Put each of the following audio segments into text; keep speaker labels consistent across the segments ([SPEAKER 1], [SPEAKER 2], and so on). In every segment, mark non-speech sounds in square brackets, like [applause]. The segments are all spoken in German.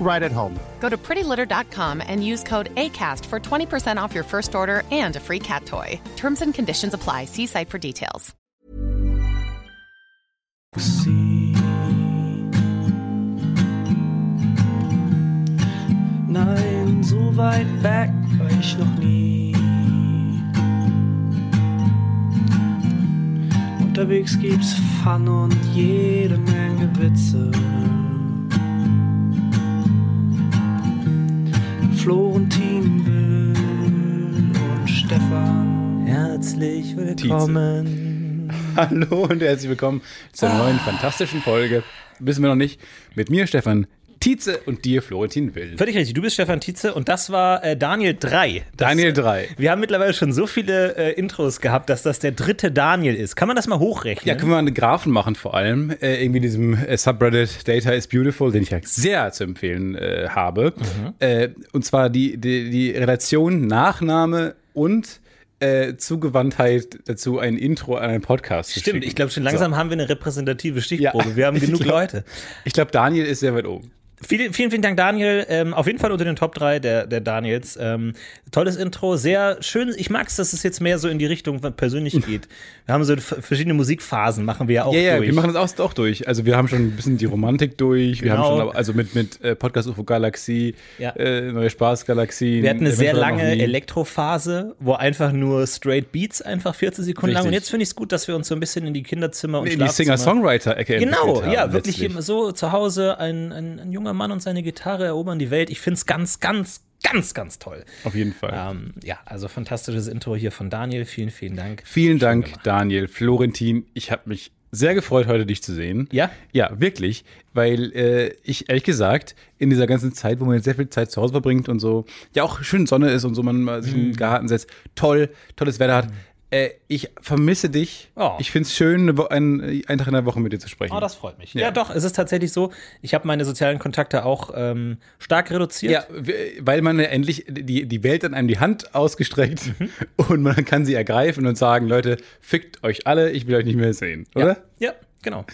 [SPEAKER 1] right at home.
[SPEAKER 2] Go to prettylitter.com and use code ACAST for 20% off your first order and a free cat toy. Terms and conditions apply. See site for details.
[SPEAKER 3] Nein, so weit weg war ich noch nie. Unterwegs gibt's Fun und jede Menge Witze. Florentin Will und Stefan.
[SPEAKER 4] Herzlich willkommen.
[SPEAKER 5] [laughs] Hallo und herzlich willkommen zur neuen fantastischen Folge. Wissen wir noch nicht. Mit mir, Stefan Tietze und dir, Florentin Will.
[SPEAKER 4] Völlig richtig, du bist Stefan Tietze und das war äh, Daniel 3. Das,
[SPEAKER 5] Daniel 3.
[SPEAKER 4] Wir haben mittlerweile schon so viele äh, Intros gehabt, dass das der dritte Daniel ist. Kann man das mal
[SPEAKER 5] Ja,
[SPEAKER 4] hochrechnen?
[SPEAKER 5] können wir einen Graphen machen vor allem. Äh, irgendwie diesem äh, Subreddit Data is Beautiful, den ich ja sehr zu empfehlen äh, habe.
[SPEAKER 4] Mhm.
[SPEAKER 5] Äh, und zwar die, die, die Relation Nachname und äh, Zugewandtheit dazu, ein Intro an einen Podcast zu
[SPEAKER 4] Stimmt,
[SPEAKER 5] schicken.
[SPEAKER 4] ich glaube schon langsam haben wir eine repräsentative Stichprobe.
[SPEAKER 5] Ja.
[SPEAKER 4] Wir
[SPEAKER 5] [laughs]
[SPEAKER 4] haben
[SPEAKER 5] Ich
[SPEAKER 4] genug
[SPEAKER 5] glaub-
[SPEAKER 4] Leute.
[SPEAKER 5] So. Ich glaube, Daniel ist sehr weit oben.
[SPEAKER 4] Vielen, vielen, vielen Dank, Daniel. Ähm, auf jeden Fall unter den Top 3 der, der Daniels. Ähm, tolles Intro, sehr schön. Ich mag es, dass es jetzt mehr so in die Richtung persönlich
[SPEAKER 5] [laughs]
[SPEAKER 4] geht. Wir haben so f- verschiedene Musikphasen, machen wir ja auch
[SPEAKER 5] Ja, ja,
[SPEAKER 4] durch.
[SPEAKER 5] wir machen das auch, auch durch. Also wir haben schon ein bisschen die Romantik durch. Wir
[SPEAKER 4] Genau.
[SPEAKER 5] haben schon, also mit, mit äh, Podcast UFO Galaxie,
[SPEAKER 4] Ja.
[SPEAKER 5] äh, Neue Spaßgalaxie.
[SPEAKER 4] Wir hatten eine sehr lange Elektrophase, wo einfach nur straight Beats einfach 14 Sekunden lang.
[SPEAKER 5] Richtig.
[SPEAKER 4] Und jetzt finde ich es gut, dass wir uns so ein bisschen in die Kinderzimmer und
[SPEAKER 5] In die
[SPEAKER 4] Schlafzimmer-
[SPEAKER 5] Singer-Songwriter-Ecke
[SPEAKER 4] Genau,
[SPEAKER 5] entwickelt haben,
[SPEAKER 4] ja, wirklich
[SPEAKER 5] letztlich.
[SPEAKER 4] immer so zu Hause ein, ein, ein junger Mann und seine Gitarre erobern die Welt. Ich finde es ganz, ganz, ganz, ganz toll.
[SPEAKER 5] Auf jeden Fall.
[SPEAKER 4] Ähm, ja, also fantastisches Intro hier von Daniel. Vielen, vielen Dank.
[SPEAKER 5] Vielen Dank, Daniel, Florentin. Ich habe mich sehr gefreut, heute dich zu sehen.
[SPEAKER 4] Ja?
[SPEAKER 5] Ja, wirklich. Weil äh, ich ehrlich gesagt, in dieser ganzen Zeit, wo man jetzt sehr viel Zeit zu Hause verbringt und so, ja auch schön Sonne ist und so, man mal sich in
[SPEAKER 4] Mhm.
[SPEAKER 5] den Garten setzt, toll, tolles Wetter hat. Äh, ich vermisse dich.
[SPEAKER 4] Oh.
[SPEAKER 5] Ich finde es schön, eine Wo- ein, einen Tag in der Woche mit dir zu sprechen.
[SPEAKER 4] Oh, das freut mich. Ja,
[SPEAKER 5] Ja.
[SPEAKER 4] doch, es ist tatsächlich so. Ich habe meine sozialen Kontakte auch ähm, stark reduziert.
[SPEAKER 5] ja, w- weil man ja endlich die, die Welt an einem die Hand ausgestreckt
[SPEAKER 4] Mhm.
[SPEAKER 5] [laughs] und man kann sie ergreifen und sagen, Leute, fickt euch alle, ich will euch nicht mehr sehen, oder?
[SPEAKER 4] Ja, ja genau.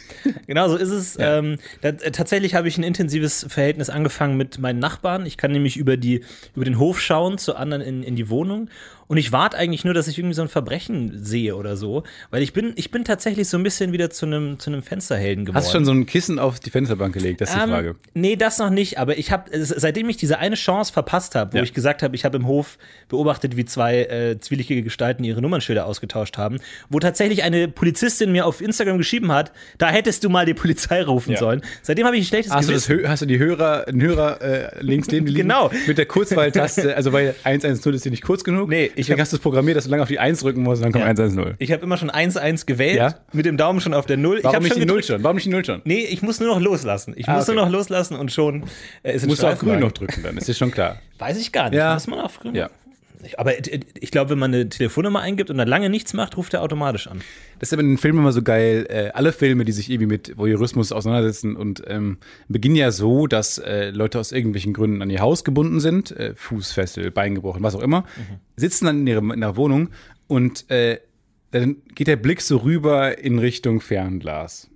[SPEAKER 4] genau so
[SPEAKER 5] [laughs]
[SPEAKER 4] ist es. Ähm, da, äh, tatsächlich habe ich ein intensives Verhältnis angefangen mit meinen Nachbarn. Ich kann nämlich über, die, über den Hof schauen, zu anderen in, in die Wohnung. Und ich warte eigentlich nur, dass ich irgendwie so ein Verbrechen sehe oder so. Weil ich bin, ich bin tatsächlich so ein bisschen wieder zu einem zu einem Fensterhelden geworden.
[SPEAKER 5] Hast du schon so ein Kissen auf die Fensterbank gelegt? Das ist die
[SPEAKER 4] Ähm,
[SPEAKER 5] Frage.
[SPEAKER 4] Nee, das noch nicht, aber ich habe, seitdem ich diese eine Chance verpasst habe, wo
[SPEAKER 5] Ja.
[SPEAKER 4] ich gesagt habe, ich habe im Hof beobachtet, wie zwei äh, zwielichtige Gestalten ihre Nummernschilder ausgetauscht haben, wo tatsächlich eine Polizistin mir auf Instagram geschrieben hat, da hättest du mal die Polizei rufen
[SPEAKER 5] Ja.
[SPEAKER 4] sollen. Seitdem habe ich ein schlechtes
[SPEAKER 5] Hast du, das,
[SPEAKER 4] Gewissen.
[SPEAKER 5] Hö- hast du die Hörer, den Hörer äh, links neben dir liegen?
[SPEAKER 4] Genau.
[SPEAKER 5] Mit der
[SPEAKER 4] [laughs]
[SPEAKER 5] Kurzwahltaste, also weil 110 ist dir nicht kurz genug.
[SPEAKER 4] Nee, ich hab-
[SPEAKER 5] Deswegen hast du es programmiert, dass du lange auf die 1 drücken musst und dann kommt
[SPEAKER 4] Ja.
[SPEAKER 5] 110.
[SPEAKER 4] ich habe immer schon 1-1 gewählt,
[SPEAKER 5] Ja.
[SPEAKER 4] mit dem Daumen schon auf der Null. ich
[SPEAKER 5] Warum
[SPEAKER 4] habe
[SPEAKER 5] nicht
[SPEAKER 4] schon
[SPEAKER 5] die Null
[SPEAKER 4] gedrückt.
[SPEAKER 5] schon? Warum nicht die Null schon?
[SPEAKER 4] Nee, ich muss nur noch loslassen. Ich
[SPEAKER 5] Ah,
[SPEAKER 4] muss nur
[SPEAKER 5] okay.
[SPEAKER 4] noch loslassen und schon äh, ist ein
[SPEAKER 5] Musst du auf grün
[SPEAKER 4] Streifenwagen.
[SPEAKER 5] noch drücken, dann ist dir schon klar.
[SPEAKER 4] Weiß ich gar nicht.
[SPEAKER 5] Ja.
[SPEAKER 4] Muss man auf grün?
[SPEAKER 5] Ja.
[SPEAKER 4] Ich- Aber äh, ich glaube, wenn man eine Telefonnummer eingibt und dann lange nichts macht, ruft er automatisch an.
[SPEAKER 5] Das ist aber in den Filmen immer so geil. Äh, alle Filme, die sich irgendwie mit Voyeurismus auseinandersetzen und ähm, beginnen ja so, dass äh, Leute aus irgendwelchen Gründen an ihr Haus gebunden sind, äh, Fußfessel, Bein gebrochen, was auch immer, sitzen dann in ihrer, in ihrer Wohnung und äh, dann geht der Blick so rüber in Richtung Fernglas.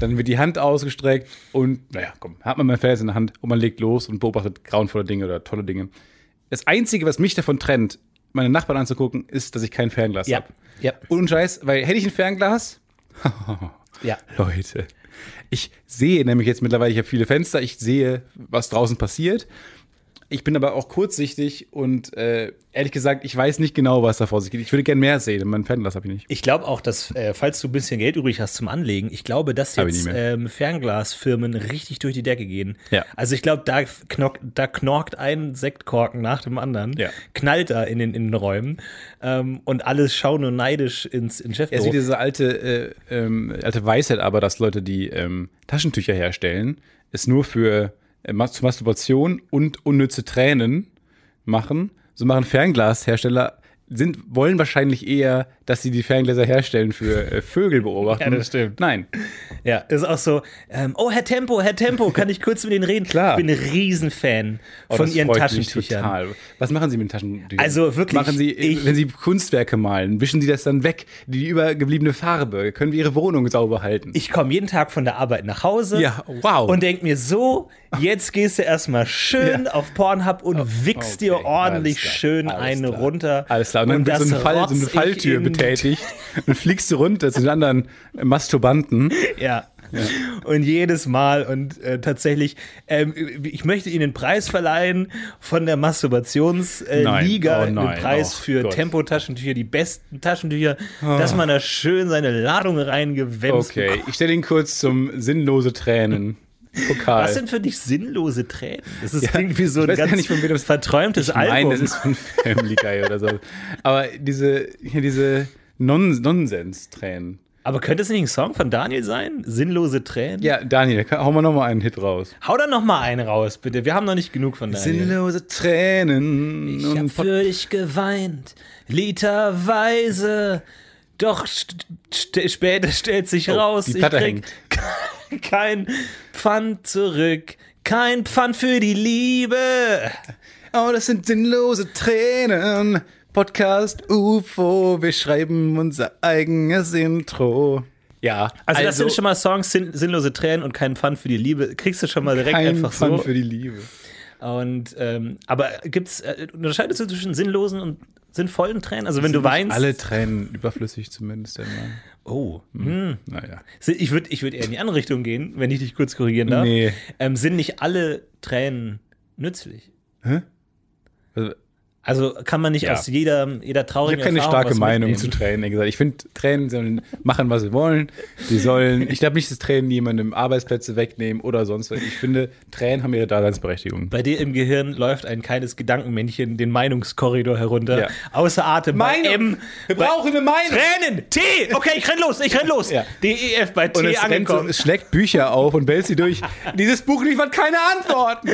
[SPEAKER 5] Dann wird die Hand ausgestreckt und, naja, komm, hat man mal ein Fernglas in der Hand und man legt los und beobachtet grauenvolle Dinge oder tolle Dinge. Das Einzige, was mich davon trennt, meine Nachbarn anzugucken, ist, dass ich kein Fernglas
[SPEAKER 4] Ja.
[SPEAKER 5] habe.
[SPEAKER 4] Ja.
[SPEAKER 5] Und Scheiß, weil hätte ich ein Fernglas,
[SPEAKER 4] Ja.
[SPEAKER 5] Leute, Ich sehe nämlich jetzt mittlerweile, ich habe viele Fenster, ich sehe, was draußen passiert. Ich bin aber auch kurzsichtig und äh, ehrlich gesagt, ich weiß nicht genau, was da vor sich geht. Ich würde gern mehr sehen, und meinen Pendlers habe ich nicht.
[SPEAKER 4] Ich glaube auch, dass, äh, falls du ein bisschen Geld übrig hast zum Anlegen, ich glaube, dass
[SPEAKER 5] Hab ich
[SPEAKER 4] jetzt
[SPEAKER 5] nicht mehr.
[SPEAKER 4] ähm, Fernglasfirmen richtig durch die Decke gehen.
[SPEAKER 5] Ja.
[SPEAKER 4] Also ich glaube, da, knock, da knorkt ein Sektkorken nach dem anderen,
[SPEAKER 5] Ja.
[SPEAKER 4] knallt da in den Innenräumen ähm, und alles schauen nur neidisch ins, ins
[SPEAKER 5] Ja, Es ist
[SPEAKER 4] Chefbüro.
[SPEAKER 5] wie diese alte, äh, ähm, alte Weisheit, aber dass Leute, die ähm, Taschentücher herstellen, es nur für äh, Mas- zur Masturbation und unnütze Tränen machen. So machen Fernglashersteller, sind, wollen wahrscheinlich eher, dass sie die Ferngläser herstellen für äh,
[SPEAKER 4] [laughs]
[SPEAKER 5] Vögel beobachten.
[SPEAKER 4] Ja, das stimmt.
[SPEAKER 5] Nein.
[SPEAKER 4] ja, ist auch so, ähm, oh, Herr Tempo, Herr Tempo, kann ich kurz mit Ihnen
[SPEAKER 5] [laughs]
[SPEAKER 4] reden?
[SPEAKER 5] Klar.
[SPEAKER 4] Ich bin ein Riesenfan
[SPEAKER 5] Oh,
[SPEAKER 4] von
[SPEAKER 5] das
[SPEAKER 4] Ihren
[SPEAKER 5] freut mich
[SPEAKER 4] Taschentüchern.
[SPEAKER 5] Total. Was machen Sie mit den Taschentüchern?
[SPEAKER 4] Also wirklich,
[SPEAKER 5] Machen Sie, äh,
[SPEAKER 4] ich-
[SPEAKER 5] wenn Sie Kunstwerke malen, wischen Sie das dann weg, die übergebliebene Farbe, können wir Ihre Wohnung sauber halten.
[SPEAKER 4] ich komme jeden Tag von der Arbeit nach Hause
[SPEAKER 5] Ja, wow.
[SPEAKER 4] und denke mir so, jetzt gehst du erstmal schön
[SPEAKER 5] Ja. Oh,
[SPEAKER 4] auf Pornhub und wickst
[SPEAKER 5] okay,
[SPEAKER 4] dir ordentlich
[SPEAKER 5] alles klar,
[SPEAKER 4] schön
[SPEAKER 5] alles
[SPEAKER 4] eine
[SPEAKER 5] klar.
[SPEAKER 4] runter.
[SPEAKER 5] Alles klar, und dann wird so, ein
[SPEAKER 4] das
[SPEAKER 5] Fall, so
[SPEAKER 4] rotz
[SPEAKER 5] eine
[SPEAKER 4] ich
[SPEAKER 5] Falltür
[SPEAKER 4] in-
[SPEAKER 5] betätigt und fliegst du runter zu den anderen Masturbanten.
[SPEAKER 4] Ja. Und jedes Mal und äh, tatsächlich, ähm, ich möchte Ihnen einen Preis verleihen von der Masturbationsliga, äh,
[SPEAKER 5] Nein.
[SPEAKER 4] Liga,
[SPEAKER 5] Oh
[SPEAKER 4] einen
[SPEAKER 5] nein.
[SPEAKER 4] Preis
[SPEAKER 5] Oh
[SPEAKER 4] für
[SPEAKER 5] Gott. Ah.
[SPEAKER 4] Tempotaschentücher, die besten Taschentücher, dass man da schön seine Ladung reingewemst
[SPEAKER 5] Okay,
[SPEAKER 4] bekommt.
[SPEAKER 5] ich stelle ihn kurz zum sinnlose Tränen. Pokal.
[SPEAKER 4] Was sind für dich sinnlose Tränen? Das ist
[SPEAKER 5] Ja,
[SPEAKER 4] irgendwie so ein
[SPEAKER 5] ich weiß gar
[SPEAKER 4] ganz
[SPEAKER 5] nicht, von wem das-
[SPEAKER 4] verträumtes
[SPEAKER 5] Nein,
[SPEAKER 4] Album.
[SPEAKER 5] das ist von Family Guy oder so. Aber diese, hier diese Non Nonsens-Tränen.
[SPEAKER 4] Aber könnte es nicht ein Song von Daniel sein? Sinnlose Tränen?
[SPEAKER 5] Ja, Daniel, kann- hauen wir nochmal einen Hit raus.
[SPEAKER 4] Hau da noch mal einen raus, bitte. Wir haben noch nicht genug von Daniel.
[SPEAKER 5] Sinnlose Tränen
[SPEAKER 4] Ich hab
[SPEAKER 5] und Pod
[SPEAKER 4] für dich geweint, literweise. Doch st st später stellt sich raus,
[SPEAKER 5] Oh, die Platte
[SPEAKER 4] ich krieg
[SPEAKER 5] hängt.
[SPEAKER 4] [laughs] kein Pfand zurück. Kein Pfand für die Liebe.
[SPEAKER 5] Oh, das sind sinnlose Tränen. Podcast UFO, wir schreiben unser eigenes Intro. Ja,
[SPEAKER 4] Also, das sind schon mal Songs, sin sinnlose Tränen und kein Pfand für die Liebe. Kriegst du schon mal direkt
[SPEAKER 5] kein
[SPEAKER 4] einfach
[SPEAKER 5] Pfand
[SPEAKER 4] so.
[SPEAKER 5] für die Liebe.
[SPEAKER 4] Und ähm, aber gibt's äh, unterscheidest du zwischen sinnlosen und sinnvollen Tränen? Also wenn du
[SPEAKER 5] Sind nicht
[SPEAKER 4] weinst,
[SPEAKER 5] Alle hm. Tränen überflüssig zumindest einmal.
[SPEAKER 4] oh,
[SPEAKER 5] Naja.
[SPEAKER 4] Sind- ich würde ich würd eher in die andere Richtung gehen, wenn ich dich kurz korrigieren darf.
[SPEAKER 5] Nee.
[SPEAKER 4] Ähm, sind nicht alle Tränen nützlich?
[SPEAKER 5] Also,
[SPEAKER 4] Also kann man nicht
[SPEAKER 5] Ja.
[SPEAKER 4] aus jeder jeder
[SPEAKER 5] ich
[SPEAKER 4] traurigen
[SPEAKER 5] habe keine
[SPEAKER 4] Erfahrung
[SPEAKER 5] starke
[SPEAKER 4] was
[SPEAKER 5] Meinung zu
[SPEAKER 4] mitnehmen?
[SPEAKER 5] Tränen, ehrlich gesagt. Ich finde, Tränen sollen machen, was sie wollen. Sie sollen, ich glaube nicht, dass Tränen jemandem Arbeitsplätze wegnehmen oder sonst was. Ich finde, Tränen haben ihre Daseinsberechtigung.
[SPEAKER 4] Bei dir im Gehirn läuft ein kleines Gedankenmännchen den Meinungskorridor herunter.
[SPEAKER 5] Ja.
[SPEAKER 4] Außer Atem. Bei M.
[SPEAKER 5] Wir brauchen eine Meinung!
[SPEAKER 4] Tränen! T! Okay, ich renn los, ich renn los!
[SPEAKER 5] Ja.
[SPEAKER 4] DEF bei T
[SPEAKER 5] Und es, rennt so,
[SPEAKER 4] angekommen.
[SPEAKER 5] es schlägt Bücher auf und wälzt sie durch. Dieses Buch liefert keine Antworten.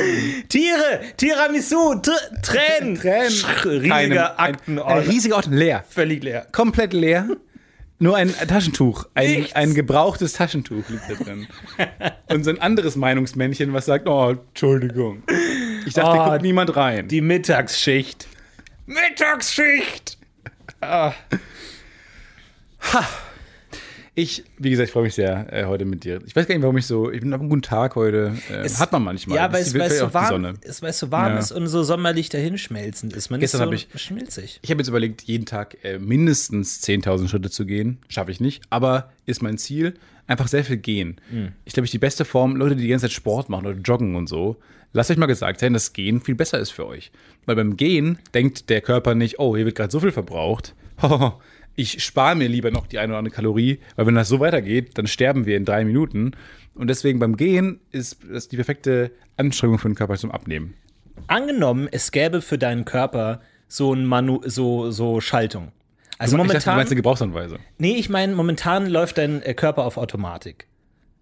[SPEAKER 4] Tiere, Tiramisu, Tr
[SPEAKER 5] [laughs]
[SPEAKER 4] Tränen, Sch- oh. riesiger
[SPEAKER 5] Akten.
[SPEAKER 4] Aktenort,
[SPEAKER 5] Ein, ein riesiger Ort, leer.
[SPEAKER 4] völlig leer.
[SPEAKER 5] Komplett leer. Nur ein Taschentuch. Ein,
[SPEAKER 4] Nichts.
[SPEAKER 5] ein gebrauchtes Taschentuch liegt da drin. und so ein anderes Meinungsmännchen, was sagt: Oh, Entschuldigung. Ich dachte,
[SPEAKER 4] Oh,
[SPEAKER 5] da guckt niemand rein.
[SPEAKER 4] Die Mittagsschicht. Mittagsschicht.
[SPEAKER 5] ich, wie gesagt, ich freue mich sehr äh, heute mit dir. Ich weiß gar nicht, warum ich so. Ich bin auf einem guten Tag heute. Äh, hat man manchmal.
[SPEAKER 4] Ja,
[SPEAKER 5] Das
[SPEAKER 4] weil
[SPEAKER 5] ist
[SPEAKER 4] es, weil
[SPEAKER 5] vielleicht
[SPEAKER 4] es
[SPEAKER 5] auch
[SPEAKER 4] so
[SPEAKER 5] die
[SPEAKER 4] warm,
[SPEAKER 5] Sonne.
[SPEAKER 4] ist, weil es so warm
[SPEAKER 5] Ja.
[SPEAKER 4] ist und so sommerlich dahinschmelzend ist. Man
[SPEAKER 5] Gestern hab
[SPEAKER 4] ist
[SPEAKER 5] ich-
[SPEAKER 4] so schmelzig.
[SPEAKER 5] Ich habe jetzt überlegt, jeden Tag äh, mindestens 10.000 Schritte zu gehen. Schaffe ich nicht, aber ist mein Ziel. Einfach sehr viel gehen.
[SPEAKER 4] Mhm.
[SPEAKER 5] Ich glaube, ich die beste Form, Leute, die die ganze Zeit Sport machen oder joggen und so, lasst euch mal gesagt sein, dass Gehen viel besser ist für euch. Weil beim Gehen denkt der Körper nicht, oh, hier wird gerade so viel verbraucht. [laughs] Ich spare mir lieber noch die eine oder andere Kalorie, weil wenn das so weitergeht, dann sterben wir in drei Minuten. Und deswegen beim Gehen ist das die perfekte Anstrengung für den Körper zum Abnehmen.
[SPEAKER 4] Angenommen, es gäbe für deinen Körper so ein Manu, so, so Schaltung. Also
[SPEAKER 5] ich dachte, du
[SPEAKER 4] momentan.
[SPEAKER 5] meinst eine Gebrauchsanweise.
[SPEAKER 4] nee, ich meine, momentan läuft dein äh, Körper auf Automatik.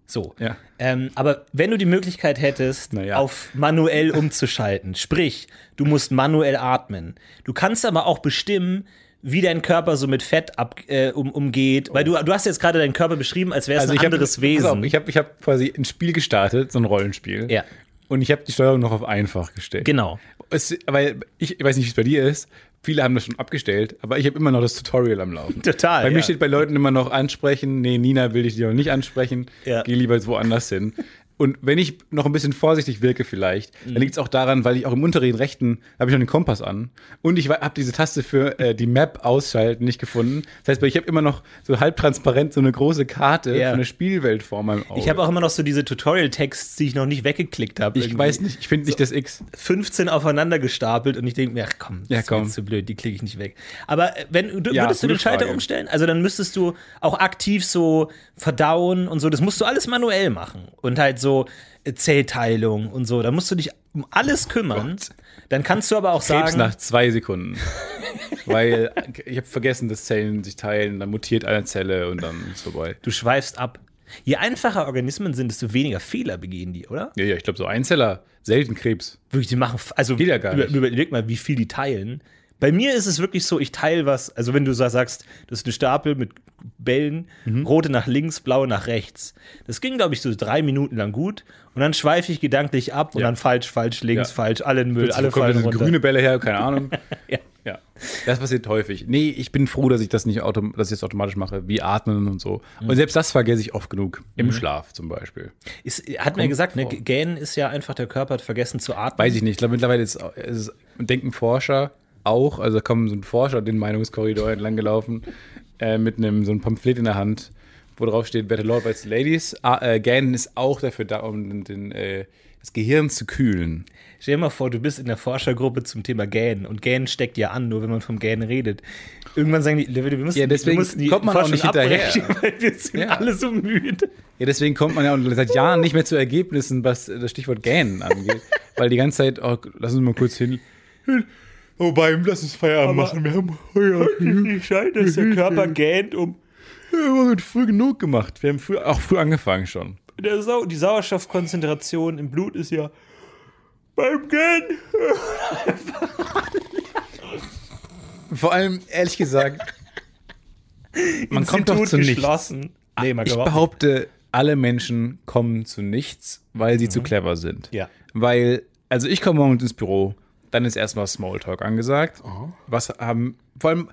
[SPEAKER 4] So.
[SPEAKER 5] Ja.
[SPEAKER 4] Ähm, aber wenn du die Möglichkeit hättest,
[SPEAKER 5] Naja.
[SPEAKER 4] auf manuell umzuschalten, sprich, du musst manuell atmen. Du kannst aber auch bestimmen, wie dein Körper so mit Fett ab, äh, um, umgeht. Weil du, du hast jetzt gerade deinen Körper beschrieben, als wäre es ein
[SPEAKER 5] Also ich hab-
[SPEAKER 4] anderes
[SPEAKER 5] pass
[SPEAKER 4] Wesen.
[SPEAKER 5] Auf, ich habe ich hab quasi ein Spiel gestartet, so ein Rollenspiel.
[SPEAKER 4] Ja.
[SPEAKER 5] Und ich habe die Steuerung noch auf einfach gestellt.
[SPEAKER 4] Genau.
[SPEAKER 5] Es, weil ich, ich weiß nicht, wie es bei dir ist. Viele haben das schon abgestellt, aber ich habe immer noch das Tutorial am Laufen.
[SPEAKER 4] [laughs] Total,
[SPEAKER 5] Bei mir
[SPEAKER 4] ja.
[SPEAKER 5] steht bei Leuten immer noch ansprechen. Nee, Nina will ich dir noch nicht ansprechen.
[SPEAKER 4] Ja. [laughs]
[SPEAKER 5] Geh lieber woanders hin. Und wenn ich noch ein bisschen vorsichtig wirke vielleicht,
[SPEAKER 4] Mhm.
[SPEAKER 5] dann liegt es auch daran, weil ich auch im unteren rechten habe ich noch den Kompass an und ich habe diese Taste für äh, die Map ausschalten nicht gefunden. Das heißt, ich habe immer noch so halbtransparent so eine große Karte
[SPEAKER 4] Ja.
[SPEAKER 5] für eine Spielwelt vor meinem Auge.
[SPEAKER 4] Ich habe auch immer noch so diese Tutorial-Texts, die ich noch nicht weggeklickt habe.
[SPEAKER 5] Oh. ich weiß nicht, ich finde nicht das X.
[SPEAKER 4] 15 aufeinander gestapelt und ich denke mir, ach komm, das
[SPEAKER 5] Ja,
[SPEAKER 4] ist mir
[SPEAKER 5] komm.
[SPEAKER 4] jetzt zu blöd, die klicke ich nicht weg. Aber äh, wenn du,
[SPEAKER 5] Ja,
[SPEAKER 4] würdest du den
[SPEAKER 5] gute
[SPEAKER 4] Schalter
[SPEAKER 5] Frage.
[SPEAKER 4] umstellen? Also dann müsstest du auch aktiv so verdauen und so, das musst du alles manuell machen und halt so äh, Zellteilung und so, da musst du dich um alles kümmern. dann kannst du aber auch
[SPEAKER 5] Krebs
[SPEAKER 4] sagen,
[SPEAKER 5] nach zwei Sekunden. Weil ich habe vergessen, dass Zellen sich teilen, dann mutiert eine Zelle und dann ist vorbei.
[SPEAKER 4] du schweifst ab. Je einfacher Organismen sind, desto weniger Fehler begehen die, oder?
[SPEAKER 5] Ja, ja, ich glaube, so Einzeller, selten Krebs.
[SPEAKER 4] Wirklich, die machen, f- also
[SPEAKER 5] Geht ja gar
[SPEAKER 4] über,
[SPEAKER 5] nicht.
[SPEAKER 4] überleg mal, wie viel die teilen. Bei mir ist es wirklich so, ich teile was, also wenn du sa- sagst, das ist eine Stapel mit Bällen,
[SPEAKER 5] Mhm.
[SPEAKER 4] rote nach links, blaue nach rechts. Das ging, glaube ich, so drei Minuten lang gut und dann schweife ich gedanklich ab und
[SPEAKER 5] Ja.
[SPEAKER 4] dann falsch, falsch, links,
[SPEAKER 5] Ja.
[SPEAKER 4] falsch, alle in den Müll,
[SPEAKER 5] Plötzlich
[SPEAKER 4] alle
[SPEAKER 5] kommen
[SPEAKER 4] fallen
[SPEAKER 5] diese
[SPEAKER 4] runter.
[SPEAKER 5] grüne Bälle her, keine Ahnung.
[SPEAKER 4] [laughs] Ja.
[SPEAKER 5] ja. Das passiert häufig. Nee, ich bin froh, dass ich das nicht autom dass ich das automatisch mache, wie atmen und so.
[SPEAKER 4] Mhm.
[SPEAKER 5] Und selbst das vergesse ich oft genug. Im Schlaf zum Beispiel.
[SPEAKER 4] Ist, hat mir gesagt, ne, Gähnen ist ja einfach, der Körper hat vergessen zu atmen.
[SPEAKER 5] Weiß ich nicht. Ich glaube, mittlerweile ist, ist es- denken Forscher auch, also da kommen so ein Forscher den Meinungskorridor entlang gelaufen, äh, mit einem so einem Pamphlet in der Hand, wo drauf steht, Better Lord als Ladies. Ah, äh, Gähnen ist auch dafür da, um den, den, äh, das Gehirn zu kühlen.
[SPEAKER 4] Stell dir mal vor, du bist in der Forschergruppe zum Thema Gähnen und Gähnen steckt ja an, nur wenn man vom Gähnen redet. Irgendwann sagen die, wir müssen,
[SPEAKER 5] Ja, deswegen
[SPEAKER 4] wir müssen die
[SPEAKER 5] kommt man auch
[SPEAKER 4] Forschung
[SPEAKER 5] nicht hinterher.
[SPEAKER 4] abbrechen, [laughs] weil wir sind
[SPEAKER 5] Ja.
[SPEAKER 4] alle so müde.
[SPEAKER 5] Ja, deswegen kommt man ja auch seit Jahren nicht mehr zu Ergebnissen, was das Stichwort Gähnen angeht. Weil die ganze Zeit, oh, lass uns mal kurz hin. Wobei, lass uns Feierabend machen. Wir haben
[SPEAKER 4] [laughs] Ich scheint, dass der Körper gähnt, um
[SPEAKER 5] heute früh genug gemacht. Wir haben früh, auch früh angefangen schon.
[SPEAKER 4] der Sau die Sauerstoffkonzentration im Blut ist ja beim Gähnen.
[SPEAKER 5] Vor allem, ehrlich gesagt, man kommt doch
[SPEAKER 4] Institut
[SPEAKER 5] zu nichts. Ah,
[SPEAKER 4] geschlossen. Nee, man
[SPEAKER 5] Ich
[SPEAKER 4] glaubt
[SPEAKER 5] behaupte, alle Menschen kommen zu nichts, weil sie zu clever sind.
[SPEAKER 4] Ja.
[SPEAKER 5] Weil, also ich komme morgens ins Büro, dann ist erstmal Smalltalk angesagt. Was haben, vor allem,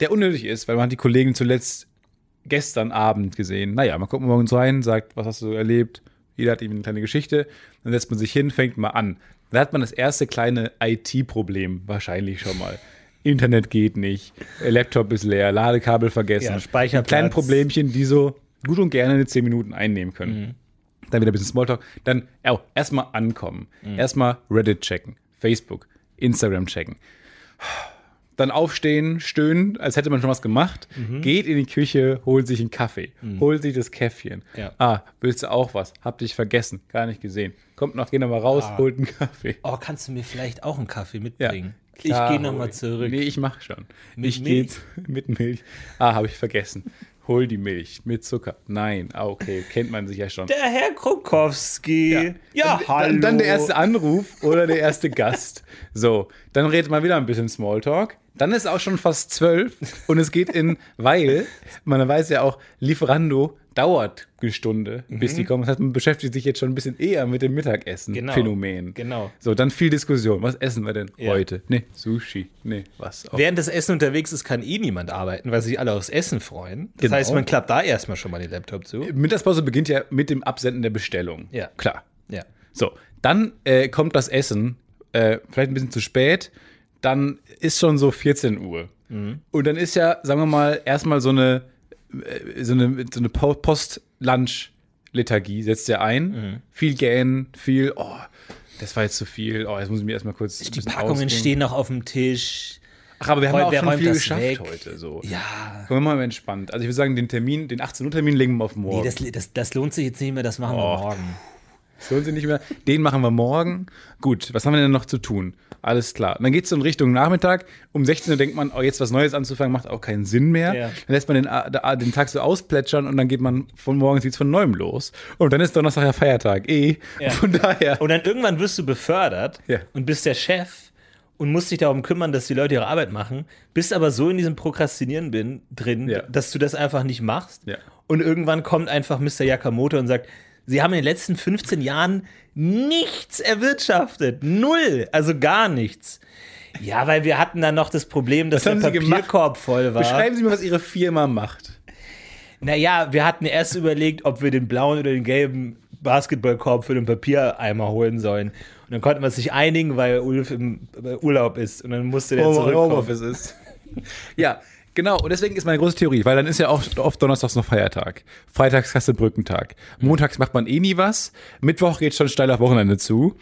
[SPEAKER 5] der unnötig ist, weil man hat die Kollegen zuletzt gestern Abend gesehen. Naja, man guckt morgens rein, sagt, was hast du erlebt? Jeder hat eben eine kleine Geschichte. Dann setzt man sich hin, fängt mal an. Dann hat man das erste kleine IT-Problem wahrscheinlich schon mal. Internet geht nicht, äh, Laptop ist leer, Ladekabel vergessen.
[SPEAKER 4] Ja, Speicherplatz.
[SPEAKER 5] Kleine Problemchen, die so gut und gerne eine 10 Minuten einnehmen können
[SPEAKER 4] Mhm.
[SPEAKER 5] dann wieder ein bisschen Smalltalk, dann oh, erstmal ankommen,
[SPEAKER 4] Mhm.
[SPEAKER 5] erstmal Reddit checken, Facebook, Instagram checken. Dann aufstehen, stöhnen, als hätte man schon was gemacht,
[SPEAKER 4] Mhm.
[SPEAKER 5] geht in die Küche, holt sich einen Kaffee, holt sich das Käffchen.
[SPEAKER 4] Ja.
[SPEAKER 5] Ah, willst du auch was? Hab dich vergessen, gar nicht gesehen. Kommt noch, geh nochmal raus,
[SPEAKER 4] Ah.
[SPEAKER 5] holt einen Kaffee.
[SPEAKER 4] Oh, kannst du mir vielleicht auch einen Kaffee
[SPEAKER 5] Ja.
[SPEAKER 4] mitbringen?
[SPEAKER 5] Klar,
[SPEAKER 4] ich gehe nochmal
[SPEAKER 5] hol-
[SPEAKER 4] zurück.
[SPEAKER 5] Nee, ich mach schon.
[SPEAKER 4] Mit
[SPEAKER 5] ich gehe
[SPEAKER 4] Milch?
[SPEAKER 5] [laughs] mit Milch. Ah, habe ich vergessen. Hol die Milch mit Zucker. Nein, ah, okay, kennt man sich ja schon.
[SPEAKER 4] Der Herr Krukowski. Ja,
[SPEAKER 5] dann, Dann, dann der erste Anruf oder der erste Gast. So, dann redet man wieder ein bisschen Smalltalk. Dann ist auch schon fast zwölf und es geht in, weil man weiß ja auch, Lieferando dauert eine Stunde,
[SPEAKER 4] Mhm.
[SPEAKER 5] bis die kommen. Das heißt, man beschäftigt sich jetzt schon ein bisschen eher mit dem Mittagessen-Phänomen.
[SPEAKER 4] Genau.
[SPEAKER 5] So, dann viel Diskussion. Was essen wir denn
[SPEAKER 4] Ja.
[SPEAKER 5] heute? Nee, Sushi. Nee, was auch.
[SPEAKER 4] Während das Essen unterwegs ist, kann eh niemand arbeiten, weil sich alle aufs Essen freuen. Das
[SPEAKER 5] Genau.
[SPEAKER 4] heißt, man klappt da erstmal schon mal den Laptop zu.
[SPEAKER 5] Mittagspause beginnt ja mit dem Absenden der Bestellung.
[SPEAKER 4] Ja.
[SPEAKER 5] Klar.
[SPEAKER 4] Ja.
[SPEAKER 5] So, dann äh, kommt das Essen, äh, vielleicht ein bisschen zu spät, dann ist schon so 14 Uhr.
[SPEAKER 4] Mhm.
[SPEAKER 5] Und dann ist ja, sagen wir mal, erstmal so eine, äh, so eine, so eine Po- Post-Lunch-Lethargie setzt ja ein.
[SPEAKER 4] Mhm.
[SPEAKER 5] Viel Gähnen, viel, oh, das war jetzt zu viel, oh, jetzt muss ich mir erstmal kurz. ein
[SPEAKER 4] Die
[SPEAKER 5] bisschen
[SPEAKER 4] Packungen
[SPEAKER 5] ausruhen.
[SPEAKER 4] stehen noch auf dem Tisch.
[SPEAKER 5] Ach, aber wir haben
[SPEAKER 4] Räum-
[SPEAKER 5] ja auch
[SPEAKER 4] wer
[SPEAKER 5] schon
[SPEAKER 4] räumt
[SPEAKER 5] viel
[SPEAKER 4] das
[SPEAKER 5] geschafft
[SPEAKER 4] weg?
[SPEAKER 5] heute. So.
[SPEAKER 4] Ja.
[SPEAKER 5] Kommen wir mal entspannt. Also ich würde sagen, den Termin, den 18 Uhr Termin legen wir auf morgen.
[SPEAKER 4] Nee, das, das, das lohnt sich jetzt nicht mehr, das machen wir
[SPEAKER 5] Oh.
[SPEAKER 4] morgen.
[SPEAKER 5] Das lohnt sich nicht mehr. Den machen wir morgen. Gut, was haben wir denn noch zu tun? Alles klar. Und dann geht es so in Richtung Nachmittag. Um 16 Uhr denkt man, oh, jetzt was Neues anzufangen, macht auch keinen Sinn mehr.
[SPEAKER 4] Ja.
[SPEAKER 5] Dann lässt man den, A- da- den Tag so ausplätschern und dann geht man von morgens jetzt von neuem los. Und dann ist Donnerstag ja Feiertag. Eh. Von daher.
[SPEAKER 4] Und dann irgendwann wirst du befördert
[SPEAKER 5] Ja.
[SPEAKER 4] und bist der Chef und musst dich darum kümmern, dass die Leute ihre Arbeit machen, bist aber so in diesem Prokrastinieren bin, drin,
[SPEAKER 5] Ja.
[SPEAKER 4] dass du das einfach nicht machst.
[SPEAKER 5] Ja.
[SPEAKER 4] Und irgendwann kommt einfach Mr. Yakamoto und sagt, Sie haben in den letzten 15 Jahren nichts erwirtschaftet. Null. Also gar nichts. Ja, weil wir hatten dann noch das Problem, dass der
[SPEAKER 5] haben Sie gemacht?
[SPEAKER 4] Papierkorb voll war.
[SPEAKER 5] Beschreiben Sie mir, was Ihre Firma macht.
[SPEAKER 4] Naja, wir hatten erst überlegt, ob wir den blauen oder den gelben Basketballkorb für den Papiereimer holen sollen. Und dann konnten wir uns nicht einigen, weil Ulf im äh, Urlaub ist. Und dann musste der
[SPEAKER 5] Home-
[SPEAKER 4] zurückkommen.
[SPEAKER 5] Homeoffice ist. [laughs] ja, genau. Und deswegen ist meine große Theorie, weil dann ist ja oft, oft donnerstags noch Feiertag. Freitags hast du Brückentag. Montags macht man eh nie was. Mittwoch geht schon steil auf Wochenende zu.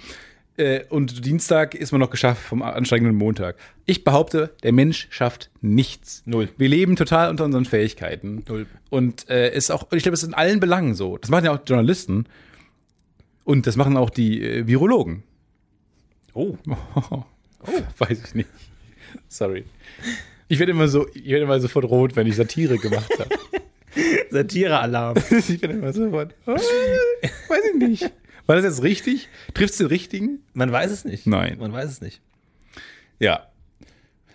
[SPEAKER 5] Äh, Und Dienstag ist man noch geschafft vom ansteigenden Montag. Ich behaupte, der Mensch schafft nichts.
[SPEAKER 4] Null.
[SPEAKER 5] Wir leben total unter unseren Fähigkeiten. Null. Und äh, ist auch, ich glaube, es ist in allen Belangen so. Das machen ja auch Journalisten. Und das machen auch die äh, Virologen. [laughs]
[SPEAKER 4] Oh.
[SPEAKER 5] Weiß ich nicht. Sorry. Ich werde immer so, ich werde immer sofort rot, wenn ich Satire gemacht habe.
[SPEAKER 4] Satirealarm.
[SPEAKER 5] [laughs] ich werde immer sofort. oh, weiß ich nicht. War das jetzt richtig? Triffst du den richtigen?
[SPEAKER 4] Man weiß es nicht.
[SPEAKER 5] Nein.
[SPEAKER 4] Man weiß es nicht.
[SPEAKER 5] Ja.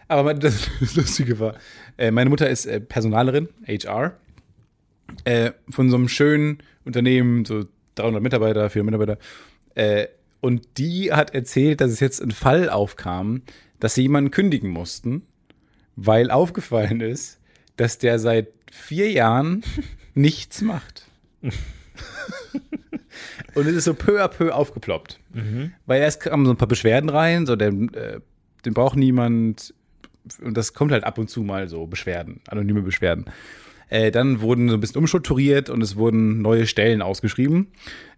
[SPEAKER 5] Aber mein- [laughs] das Lustige war, äh, meine Mutter ist äh, Personalerin, HR, äh, von so einem schönen Unternehmen, so 300 Mitarbeiter, 400 Mitarbeiter. Äh, und die hat erzählt, dass es jetzt ein Fall aufkam, dass sie jemanden kündigen mussten, weil aufgefallen ist, dass der seit vier Jahren nichts macht. und es ist so peu à peu aufgeploppt. Weil erst kamen so ein paar Beschwerden rein, so der, äh, den braucht niemand. Und das kommt halt ab und zu mal so Beschwerden, anonyme Beschwerden. Äh, dann wurden so ein bisschen umstrukturiert und es wurden neue Stellen ausgeschrieben.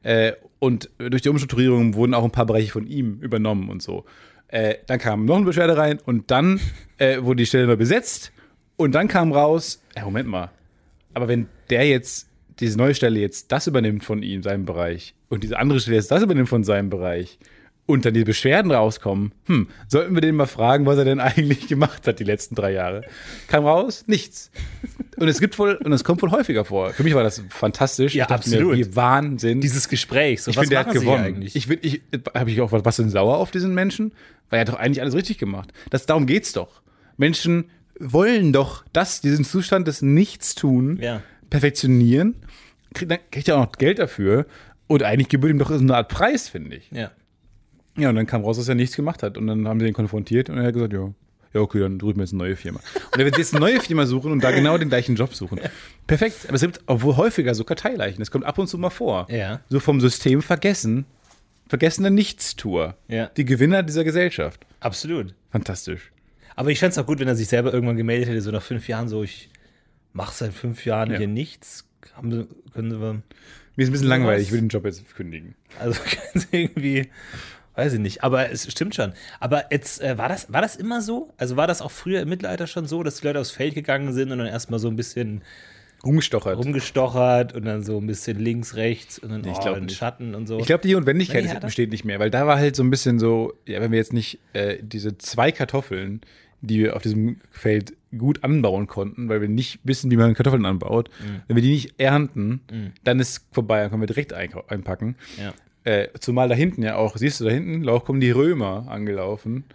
[SPEAKER 5] Äh, und durch die Umstrukturierung wurden auch ein paar Bereiche von ihm übernommen und so. Äh, dann kam noch eine Beschwerde rein und dann äh, wurde die Stelle neu besetzt. Und dann kam raus, ja, Moment mal, aber wenn der jetzt, diese neue Stelle jetzt das übernimmt von ihm, seinem Bereich, und diese andere Stelle jetzt das übernimmt von seinem Bereich, und dann die Beschwerden rauskommen, hm, sollten wir den mal fragen, was er denn [laughs] eigentlich gemacht hat die letzten drei Jahre. Kam raus, nichts. Und es gibt wohl, und es kommt wohl häufiger vor. Für mich war das fantastisch.
[SPEAKER 4] Ja,
[SPEAKER 5] ich dachte
[SPEAKER 4] absolut.
[SPEAKER 5] Mir, wie Wahnsinn.
[SPEAKER 4] Dieses Gespräch. So,
[SPEAKER 5] ich
[SPEAKER 4] was
[SPEAKER 5] finde, der hat
[SPEAKER 4] machen Sie hier
[SPEAKER 5] gewonnen.
[SPEAKER 4] Eigentlich?
[SPEAKER 5] Ich, will- ich, habe ich auch was, was denn sauer auf diesen Menschen? Weil er hat doch eigentlich alles richtig gemacht. Das, darum geht's doch. Menschen wollen doch das, diesen Zustand des Nichtstun
[SPEAKER 4] Ja.
[SPEAKER 5] perfektionieren, kriegt, dann kriegt er auch noch Geld dafür und eigentlich gebührt ihm doch so eine Art Preis, finde ich.
[SPEAKER 4] ja.
[SPEAKER 5] Ja, und dann kam raus, dass er nichts gemacht hat und dann haben sie ihn konfrontiert und er hat gesagt, ja, ja okay, dann suchen wir jetzt eine neue Firma. Und er wird jetzt eine neue Firma suchen und da genau den gleichen Job suchen. Perfekt, aber es gibt auch wohl häufiger so Karteileichen, das kommt ab und zu mal vor.
[SPEAKER 4] Ja.
[SPEAKER 5] So vom System vergessen, vergessene Nichtstour.
[SPEAKER 4] Ja.
[SPEAKER 5] Die Gewinner dieser Gesellschaft.
[SPEAKER 4] Absolut.
[SPEAKER 5] Fantastisch.
[SPEAKER 4] Aber ich fänd's auch gut, wenn er sich selber irgendwann gemeldet hätte, so nach fünf Jahren, so ich mach seit fünf Jahren
[SPEAKER 5] Ja.
[SPEAKER 4] hier nichts. Haben Sie, können Sie mal.
[SPEAKER 5] Mir ist ein bisschen langweilig, ich will den Job jetzt kündigen.
[SPEAKER 4] Also [laughs] können Sie irgendwie. Weiß ich nicht, aber es stimmt schon. Aber jetzt äh, war das war das immer so? Also war das auch früher im Mittelalter schon so, dass die Leute aufs Feld gegangen sind und dann erstmal so ein bisschen
[SPEAKER 5] Rumgestochert.
[SPEAKER 4] rumgestochert und dann so ein bisschen links, rechts und dann
[SPEAKER 5] ich
[SPEAKER 4] oh,
[SPEAKER 5] glaub
[SPEAKER 4] in
[SPEAKER 5] nicht.
[SPEAKER 4] Schatten und so.
[SPEAKER 5] Ich glaube, die Notwendigkeit
[SPEAKER 4] Nee,
[SPEAKER 5] ist-
[SPEAKER 4] hat er-
[SPEAKER 5] besteht nicht mehr, weil da war halt so ein bisschen so, ja, wenn wir jetzt nicht äh, diese zwei Kartoffeln, die wir auf diesem Feld gut anbauen konnten, weil wir nicht wissen, wie man Kartoffeln anbaut,
[SPEAKER 4] Mhm.
[SPEAKER 5] wenn wir die nicht ernten, dann ist vorbei, dann können wir direkt einkau- einpacken.
[SPEAKER 4] ja.
[SPEAKER 5] Äh, zumal da hinten ja auch, siehst du da hinten, Lauch kommen die Römer angelaufen.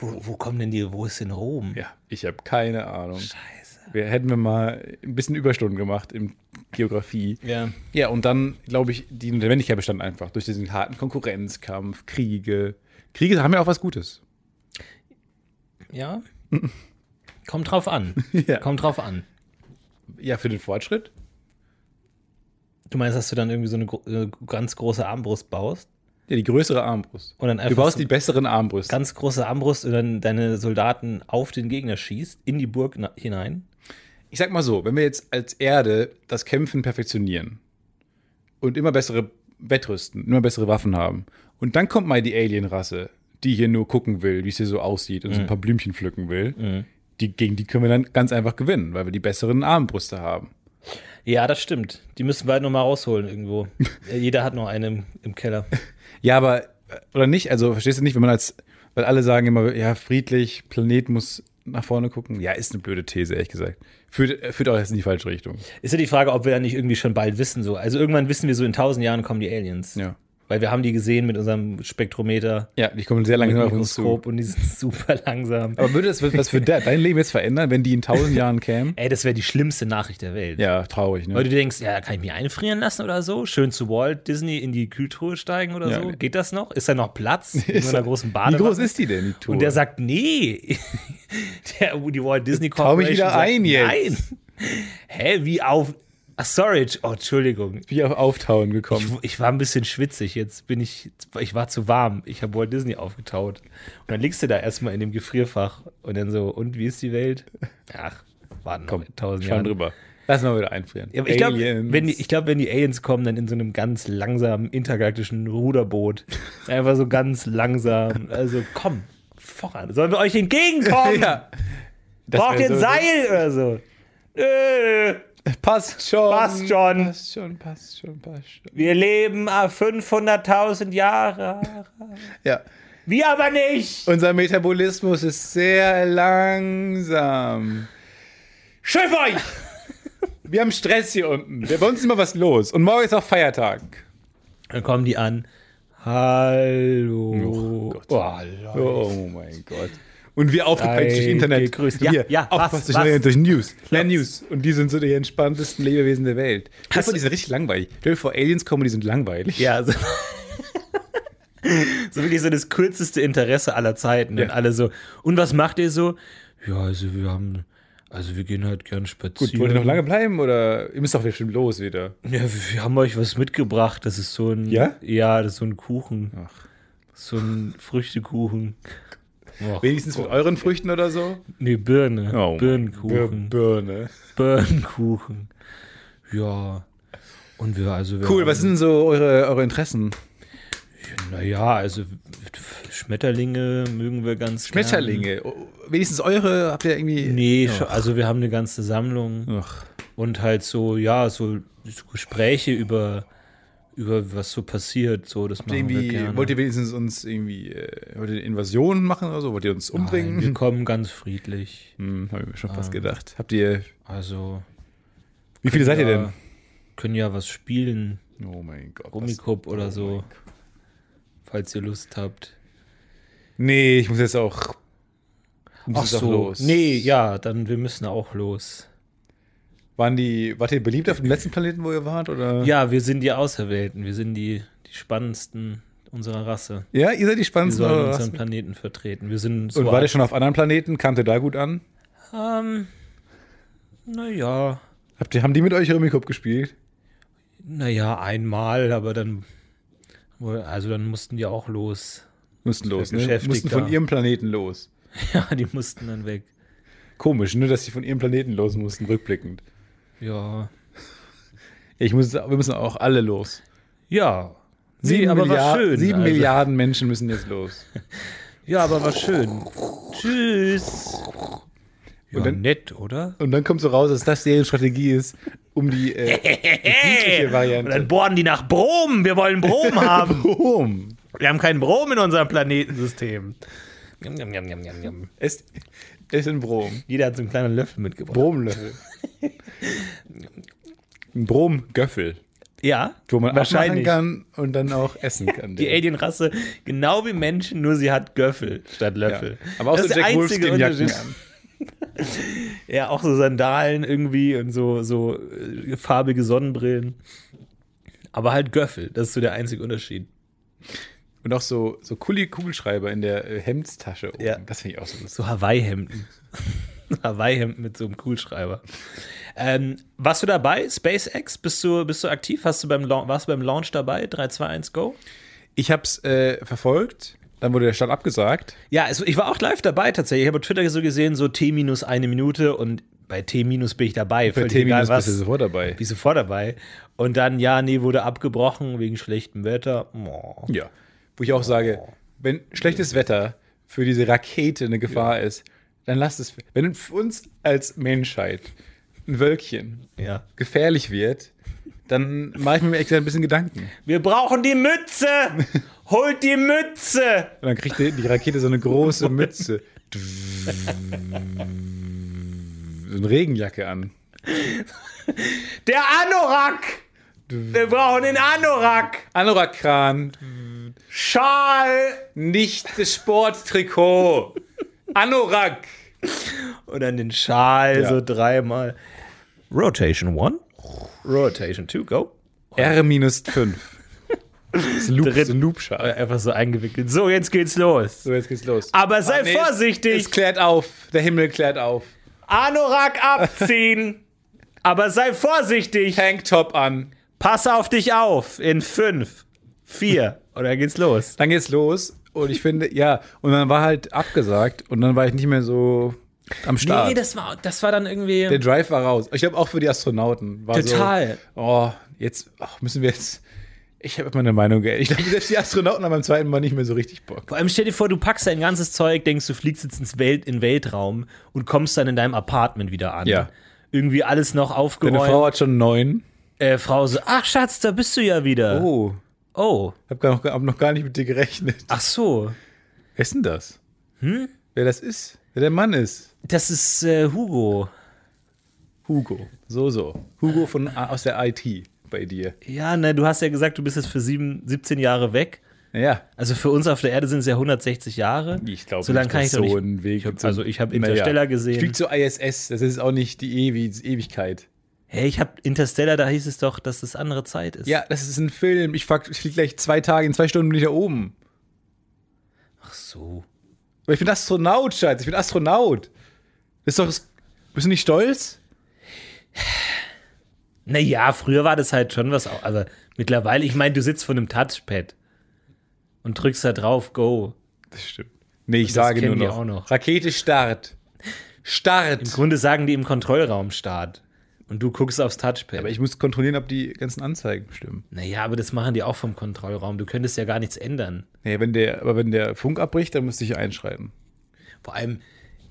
[SPEAKER 4] wo, wo kommen denn die, wo ist denn Rom?
[SPEAKER 5] Ja, ich habe keine Ahnung. Scheiße. Wir hätten wir mal ein bisschen Überstunden gemacht in Geografie.
[SPEAKER 4] Ja.
[SPEAKER 5] Ja, und dann, glaube ich, die Notwendigkeit bestand einfach durch diesen harten Konkurrenzkampf, Kriege. Kriege haben ja auch was Gutes.
[SPEAKER 4] Ja. Kommt drauf an.
[SPEAKER 5] [laughs] Ja.
[SPEAKER 4] Kommt drauf an.
[SPEAKER 5] Ja, für den Fortschritt.
[SPEAKER 4] Du meinst, dass du dann irgendwie so eine gro äh, ganz große Armbrust baust?
[SPEAKER 5] Ja, die größere Armbrust.
[SPEAKER 4] Und dann
[SPEAKER 5] du
[SPEAKER 4] einfach
[SPEAKER 5] baust
[SPEAKER 4] so-
[SPEAKER 5] die besseren Armbrüste.
[SPEAKER 4] Ganz große Armbrust und dann deine Soldaten auf den Gegner schießt, in die Burg na- hinein.
[SPEAKER 5] Ich sag mal so, wenn wir jetzt als Erde das Kämpfen perfektionieren und immer bessere Wettrüsten, immer bessere Waffen haben und dann kommt mal die Alienrasse, die hier nur gucken will, wie es hier so aussieht
[SPEAKER 4] Mhm.
[SPEAKER 5] und so ein paar Blümchen pflücken will, die, gegen die können wir dann ganz einfach gewinnen, weil wir die besseren Armbrüste haben.
[SPEAKER 4] Ja, das stimmt. Die müssen wir halt noch mal rausholen
[SPEAKER 5] [laughs]
[SPEAKER 4] irgendwo. Äh, Jeder hat noch eine im, im Keller.
[SPEAKER 5] Ja, aber, äh, oder nicht? Also, verstehst du nicht, wenn man als, weil alle sagen immer, ja, friedlich, Planet muss nach vorne gucken. Ja, ist eine blöde These, ehrlich gesagt. Führt, äh, führt auch jetzt in die falsche Richtung.
[SPEAKER 4] Ist ja die Frage, ob wir dann nicht irgendwie schon bald wissen so. Also irgendwann wissen wir so, in tausend Jahren kommen die Aliens.
[SPEAKER 5] Ja.
[SPEAKER 4] Weil wir haben die gesehen mit unserem Spektrometer,
[SPEAKER 5] Ja, die kommen sehr
[SPEAKER 4] mit
[SPEAKER 5] langsam Genau, auf uns zu.
[SPEAKER 4] Mikroskop und die sind [laughs] super langsam.
[SPEAKER 5] Aber würde das was für de- dein Leben jetzt verändern, wenn die in tausend Jahren
[SPEAKER 4] [laughs]
[SPEAKER 5] kämen?
[SPEAKER 4] Ey, das wäre die schlimmste Nachricht der Welt.
[SPEAKER 5] Ja, traurig, ne?
[SPEAKER 4] Weil du denkst, ja, kann ich mich einfrieren lassen oder so? Schön zu Walt Disney in die Kühltruhe steigen oder
[SPEAKER 5] Ja,
[SPEAKER 4] so?
[SPEAKER 5] nee.
[SPEAKER 4] Geht das noch? Ist da
[SPEAKER 5] [laughs]
[SPEAKER 4] noch Platz in so
[SPEAKER 5] Ist-
[SPEAKER 4] einer großen
[SPEAKER 5] Wie
[SPEAKER 4] Badewanne?
[SPEAKER 5] groß ist die denn, die Tour?
[SPEAKER 4] Und der sagt, nee. [laughs] der, die Walt Disney
[SPEAKER 5] tau mich
[SPEAKER 4] Corporation
[SPEAKER 5] wieder
[SPEAKER 4] sagt,
[SPEAKER 5] ein jetzt.
[SPEAKER 4] Nein. Hä, wie auf Ach, sorry. Oh, Entschuldigung.
[SPEAKER 5] Wie auf Auftauen
[SPEAKER 4] Ich,
[SPEAKER 5] gekommen.
[SPEAKER 4] ich war ein bisschen schwitzig. Jetzt bin ich, ich war zu warm. Ich habe Walt Disney aufgetaut. Und dann liegst du da erstmal in dem Gefrierfach und dann so, und wie ist die Welt? Ach, warten noch in tausend Jahre.
[SPEAKER 5] Schauen drüber. Lass mal wieder einfrieren.
[SPEAKER 4] Ja, aber ich glaube,
[SPEAKER 5] Aliens.
[SPEAKER 4] wenn, die- ich glaub, wenn die Aliens kommen, dann in so einem ganz langsamen intergalaktischen Ruderboot. Einfach so ganz langsam. Also komm, voran. Sollen wir euch
[SPEAKER 5] [laughs]
[SPEAKER 4] entgegenkommen?
[SPEAKER 5] ja, das
[SPEAKER 4] Braucht
[SPEAKER 5] wär
[SPEAKER 4] ihr ein
[SPEAKER 5] so-
[SPEAKER 4] Seil oder so? Äh,
[SPEAKER 5] Passt schon.
[SPEAKER 4] Passt schon.
[SPEAKER 5] Passt schon, passt schon, passt schon.
[SPEAKER 4] wir leben ah, 500.000 Jahre.
[SPEAKER 5] Ja.
[SPEAKER 4] Wir aber nicht.
[SPEAKER 5] Unser Metabolismus ist sehr langsam.
[SPEAKER 4] Schiff euch!
[SPEAKER 5] Wir haben Stress hier unten. Bei uns ist immer was los. Und morgen ist auch Feiertag.
[SPEAKER 4] Dann kommen die an. Hallo.
[SPEAKER 5] Oh, oh mein Gott. Und wir aufgepeitscht durch
[SPEAKER 4] Sei
[SPEAKER 5] Internet.
[SPEAKER 4] gegrüßt.
[SPEAKER 5] Wir
[SPEAKER 4] Ja, ja, was,
[SPEAKER 5] aufgepasst durch,
[SPEAKER 4] was?
[SPEAKER 5] Internet, durch News. Ja, News. Und die sind so die entspanntesten Lebewesen der Welt. Stell dir
[SPEAKER 4] Hast
[SPEAKER 5] vor,
[SPEAKER 4] du-
[SPEAKER 5] die sind richtig langweilig. Stell dir vor, Aliens kommen und die sind langweilig.
[SPEAKER 4] Ja, so. [laughs] so wirklich so das kürzeste Interesse aller Zeiten. Und
[SPEAKER 5] Ja.
[SPEAKER 4] alle so, und was macht ihr so? Ja, also wir haben, also wir gehen halt gern spazieren.
[SPEAKER 5] Gut, wollt ihr noch lange bleiben oder ihr müsst doch bestimmt los wieder?
[SPEAKER 4] Ja, wir wir haben euch was mitgebracht. Das ist so ein.
[SPEAKER 5] Ja?
[SPEAKER 4] Ja, das ist so ein Kuchen. So ein Früchtekuchen. Och,
[SPEAKER 5] Wenigstens mit euren Früchten oder so?
[SPEAKER 4] nee, Birne.
[SPEAKER 5] Oh.
[SPEAKER 4] Birnenkuchen.
[SPEAKER 5] Birne.
[SPEAKER 4] Birnenkuchen. Ja. Und wir, also wir
[SPEAKER 5] Cool,
[SPEAKER 4] haben-
[SPEAKER 5] was sind denn so eure, eure Interessen?
[SPEAKER 4] Naja, also Schmetterlinge mögen wir ganz gern.
[SPEAKER 5] Schmetterlinge. Oh, Wenigstens eure habt ihr irgendwie.
[SPEAKER 4] Nee, sch- also wir haben eine ganze Sammlung
[SPEAKER 5] Ach,
[SPEAKER 4] und halt so, ja, so, so Gespräche über, über was so passiert. So, das machen wir
[SPEAKER 5] irgendwie,
[SPEAKER 4] gerne.
[SPEAKER 5] wollt ihr wenigstens uns irgendwie äh, wollt ihr Invasionen machen oder so? Wollt ihr uns umbringen?
[SPEAKER 4] Nein, wir Ah. kommen ganz friedlich.
[SPEAKER 5] Hm, hab ich mir schon fast gedacht. Habt ihr.
[SPEAKER 4] Also
[SPEAKER 5] Wie viele seid ihr
[SPEAKER 4] ja, können ja was spielen,
[SPEAKER 5] denn? Oh mein Gott. was-
[SPEAKER 4] Gummikub oder so, falls ihr Lust habt.
[SPEAKER 5] Nee, ich muss jetzt auch. ich Muss jetzt auch Los.
[SPEAKER 4] nee, ja, dann wir müssen auch los.
[SPEAKER 5] Waren die, wart ihr beliebt auf dem letzten Planeten, wo ihr wart? Oder?
[SPEAKER 4] Ja, wir sind die Auserwählten, wir sind die, die spannendsten unserer Rasse.
[SPEAKER 5] Ja, ihr seid die
[SPEAKER 4] Wir
[SPEAKER 5] spannendsten.
[SPEAKER 4] sollen
[SPEAKER 5] oder
[SPEAKER 4] unseren
[SPEAKER 5] was?
[SPEAKER 4] Planeten vertreten. Wir sind so
[SPEAKER 5] Und wart ihr schon auf anderen Planeten? Kamt ihr da gut an?
[SPEAKER 4] Ähm, naja,
[SPEAKER 5] Habt ihr, haben die mit euch Rummikub gespielt?
[SPEAKER 4] naja, einmal, aber dann, also dann mussten die auch los.
[SPEAKER 5] Mussten los, ne?
[SPEAKER 4] beschäftigt
[SPEAKER 5] Mussten von
[SPEAKER 4] da.
[SPEAKER 5] ihrem Planeten los.
[SPEAKER 4] [laughs] Ja, die mussten dann weg.
[SPEAKER 5] Komisch, ne, dass sie von ihrem Planeten los mussten, rückblickend.
[SPEAKER 4] Ja,
[SPEAKER 5] Ich muss, wir müssen auch alle los.
[SPEAKER 4] ja. Nee,
[SPEAKER 5] Milliard- Sieben
[SPEAKER 4] also.
[SPEAKER 5] Milliarden Menschen müssen jetzt los.
[SPEAKER 4] Ja, aber war schön. Tschüss. Ja,
[SPEAKER 5] Und dann-
[SPEAKER 4] nett, oder?
[SPEAKER 5] Und dann kommt so raus, dass das deren Strategie ist, um die, äh, die friedliche
[SPEAKER 4] [laughs] Und dann
[SPEAKER 5] Variante.
[SPEAKER 4] bohren die nach Brom. Wir wollen [laughs] Brom
[SPEAKER 5] [laughs]
[SPEAKER 4] haben.
[SPEAKER 5] Boom.
[SPEAKER 4] Wir haben keinen Brom in unserem Planetensystem. Yum, yum, yum, yum, yum, yum.
[SPEAKER 5] Es ist in Brom.
[SPEAKER 4] Jeder hat so einen kleinen Löffel mitgebracht.
[SPEAKER 5] Bromlöffel. Ein Bromgöffel,
[SPEAKER 4] Ja,
[SPEAKER 5] wo man abmachen
[SPEAKER 4] wahrscheinlich.
[SPEAKER 5] kann und dann auch essen kann.
[SPEAKER 4] Die Alienrasse, genau wie Menschen, nur sie hat Göffel statt
[SPEAKER 5] ja.
[SPEAKER 4] Löffel.
[SPEAKER 5] Aber auch
[SPEAKER 4] Das
[SPEAKER 5] so
[SPEAKER 4] ist der
[SPEAKER 5] Jack
[SPEAKER 4] einzige
[SPEAKER 5] Wolfskin-Jacken
[SPEAKER 4] Unterschied.
[SPEAKER 5] an.
[SPEAKER 4] Ja, auch so Sandalen irgendwie und so, so äh, farbige Sonnenbrillen. Aber halt Göffel, das ist so der einzige Unterschied.
[SPEAKER 5] Und auch so, so Kuli Kugelschreiber in der äh, Hemdstasche oben.
[SPEAKER 4] Ja.
[SPEAKER 5] Das finde ich auch so lustig.
[SPEAKER 4] So Hawaii-Hemden. [laughs] Hawaii-Hemden mit so einem Kugelschreiber. Ähm, warst du dabei? SpaceX? Bist du, bist du aktiv? Hast du beim, Lau- warst du beim Launch dabei? 3, 2, 1, go?
[SPEAKER 5] Ich habe es äh, verfolgt, dann wurde der Start abgesagt.
[SPEAKER 4] Ja, also ich war auch live dabei tatsächlich. Ich habe auf Twitter so gesehen, so T minus eine Minute und bei T minus bin ich dabei.
[SPEAKER 5] Bei
[SPEAKER 4] völlig
[SPEAKER 5] T-
[SPEAKER 4] egal
[SPEAKER 5] bist
[SPEAKER 4] was.
[SPEAKER 5] du sofort dabei.
[SPEAKER 4] Bin ich sofort dabei. Und dann, ja, nee, wurde abgebrochen wegen schlechtem Wetter. Oh.
[SPEAKER 5] Ja. Wo ich auch sage, wenn schlechtes Wetter für diese Rakete eine Gefahr ist, dann lasst es. Wenn für uns als Menschheit ein Wölkchen
[SPEAKER 4] Ja.
[SPEAKER 5] gefährlich wird, dann mache ich mir extra ein bisschen Gedanken.
[SPEAKER 4] Wir brauchen
[SPEAKER 5] [laughs]
[SPEAKER 4] die Mütze! Holt die Mütze!
[SPEAKER 5] Und dann kriegt die, die Rakete so eine große Mütze. So eine Regenjacke an.
[SPEAKER 4] Der Anorak! Wir brauchen den Anorak!
[SPEAKER 5] Anorak-Kran.
[SPEAKER 4] Schal!
[SPEAKER 5] Nicht das Sporttrikot. Anorak.
[SPEAKER 4] Und dann den Schal
[SPEAKER 5] Ja.
[SPEAKER 4] so dreimal. Rotation 1, Rotation 2, go.
[SPEAKER 5] R-5. Das Loop,
[SPEAKER 4] Dritt-
[SPEAKER 5] Äh, so ein Loopschal.
[SPEAKER 4] Einfach so eingewickelt. So, jetzt geht's los.
[SPEAKER 5] So, jetzt geht's los.
[SPEAKER 4] Aber sei
[SPEAKER 5] Ah, nee,
[SPEAKER 4] vorsichtig.
[SPEAKER 5] Es, es klärt auf. Der Himmel klärt auf.
[SPEAKER 4] Anorak abziehen. Aber sei vorsichtig.
[SPEAKER 5] Tanktop an.
[SPEAKER 4] Pass auf dich auf. In fünf, vier. Oder geht's los?
[SPEAKER 5] Dann geht's los. Und ich finde, ja, und dann war halt abgesagt und dann war ich nicht mehr so am Start.
[SPEAKER 4] Nee, das war, das war dann irgendwie.
[SPEAKER 5] Der Drive war raus. Ich glaube auch für die Astronauten. War
[SPEAKER 4] Total.
[SPEAKER 5] So, oh, jetzt ach, müssen wir jetzt. Ich habe meine Meinung geändert. Ich glaube, selbst die Astronauten haben beim zweiten Mal nicht mehr so richtig Bock.
[SPEAKER 4] Vor allem stell dir vor, du packst dein ganzes Zeug, denkst, du fliegst jetzt ins Welt, in den Weltraum und kommst dann in deinem Apartment wieder an.
[SPEAKER 5] Ja.
[SPEAKER 4] Irgendwie alles noch
[SPEAKER 5] Deine
[SPEAKER 4] aufgeräumt.
[SPEAKER 5] Frau hat schon neun.
[SPEAKER 4] äh, Frau so, ach Schatz, da bist du ja wieder.
[SPEAKER 5] Oh,
[SPEAKER 4] Oh,
[SPEAKER 5] hab, gar noch, hab noch gar nicht mit dir gerechnet.
[SPEAKER 4] ach so.
[SPEAKER 5] Wer ist denn das? Hm? Wer das ist? Wer der Mann ist?
[SPEAKER 4] Das ist äh, Hugo.
[SPEAKER 5] Hugo. So, so. Hugo von, äh, aus der IT bei dir.
[SPEAKER 4] Ja, ne, du hast ja gesagt, du bist jetzt für sieben, 17 Jahre weg.
[SPEAKER 5] Ja.
[SPEAKER 4] Also für uns auf der Erde sind es ja 160 Jahre. so lange kann ich doch
[SPEAKER 5] so
[SPEAKER 4] nicht.
[SPEAKER 5] einen Weg.
[SPEAKER 4] Ich hab,
[SPEAKER 5] zu-
[SPEAKER 4] also ich habe
[SPEAKER 5] Naja.
[SPEAKER 4] Interstellar
[SPEAKER 5] Ich
[SPEAKER 4] gesehen.
[SPEAKER 5] flieg zur ISS. Das ist auch nicht die Ewi- Ewigkeit.
[SPEAKER 4] hey, ich habe Interstellar, da hieß es doch, dass das andere Zeit ist.
[SPEAKER 5] Ja, das ist ein Film. Ich, fuck- ich fliege gleich zwei Tage, in zwei Stunden bin ich da oben.
[SPEAKER 4] Ach so.
[SPEAKER 5] Aber ich bin Astronaut, Schatz. Ich bin Astronaut. Das ist doch. Bist du nicht stolz?
[SPEAKER 4] Naja, früher war das halt schon was, au- aber mittlerweile, ich meine, du sitzt vor einem Touchpad und drückst da drauf, go.
[SPEAKER 5] Das stimmt. Nee, ich
[SPEAKER 4] das
[SPEAKER 5] sage nur
[SPEAKER 4] kennen die
[SPEAKER 5] noch.
[SPEAKER 4] auch noch.
[SPEAKER 5] Rakete Start.
[SPEAKER 4] Im
[SPEAKER 5] Start.
[SPEAKER 4] Grunde sagen die im Kontrollraum Start und du guckst aufs Touchpad.
[SPEAKER 5] Aber ich muss kontrollieren, ob die ganzen Anzeigen stimmen.
[SPEAKER 4] naja, aber das machen die auch vom Kontrollraum. Du könntest ja gar nichts ändern.
[SPEAKER 5] Nee, wenn der, aber wenn der Funk abbricht, dann müsste ich einschreiten.
[SPEAKER 4] Vor allem,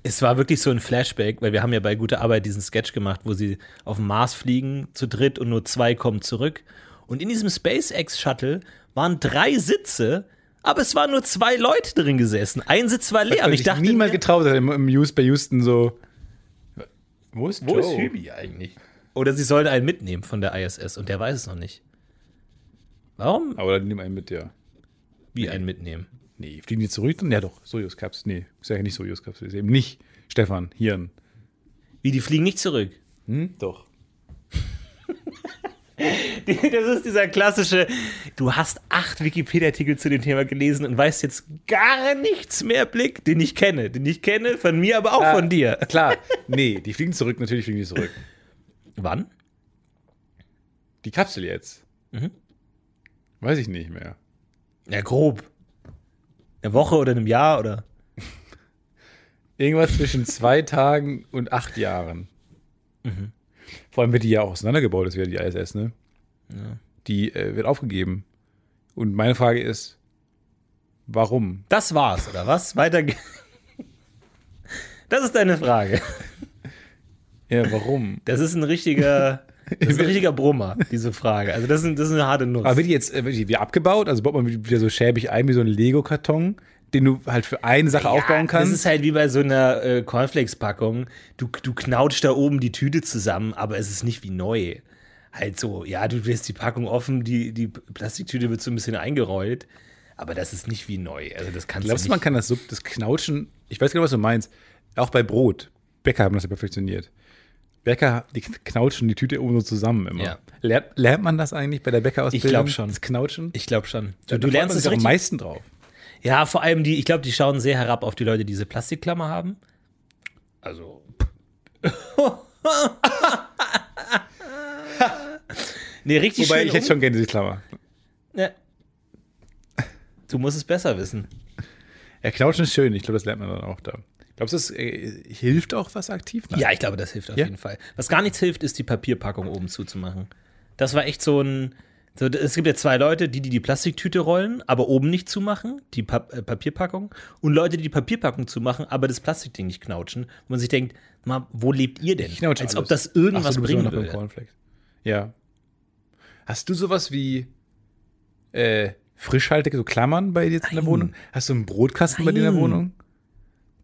[SPEAKER 4] es war wirklich so ein Flashback, weil wir haben ja bei guter Arbeit diesen Sketch gemacht, wo sie auf dem Mars fliegen zu dritt und nur zwei kommen zurück. Und in diesem SpaceX-Shuttle waren drei Sitze, aber es waren nur zwei Leute drin gesessen. Ein Sitz war leer.
[SPEAKER 5] Weil
[SPEAKER 4] Und ich dachte,
[SPEAKER 5] niemand
[SPEAKER 4] mir,
[SPEAKER 5] getraut hat im, im Hughes bei Houston so. Wo ist Joe?
[SPEAKER 4] eigentlich? Oder sie sollte einen mitnehmen von der ISS und der weiß es noch nicht. Warum?
[SPEAKER 5] Aber dann nimm einen mit, ja.
[SPEAKER 4] Wie einen mitnehmen?
[SPEAKER 5] Nee, fliegen die zurück? dann? Ja, doch. Sojus Cups. Nee, ich sage ja nicht Sojus Cups. Ist eben nicht Stefan, Hirn.
[SPEAKER 4] Wie, die fliegen nicht zurück.
[SPEAKER 5] Hm? Doch.
[SPEAKER 4] [laughs] Das ist dieser klassische, du hast acht Wikipedia-Artikel zu dem Thema gelesen und weißt jetzt gar nichts mehr Blick, den ich kenne. Den ich kenne, von mir, aber auch von dir.
[SPEAKER 5] Klar. Nee, die fliegen zurück. Natürlich fliegen die zurück.
[SPEAKER 4] Wann?
[SPEAKER 5] Die Kapsel jetzt. Weiß ich nicht mehr.
[SPEAKER 4] Ja, grob. Eine Woche oder einem Jahr oder?
[SPEAKER 5] Irgendwas zwischen zwei Tagen und acht Jahren. Vor allem wird die ja auch auseinandergebaut, das wäre die ISS, ne? Die äh, wird aufgegeben. Und meine Frage ist, warum?
[SPEAKER 4] Das war's, oder was? Weiter. ge- [laughs] Das ist deine Frage.
[SPEAKER 5] Ja, warum?
[SPEAKER 4] Das ist ein richtiger, das ist ein richtiger Brummer, diese Frage. Also, das ist, ein- das ist eine harte Nuss.
[SPEAKER 5] Aber wird die jetzt äh, wird die wieder abgebaut? Also baut man wieder so schäbig ein wie so ein Lego-Karton, den du halt für eine Sache aufbauen kannst?
[SPEAKER 4] Das ist halt wie bei so einer äh, Cornflakes-Packung. Du, du knautschst da oben die Tüte zusammen, aber es ist nicht wie neu. Halt so, ja, du lässt die Packung offen, die, die Plastiktüte wird so ein bisschen eingerollt, aber das ist nicht wie neu. Also das kannst
[SPEAKER 5] Glaubst
[SPEAKER 4] du
[SPEAKER 5] du,
[SPEAKER 4] nicht.
[SPEAKER 5] man kann das, so, das Knautschen, ich weiß genau, was du meinst, auch bei Brot. Bäcker haben das ja perfektioniert. Bäcker, die knautschen die Tüte oben so zusammen immer.
[SPEAKER 4] Ja.
[SPEAKER 5] Lernt, lernt man das eigentlich bei der Bäckerausbildung?
[SPEAKER 4] Ich glaub schon.
[SPEAKER 5] Das Knautschen?
[SPEAKER 4] ich glaube schon.
[SPEAKER 5] Da
[SPEAKER 4] Du, du
[SPEAKER 5] freut man
[SPEAKER 4] lernst
[SPEAKER 5] sich
[SPEAKER 4] es
[SPEAKER 5] auch am
[SPEAKER 4] richtig.
[SPEAKER 5] meisten drauf.
[SPEAKER 4] Ja, vor allem die, ich glaube, die schauen sehr herab auf die Leute, die diese Plastikklammer haben. Also. [laughs] nee, richtig
[SPEAKER 5] Wobei,
[SPEAKER 4] schön.
[SPEAKER 5] ich hätte schon gerne diese Klammer.
[SPEAKER 4] um ja. Du musst es besser wissen.
[SPEAKER 5] Ja, Knautschen ist schön. Ich glaube, das lernt man dann auch da. Glaubst du, das äh, hilft auch was aktiv? Nein.
[SPEAKER 4] Ja, ich glaube, das hilft auf
[SPEAKER 5] Ja?
[SPEAKER 4] jeden Fall. Was gar nichts hilft, ist die Papierpackung oben zuzumachen. Das war echt so ein. So, es gibt ja zwei Leute, die, die die Plastiktüte rollen, aber oben nicht zumachen, die pa äh, Papierpackung, und Leute, die die Papierpackung zumachen, aber das Plastikding nicht knautschen. Wo man sich denkt, mal, wo lebt ihr denn?
[SPEAKER 5] Ich knautsche
[SPEAKER 4] Als
[SPEAKER 5] alles.
[SPEAKER 4] ob das
[SPEAKER 5] Ach
[SPEAKER 4] irgendwas
[SPEAKER 5] so, du bist immer
[SPEAKER 4] bringen
[SPEAKER 5] noch beim
[SPEAKER 4] würde.
[SPEAKER 5] Cornflakes. Ja. Hast du sowas wie äh, Frischhaltige, so Klammern bei dir jetzt in der
[SPEAKER 4] Nein.
[SPEAKER 5] Wohnung? Hast du einen Brotkasten bei dir in der
[SPEAKER 4] Nein.
[SPEAKER 5] Wohnung?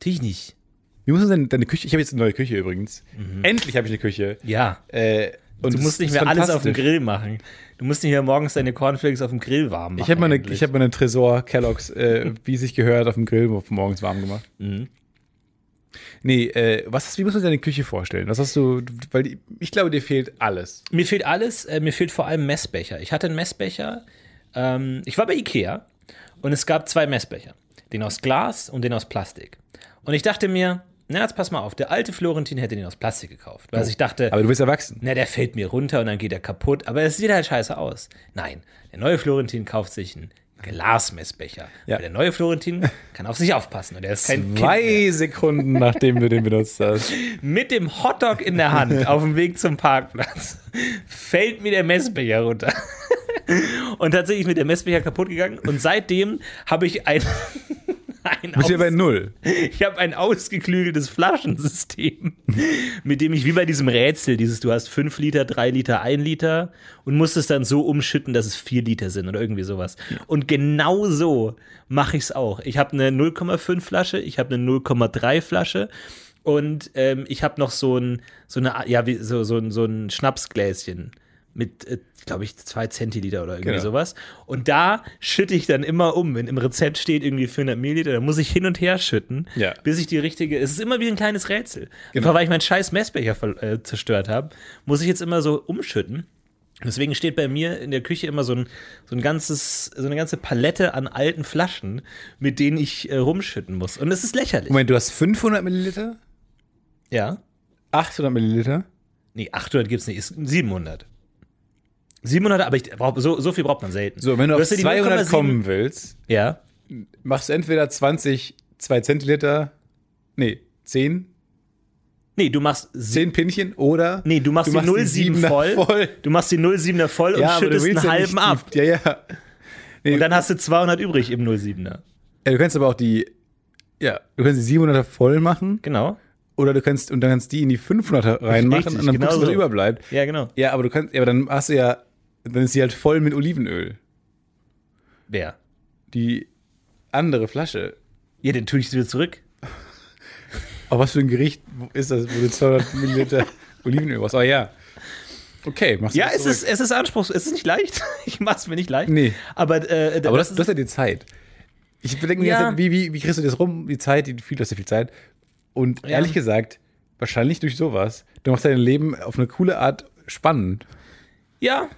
[SPEAKER 4] Natürlich nicht.
[SPEAKER 5] Wie muss denn deine, deine Küche? Ich habe jetzt eine neue Küche übrigens. Endlich habe ich eine Küche.
[SPEAKER 4] Ja.
[SPEAKER 5] Äh, und
[SPEAKER 4] du
[SPEAKER 5] es
[SPEAKER 4] musst nicht
[SPEAKER 5] ist
[SPEAKER 4] mehr alles auf dem
[SPEAKER 5] fantastisch.
[SPEAKER 4] Grill machen. Du musst nicht mehr morgens deine Cornflakes auf dem Grill warm machen.
[SPEAKER 5] Ich habe meine,
[SPEAKER 4] eigentlich.
[SPEAKER 5] ich hab meine Tresor Kellogg's, [laughs] äh, wie sich gehört, auf dem Grill morgens warm gemacht. Nee, äh, was hast, wie muss man sich deine Küche vorstellen? Was hast du, weil die, ich glaube, dir fehlt alles.
[SPEAKER 4] Mir fehlt alles, äh, mir fehlt vor allem Messbecher. Ich hatte einen Messbecher, ähm, ich war bei Ikea und es gab zwei Messbecher. Den aus Glas und den aus Plastik. Und ich dachte mir, Na, jetzt pass mal auf. Der alte Florentin hätte den aus Plastik gekauft, weil ich dachte,
[SPEAKER 5] Aber du bist erwachsen.
[SPEAKER 4] na, der fällt mir runter und dann geht er kaputt. Aber es sieht halt scheiße aus. Nein, der neue Florentin kauft sich einen Glasmessbecher.
[SPEAKER 5] Ja.
[SPEAKER 4] Weil der neue Florentin kann auf sich aufpassen und er ist kein Kind mehr.
[SPEAKER 5] Zwei Sekunden, nachdem du den benutzt hast.
[SPEAKER 4] Mit dem Hotdog in der Hand auf dem Weg zum Parkplatz fällt mir der Messbecher runter. Und tatsächlich ist mir der Messbecher kaputt gegangen. Und seitdem habe ich ein, [laughs] ein
[SPEAKER 5] Bist hier bei
[SPEAKER 4] Aus-
[SPEAKER 5] null.
[SPEAKER 4] ich habe ein ausgeklügeltes Flaschensystem, mit dem ich wie bei diesem Rätsel, dieses du hast 5 Liter, 3 Liter, 1 Liter und musst es dann so umschütten, dass es 4 Liter sind oder irgendwie sowas. Und genau so mache ich es auch. Ich habe eine 0,5 Flasche, ich habe eine 0,3 Flasche und ähm, ich habe noch so ein, so eine, Art- ja, wie, so, so, ein- so ein Schnapsgläschen mit, äh, glaube ich, zwei Zentiliter oder irgendwie
[SPEAKER 5] Genau.
[SPEAKER 4] sowas. Und da schütte ich dann immer um. Wenn im Rezept steht irgendwie 400 Milliliter, dann muss ich hin und her schütten,
[SPEAKER 5] Ja.
[SPEAKER 4] bis ich die richtige. Es ist immer wie ein kleines Rätsel.
[SPEAKER 5] Genau.
[SPEAKER 4] Einfach weil ich meinen scheiß Messbecher ver- äh, zerstört habe, muss ich jetzt immer so umschütten. Deswegen steht bei mir in der Küche immer so ein, so ein ganzes, so eine ganze Palette an alten Flaschen, mit denen ich äh, rumschütten muss. Und es ist lächerlich.
[SPEAKER 5] Moment, du hast 500 Milliliter?
[SPEAKER 4] Ja.
[SPEAKER 5] 800 Milliliter?
[SPEAKER 4] Nee, 800 gibt's nicht, ist 700. 700, aber ich, so, so viel braucht man selten.
[SPEAKER 5] So, wenn du,
[SPEAKER 4] Du
[SPEAKER 5] auf
[SPEAKER 4] hast ja die
[SPEAKER 5] 200
[SPEAKER 4] 0,7
[SPEAKER 5] kommen willst,
[SPEAKER 4] Ja.
[SPEAKER 5] machst du entweder 20, 2 Zentiliter, nee, 10,
[SPEAKER 4] Nee, du machst sie-
[SPEAKER 5] 10 Pinchen oder.
[SPEAKER 4] Nee, du machst, die 07
[SPEAKER 5] Siebener
[SPEAKER 4] voll, Du machst die 07er voll und
[SPEAKER 5] aber du
[SPEAKER 4] schüttest einen
[SPEAKER 5] willst ja
[SPEAKER 4] halben
[SPEAKER 5] nicht
[SPEAKER 4] ab.
[SPEAKER 5] Die, ja, ja.
[SPEAKER 4] Und dann hast du 200 übrig im 07er.
[SPEAKER 5] ja. Du kannst aber auch die. Ja, du kannst die 700er voll machen
[SPEAKER 4] Genau.
[SPEAKER 5] oder du kannst und dann kannst die in die 500er reinmachen
[SPEAKER 4] Richtig,
[SPEAKER 5] und dann
[SPEAKER 4] genau
[SPEAKER 5] guckst du, was
[SPEAKER 4] so.
[SPEAKER 5] überbleibt.
[SPEAKER 4] Ja, genau.
[SPEAKER 5] Ja, aber du kannst, ja, aber dann hast du ja, dann ist sie halt voll mit Olivenöl.
[SPEAKER 4] Wer?
[SPEAKER 5] Die andere Flasche.
[SPEAKER 4] Ja, den tue ich wieder zurück.
[SPEAKER 5] Aber Oh, was für ein Gericht ist das, wo du
[SPEAKER 4] [laughs]
[SPEAKER 5] 200 Milliliter Olivenöl brauchst? Oh ja. Okay, machst du
[SPEAKER 4] Ja,
[SPEAKER 5] das
[SPEAKER 4] es
[SPEAKER 5] zurück.
[SPEAKER 4] ist, es ist anspruchsvoll. Es ist nicht leicht. [laughs] Ich mach's mir nicht leicht.
[SPEAKER 5] Nee.
[SPEAKER 4] Aber, äh,
[SPEAKER 5] Aber das,
[SPEAKER 4] ist
[SPEAKER 5] das ist ja die Zeit. Ich bedenke mir,
[SPEAKER 4] Ja.
[SPEAKER 5] jetzt, wie, wie, wie kriegst du das rum? Die Zeit, die, du viel, du hast ja viel Zeit. Und ehrlich gesagt, wahrscheinlich durch sowas. Du machst dein Leben auf eine coole Art spannend.
[SPEAKER 4] Ja.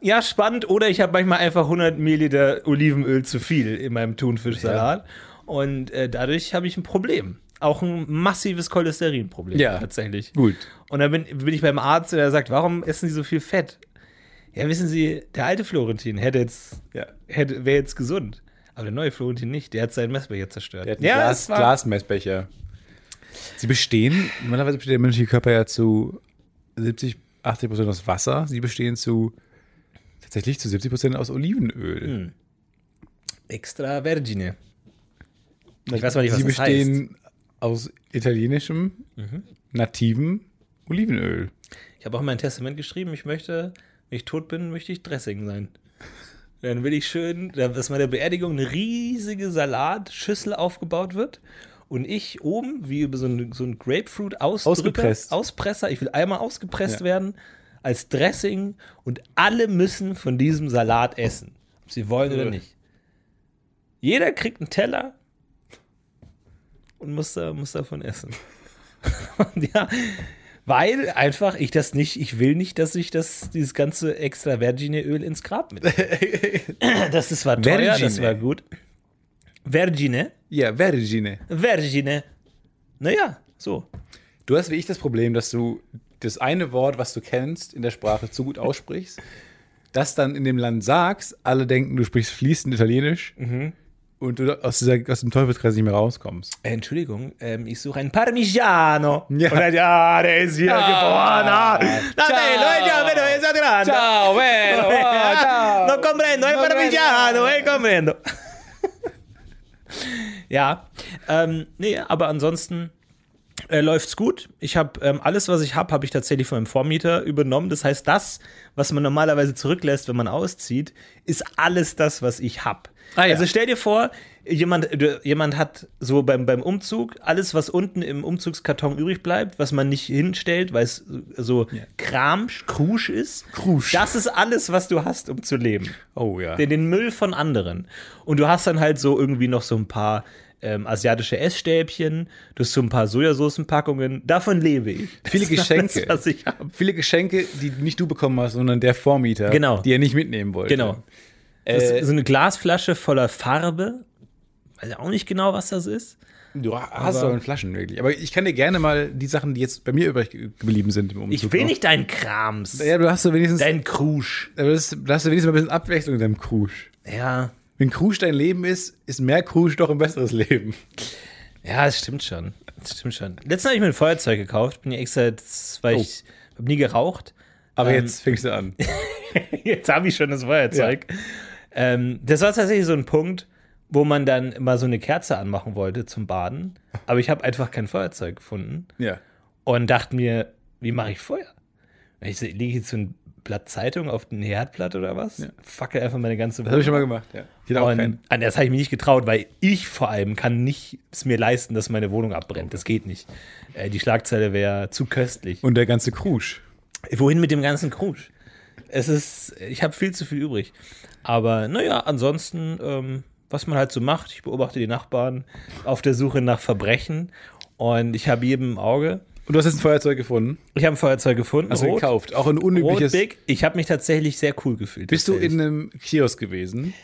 [SPEAKER 4] ja, spannend. Oder ich habe manchmal einfach 100 Milliliter Olivenöl zu viel in meinem Thunfischsalat. Und äh, dadurch habe ich ein Problem. Auch ein massives Cholesterinproblem.
[SPEAKER 5] Ja.
[SPEAKER 4] Tatsächlich.
[SPEAKER 5] Gut.
[SPEAKER 4] Und dann bin, bin ich beim Arzt und er sagt, warum essen Sie so viel Fett? Ja, wissen Sie, der alte Florentin hätte jetzt,
[SPEAKER 5] Ja.
[SPEAKER 4] hätte, wäre jetzt gesund. Aber der neue Florentin nicht. Der hat seinen Messbecher zerstört.
[SPEAKER 5] Der hat einen
[SPEAKER 4] ja,
[SPEAKER 5] Glas,
[SPEAKER 4] es war-
[SPEAKER 5] Glasmessbecher. Sie bestehen, normalerweise besteht der menschliche Körper ja zu 70, 80 Prozent aus Wasser. Sie bestehen zu tatsächlich zu 70 Prozent aus Olivenöl.
[SPEAKER 4] Extra Vergine. Ich weiß mal nicht, was
[SPEAKER 5] Sie
[SPEAKER 4] das heißt.
[SPEAKER 5] bestehen aus italienischem, nativem Olivenöl.
[SPEAKER 4] Ich habe auch in mein Testament geschrieben, ich möchte, wenn ich tot bin, möchte ich Dressing sein. Dann will ich schön, dass meine Beerdigung eine riesige Salatschüssel aufgebaut wird. Und ich oben, wie über so ein, so ein Grapefruit
[SPEAKER 5] Ausgepresst.
[SPEAKER 4] Auspresser, ich will einmal ausgepresst
[SPEAKER 5] Ja.
[SPEAKER 4] werden als Dressing und alle müssen von diesem Salat essen. Ob sie wollen oder
[SPEAKER 5] Äh.
[SPEAKER 4] nicht. Jeder kriegt einen Teller und muss, da, muss davon essen. [laughs] und ja, weil einfach ich das nicht, ich will nicht, dass ich das, dieses ganze extra Vergine Öl ins
[SPEAKER 5] [laughs]
[SPEAKER 4] Grab mit. das ist war teuer, das
[SPEAKER 5] Vergine.
[SPEAKER 4] war gut. Vergine,
[SPEAKER 5] Ja, Vergine.
[SPEAKER 4] Vergine. Naja, so.
[SPEAKER 5] Du hast wie ich das Problem, dass du das eine Wort, was du kennst, in der Sprache zu gut [laughs] aussprichst, das dann in dem Land sagst, alle denken, du sprichst fließend Italienisch und du aus, dieser, aus dem Teufelskreis nicht mehr rauskommst.
[SPEAKER 4] Äh, Entschuldigung, ähm, ich suche ein Parmigiano.
[SPEAKER 5] Ja.
[SPEAKER 4] Und dann, ja, der ist hier geboren. Ah. No, te, lo he già, pero es grande. [laughs]
[SPEAKER 5] bueno,
[SPEAKER 4] No comprendo, es
[SPEAKER 5] No
[SPEAKER 4] Parmigiano, eh, comprendo. ja, ähm, nee, aber ansonsten äh, läuft's gut. Ich habe ähm, alles, was ich habe, habe ich tatsächlich von meinem Vormieter übernommen. Das heißt, das, was man normalerweise zurücklässt, wenn man auszieht, ist alles das, was ich habe.
[SPEAKER 5] Ah, ja.
[SPEAKER 4] Also stell dir vor, jemand, äh, du- jemand hat so beim, beim Umzug alles, was unten im Umzugskarton übrig bleibt, was man nicht hinstellt, weil es so Kram, Krusch ist.
[SPEAKER 5] Krusch.
[SPEAKER 4] Das ist alles, was du hast, um zu leben
[SPEAKER 5] Oh ja. [laughs]
[SPEAKER 4] den, den Müll von anderen. Und du hast dann halt so irgendwie noch so ein paar ähm, asiatische Essstäbchen, du hast so ein paar Sojasoßenpackungen. Davon lebe [laughs] ich.
[SPEAKER 5] Viele
[SPEAKER 4] Das ist
[SPEAKER 5] Geschenke.
[SPEAKER 4] Alles, was ich habe.
[SPEAKER 5] Viele Geschenke, die nicht du bekommen hast, sondern der Vormieter,
[SPEAKER 4] Genau.
[SPEAKER 5] die er nicht mitnehmen wollte.
[SPEAKER 4] Genau. Äh, Das ist so eine Glasflasche voller Farbe. Weiß ja auch nicht genau, was das ist.
[SPEAKER 5] Du hast doch in Flaschen, wirklich. Aber ich kann dir gerne mal die Sachen, die jetzt bei mir übrig geblieben sind im Umzug.
[SPEAKER 4] Ich will
[SPEAKER 5] noch-
[SPEAKER 4] nicht deinen Krams.
[SPEAKER 5] Ja, du hast du wenigstens,
[SPEAKER 4] Dein Krusch.
[SPEAKER 5] aber das, da hast du wenigstens mal ein bisschen Abwechslung in deinem Krusch.
[SPEAKER 4] Ja.
[SPEAKER 5] Wenn Krusch dein Leben ist, ist mehr Krusch doch ein besseres Leben.
[SPEAKER 4] Ja, das stimmt schon. Das stimmt schon. Oh. Letztens habe ich mir ein Feuerzeug gekauft. Bin ja extra, das- weil ich habe nie geraucht.
[SPEAKER 5] Aber
[SPEAKER 4] Ähm,
[SPEAKER 5] jetzt fängst du
[SPEAKER 4] [laughs]
[SPEAKER 5] an.
[SPEAKER 4] Jetzt habe ich schon das Feuerzeug. Ähm, das war tatsächlich so ein Punkt, wo man dann immer so eine Kerze anmachen wollte zum Baden. Aber ich habe einfach kein Feuerzeug gefunden
[SPEAKER 5] Ja.
[SPEAKER 4] und dachte mir, wie mache ich Feuer? Und Ich so, lege ich jetzt so ein Blatt Zeitung auf den Herdblatt oder was? Fackel einfach meine ganze
[SPEAKER 5] Das habe ich schon mal gemacht. Ja. Ich hätte auch
[SPEAKER 4] Und
[SPEAKER 5] keinen.
[SPEAKER 4] an das habe ich mich nicht getraut, weil ich vor allem kann nicht es mir leisten, dass meine Wohnung abbrennt. Das geht nicht. Äh, die Schlagzeile wäre zu köstlich.
[SPEAKER 5] Und der ganze Krusch.
[SPEAKER 4] Wohin mit dem ganzen Krusch? Es ist, ich habe viel zu viel übrig. Aber naja, ansonsten, ähm, was man halt so macht, ich beobachte die Nachbarn auf der Suche nach Verbrechen und ich habe jedem im Auge.
[SPEAKER 5] Und du hast jetzt ein Feuerzeug gefunden.
[SPEAKER 4] Ich habe ein Feuerzeug gefunden.
[SPEAKER 5] Hast du gekauft. Auch ein unübliches.
[SPEAKER 4] Rot big. Ich habe mich tatsächlich sehr cool gefühlt.
[SPEAKER 5] Bist du in
[SPEAKER 4] tatsächlich.
[SPEAKER 5] einem Kiosk gewesen?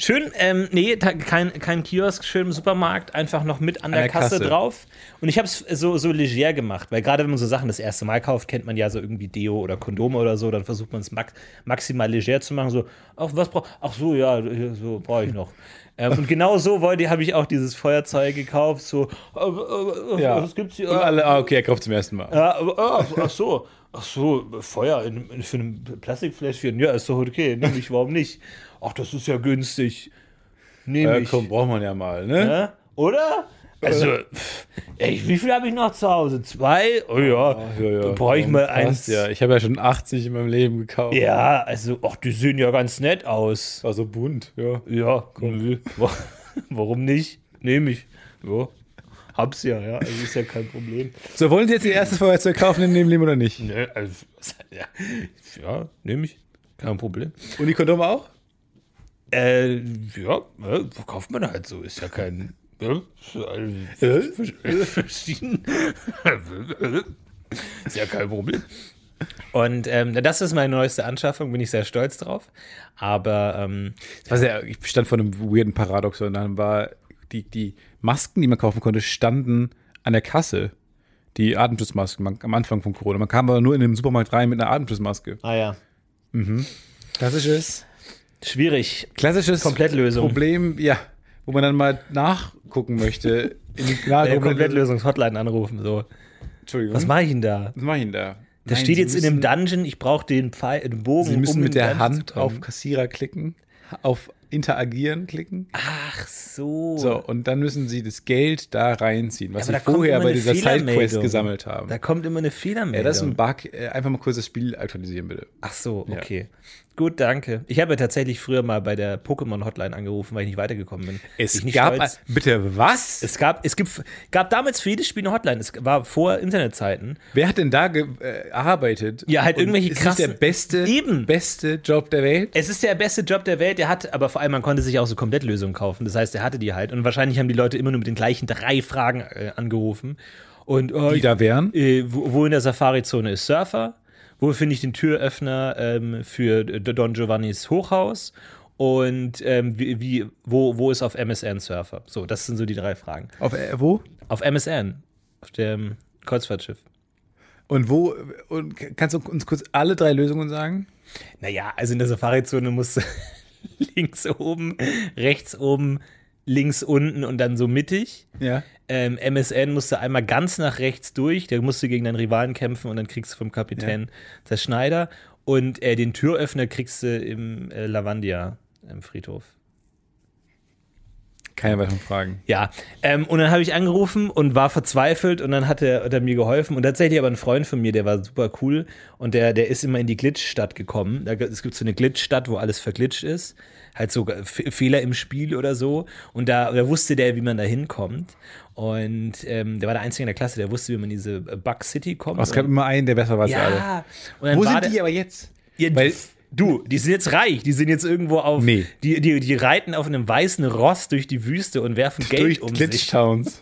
[SPEAKER 4] Schön, ähm, nee, ta- kein, kein Kiosk, schön im Supermarkt, einfach noch mit an der,
[SPEAKER 5] der
[SPEAKER 4] Kasse,
[SPEAKER 5] Kasse.
[SPEAKER 4] drauf. Und ich habe es so, so leger gemacht, weil gerade wenn man so Sachen das erste Mal kauft, kennt man ja so irgendwie Deo oder Kondome oder so, dann versucht man es max maximal leger zu machen. So, ach, was brauch, ach so, ja, so brauche ich [laughs] noch. ähm, und genau so wollte, habe ich auch dieses Feuerzeug gekauft, so, äh, äh, äh, was gibt's hier?
[SPEAKER 5] Und
[SPEAKER 4] Äh,
[SPEAKER 5] alle, ah, okay, er kauft zum ersten Mal.
[SPEAKER 4] ja, aber, ah, ach so, ach so, Feuer in, in, für ein Plastikfläschchen. Ja, ist doch okay, nehme ich, warum nicht? Ach, das ist ja günstig. Nehme
[SPEAKER 5] Ja,
[SPEAKER 4] ich.
[SPEAKER 5] komm, braucht man ja mal, ne?
[SPEAKER 4] Ja, Oder? Also, pff, ey, wie viel habe ich noch zu Hause? Zwei? Oh ja,
[SPEAKER 5] Ah,
[SPEAKER 4] dann brauche ich mal eins.
[SPEAKER 5] Passt, ja. Ich habe ja schon 80 in meinem Leben gekauft.
[SPEAKER 4] Ja, also, ach, die sehen ja ganz nett aus.
[SPEAKER 5] Also bunt, ja.
[SPEAKER 4] Ja, komm, wa- [laughs] warum nicht? Nehme ich. Ja, hab's ja, ja, also ist ja kein
[SPEAKER 5] [laughs]
[SPEAKER 4] Problem.
[SPEAKER 5] So, wollen Sie jetzt Ihr erstes Feuerzeug kaufen in dem Leben oder nicht?
[SPEAKER 4] Nö, also, [laughs] ja, ja nehme ich. Kein Problem.
[SPEAKER 5] Und die Kondome auch?
[SPEAKER 4] Äh, ja, äh, kauft man halt so, ist ja kein. ne? Ja,
[SPEAKER 5] Äh?
[SPEAKER 4] verschieden. [laughs] ist ja kein Problem. Und ähm, das ist meine neueste Anschaffung, bin ich sehr stolz drauf. Aber ähm,
[SPEAKER 5] Was ja, ich stand vor einem weirden Paradoxon. Dann war die, die Masken, die man kaufen konnte, standen an der Kasse. Die Atemschutzmasken man, am Anfang von Corona. Man kam aber nur in den Supermarkt rein mit einer Atemschutzmaske.
[SPEAKER 4] ah ja.
[SPEAKER 5] Klassisches?
[SPEAKER 4] Schwierig.
[SPEAKER 5] Klassisches
[SPEAKER 4] Komplettlösung.
[SPEAKER 5] Problem, ja. Wo man dann mal nachgucken möchte. In die klare
[SPEAKER 4] Äh,
[SPEAKER 5] Komplettlösung.
[SPEAKER 4] Komplettlösungs-Hotline anrufen. So.
[SPEAKER 5] Entschuldigung.
[SPEAKER 4] Was mache ich denn da?
[SPEAKER 5] Was mache ich denn da?
[SPEAKER 4] Das steht jetzt in dem Dungeon, ich brauche den Pfeil, den Bogen.
[SPEAKER 5] Sie müssen
[SPEAKER 4] um
[SPEAKER 5] mit
[SPEAKER 4] in
[SPEAKER 5] der
[SPEAKER 4] den Dungeon zu
[SPEAKER 5] Hand
[SPEAKER 4] kommen.
[SPEAKER 5] auf Kassierer klicken, auf Interagieren klicken.
[SPEAKER 4] Ach so.
[SPEAKER 5] So, und dann müssen sie das Geld da reinziehen, was
[SPEAKER 4] Aber da
[SPEAKER 5] sie
[SPEAKER 4] kommt
[SPEAKER 5] vorher
[SPEAKER 4] immer
[SPEAKER 5] bei
[SPEAKER 4] eine
[SPEAKER 5] dieser Sidequest
[SPEAKER 4] Fehlermeldung.
[SPEAKER 5] gesammelt haben.
[SPEAKER 4] Da kommt immer eine Fehlermeldung.
[SPEAKER 5] Ja, das ist ein Bug. Äh, Einfach mal kurz das Spiel aktualisieren, bitte.
[SPEAKER 4] Ach so, okay. Gut, danke. Ich habe ja tatsächlich früher mal bei der Pokémon-Hotline angerufen, weil ich nicht weitergekommen bin. ich nicht stolz.
[SPEAKER 5] bitte was?
[SPEAKER 4] es gab, es gibt, gab damals für jedes Spiel eine Hotline. Es war vor Internetzeiten.
[SPEAKER 5] Wer hat denn da gearbeitet?
[SPEAKER 4] Ja, halt
[SPEAKER 5] Und
[SPEAKER 4] irgendwelche
[SPEAKER 5] ist
[SPEAKER 4] krassen-
[SPEAKER 5] Ist der beste,
[SPEAKER 4] Eben.
[SPEAKER 5] beste Job der Welt?
[SPEAKER 4] Es ist der beste Job der Welt. Er hat, aber vor allem, man konnte sich auch so Komplettlösungen kaufen. Das heißt, er hatte die halt. Und wahrscheinlich haben die Leute immer nur mit den gleichen drei Fragen äh, angerufen. Und äh,
[SPEAKER 5] Die da wären?
[SPEAKER 4] Äh, wo, wo in der Safari-Zone ist Surfer? Wo finde ich den Türöffner ähm, für D- Don Giovannis Hochhaus? Und ähm, wie, wie, wo, wo ist auf MSN Surfer? So, das sind so die drei Fragen.
[SPEAKER 5] Auf äh, wo?
[SPEAKER 4] Auf MSN, auf dem Kreuzfahrtschiff.
[SPEAKER 5] Und wo? Und k- kannst du uns kurz alle drei Lösungen sagen?
[SPEAKER 4] Naja, also in der Safari-Zone musst du [laughs] links oben, rechts oben, links unten und dann so mittig.
[SPEAKER 5] Ja.
[SPEAKER 4] Ähm, MSN musst du einmal ganz nach rechts durch, da musst du gegen deinen Rivalen kämpfen und dann kriegst du vom Kapitän das Schneider. Und äh, den Türöffner kriegst du im äh, Lavandia, im Friedhof.
[SPEAKER 5] Keine weiteren Fragen.
[SPEAKER 4] Ja, ähm, und dann habe ich angerufen und war verzweifelt und dann hat er, hat er mir geholfen und tatsächlich aber ein Freund von mir, der war super cool und der, der ist immer in die Glitchstadt gekommen. Da, g- es gibt so eine Glitchstadt, wo alles verglitscht ist, halt so F Fehler im Spiel oder so und da, da wusste der, wie man da hinkommt und ähm, der war der Einzige in der Klasse, der wusste, wie man in diese Bug City kommt.
[SPEAKER 5] Aber es gab immer einen, der besser war als alle.
[SPEAKER 4] ja, und dann
[SPEAKER 5] Wo
[SPEAKER 4] war
[SPEAKER 5] sind
[SPEAKER 4] der-
[SPEAKER 5] die aber jetzt?
[SPEAKER 4] ja,
[SPEAKER 5] Weil-
[SPEAKER 4] pf, du, die sind jetzt reich, die sind jetzt irgendwo auf.
[SPEAKER 5] Nee.
[SPEAKER 4] Die, die, die reiten auf einem weißen Ross durch die Wüste
[SPEAKER 5] [laughs]
[SPEAKER 4] und werfen Geld
[SPEAKER 5] Durch
[SPEAKER 4] um sich. [laughs]
[SPEAKER 5] Glitchtowns.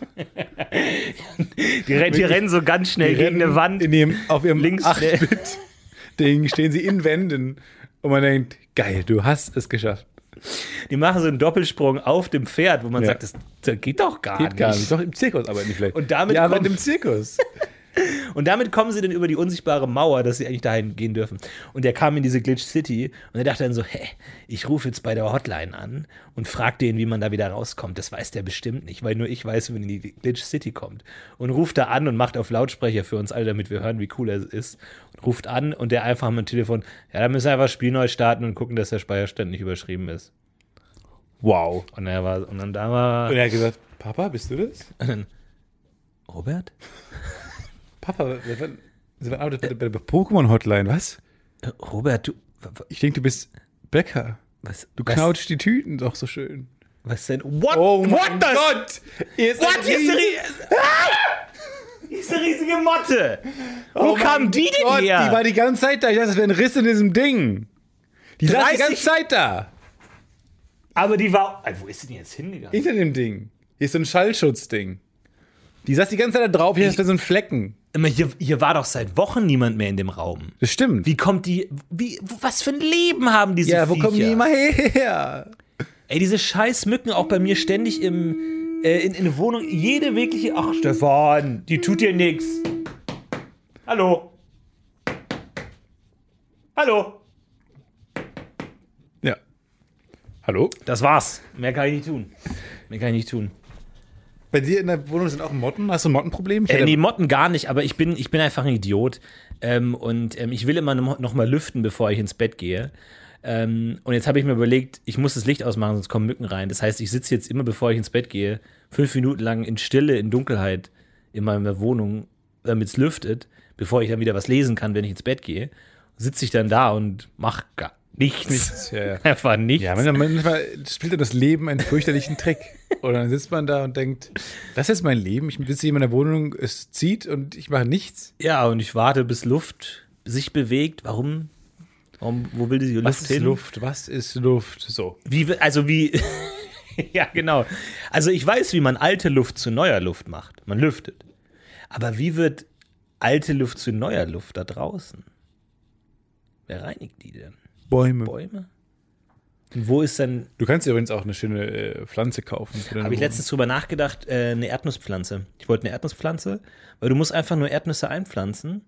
[SPEAKER 4] Die, re- die rennen so ganz schnell gegen eine Wand.
[SPEAKER 5] In ihrem, auf ihrem
[SPEAKER 4] Links schnell.
[SPEAKER 5] 8-Bit-Ding stehen sie in Wänden. Und man denkt, geil, du hast es geschafft.
[SPEAKER 4] Die machen so einen Doppelsprung auf dem Pferd, wo man
[SPEAKER 5] Ja.
[SPEAKER 4] sagt, das, das geht doch gar
[SPEAKER 5] Geht
[SPEAKER 4] nicht.
[SPEAKER 5] gar nicht. Doch im Zirkus arbeiten die vielleicht.
[SPEAKER 4] Und damit
[SPEAKER 5] ja, aber
[SPEAKER 4] kommt-
[SPEAKER 5] im Zirkus.
[SPEAKER 4] Und damit kommen sie dann über die unsichtbare Mauer, dass sie eigentlich dahin gehen dürfen. Und er kam in diese Glitch City und er dachte dann so, hä, ich rufe jetzt bei der Hotline an und frag den, wie man da wieder rauskommt. Das weiß der bestimmt nicht, weil nur ich weiß, wenn die Glitch City kommt. Und ruft da an und macht auf Lautsprecher für uns alle, damit wir hören, wie cool er ist. Und ruft an und der einfach am Telefon, ja, da müssen wir einfach das Spiel neu starten und gucken, dass der Speicherstand nicht überschrieben ist.
[SPEAKER 5] Wow.
[SPEAKER 4] Und er war, und dann da war,
[SPEAKER 5] Und er hat gesagt, Papa, bist du das?
[SPEAKER 4] Robert?
[SPEAKER 5] Papa, wer- wann- Sie waren arbeitet bei der- bei der Pokémon-Hotline, was?
[SPEAKER 4] Äh, Robert, du, wa- wa-
[SPEAKER 5] Ich denke, du bist Bäcker.
[SPEAKER 4] was,
[SPEAKER 5] Du
[SPEAKER 4] was-
[SPEAKER 5] knautschst die Tüten doch so schön.
[SPEAKER 4] Was denn? What?
[SPEAKER 5] mein
[SPEAKER 4] what the?
[SPEAKER 5] Gott! Hier ist
[SPEAKER 4] What?
[SPEAKER 5] ein
[SPEAKER 4] Hier ist
[SPEAKER 5] Riesen-
[SPEAKER 4] eine, rie ah! [laughs] Hier ist eine riesige Motte. Wo
[SPEAKER 5] Oh
[SPEAKER 4] kam
[SPEAKER 5] mein
[SPEAKER 4] die denn
[SPEAKER 5] Gott,
[SPEAKER 4] her?
[SPEAKER 5] Die war die ganze Zeit da. Ich dachte, es wäre ein Riss in diesem Ding. Die saß die
[SPEAKER 4] 30
[SPEAKER 5] ganze Zeit da.
[SPEAKER 4] Aber die war. Ey, wo ist sie denn jetzt hingegangen?
[SPEAKER 5] Hinter dem Ding. Hier ist so ein Schallschutzding. Die saß die ganze Zeit da drauf. Hier ist so ein Flecken.
[SPEAKER 4] Immer hier, hier war doch seit Wochen niemand mehr in dem Raum.
[SPEAKER 5] Das stimmt.
[SPEAKER 4] Wie kommt die. Wie, was für ein Leben haben diese
[SPEAKER 5] ja, wo
[SPEAKER 4] Viecher?
[SPEAKER 5] kommen die immer her?
[SPEAKER 4] Ey, diese scheiß Mücken auch bei mir ständig im. Äh, in, in der Wohnung. Jede wirkliche. Ach, Stefan, die tut dir nix. Hallo. Hallo.
[SPEAKER 5] Ja. Hallo?
[SPEAKER 4] Das war's. Mehr kann ich nicht tun. Mehr kann ich nicht tun.
[SPEAKER 5] Bei dir in der Wohnung sind auch Motten. Hast du ein Mottenproblem? Ich
[SPEAKER 4] Äh,
[SPEAKER 5] hatte-
[SPEAKER 4] nee, Motten gar nicht, aber ich bin, ich bin einfach ein Idiot. Ähm, und ähm, ich will immer noch noch mal lüften, bevor ich ins Bett gehe. Ähm, und jetzt habe ich mir überlegt, ich muss das Licht ausmachen, sonst kommen Mücken rein. Das heißt, ich sitze jetzt immer, bevor ich ins Bett gehe, fünf Minuten lang in Stille, in Dunkelheit in meiner Wohnung, damit es lüftet, bevor ich dann wieder was lesen kann, wenn ich ins Bett gehe. Sitze ich dann da und mach gar
[SPEAKER 5] [laughs]
[SPEAKER 4] nichts. [laughs]
[SPEAKER 5] Nichts, ja, ja.
[SPEAKER 4] Einfach nichts.
[SPEAKER 5] Ja, manchmal- manchmal spielt dann das Leben einen fürchterlichen Trick. Und dann sitzt man da und denkt, das ist mein Leben. Ich sitze hier in meiner Wohnung, es zieht und ich mache nichts.
[SPEAKER 4] Ja, und ich warte, bis Luft sich bewegt. Warum? Warum wo will die Luft
[SPEAKER 5] Was ist
[SPEAKER 4] hin?
[SPEAKER 5] Luft? Was ist Luft? So.
[SPEAKER 4] Wie, wi- also wie. [laughs] ja, genau. Also ich weiß, wie man alte Luft zu neuer Luft macht. Man lüftet. Aber wie wird alte Luft zu neuer Luft da draußen? Wer reinigt die denn?
[SPEAKER 5] Bäume.
[SPEAKER 4] Bäume? Und wo ist denn.
[SPEAKER 5] Du kannst dir übrigens auch eine schöne äh, Pflanze kaufen. für deine
[SPEAKER 4] Habe ich
[SPEAKER 5] Wohnung.
[SPEAKER 4] letztens drüber nachgedacht, äh, eine Erdnusspflanze. Ich wollte eine Erdnusspflanze, weil du musst einfach nur Erdnüsse einpflanzen und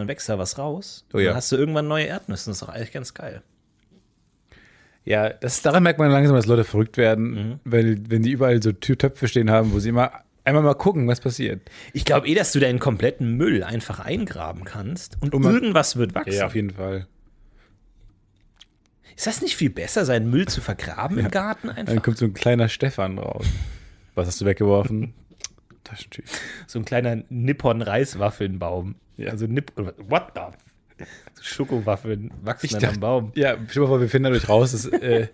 [SPEAKER 4] dann wächst da was raus.
[SPEAKER 5] Oh
[SPEAKER 4] und
[SPEAKER 5] ja.
[SPEAKER 4] Dann hast du irgendwann neue Erdnüsse. Das ist doch eigentlich ganz geil.
[SPEAKER 5] Ja, das, daran merkt man langsam, dass Leute verrückt werden, weil wenn die überall so Tü- Töpfe stehen haben, wo sie immer einmal mal gucken, was passiert.
[SPEAKER 4] Ich glaube eh, dass du deinen kompletten Müll einfach eingraben kannst und
[SPEAKER 5] Und man-
[SPEAKER 4] irgendwas wird wachsen.
[SPEAKER 5] Um Ja, auf jeden Fall.
[SPEAKER 4] Ist das nicht viel besser, seinen Müll zu vergraben im Garten
[SPEAKER 5] Dann
[SPEAKER 4] einfach?
[SPEAKER 5] kommt so ein kleiner Stefan raus. Was hast du
[SPEAKER 4] [laughs]
[SPEAKER 5] weggeworfen? Taschentücher.
[SPEAKER 4] So ein kleiner Nippon-Reiswaffelnbaum.
[SPEAKER 5] Ja.
[SPEAKER 4] Also Nipp What the? Schokowaffeln wachsen dann am Baum.
[SPEAKER 5] Ja, stell mal vor, wir finden dadurch raus, dass äh,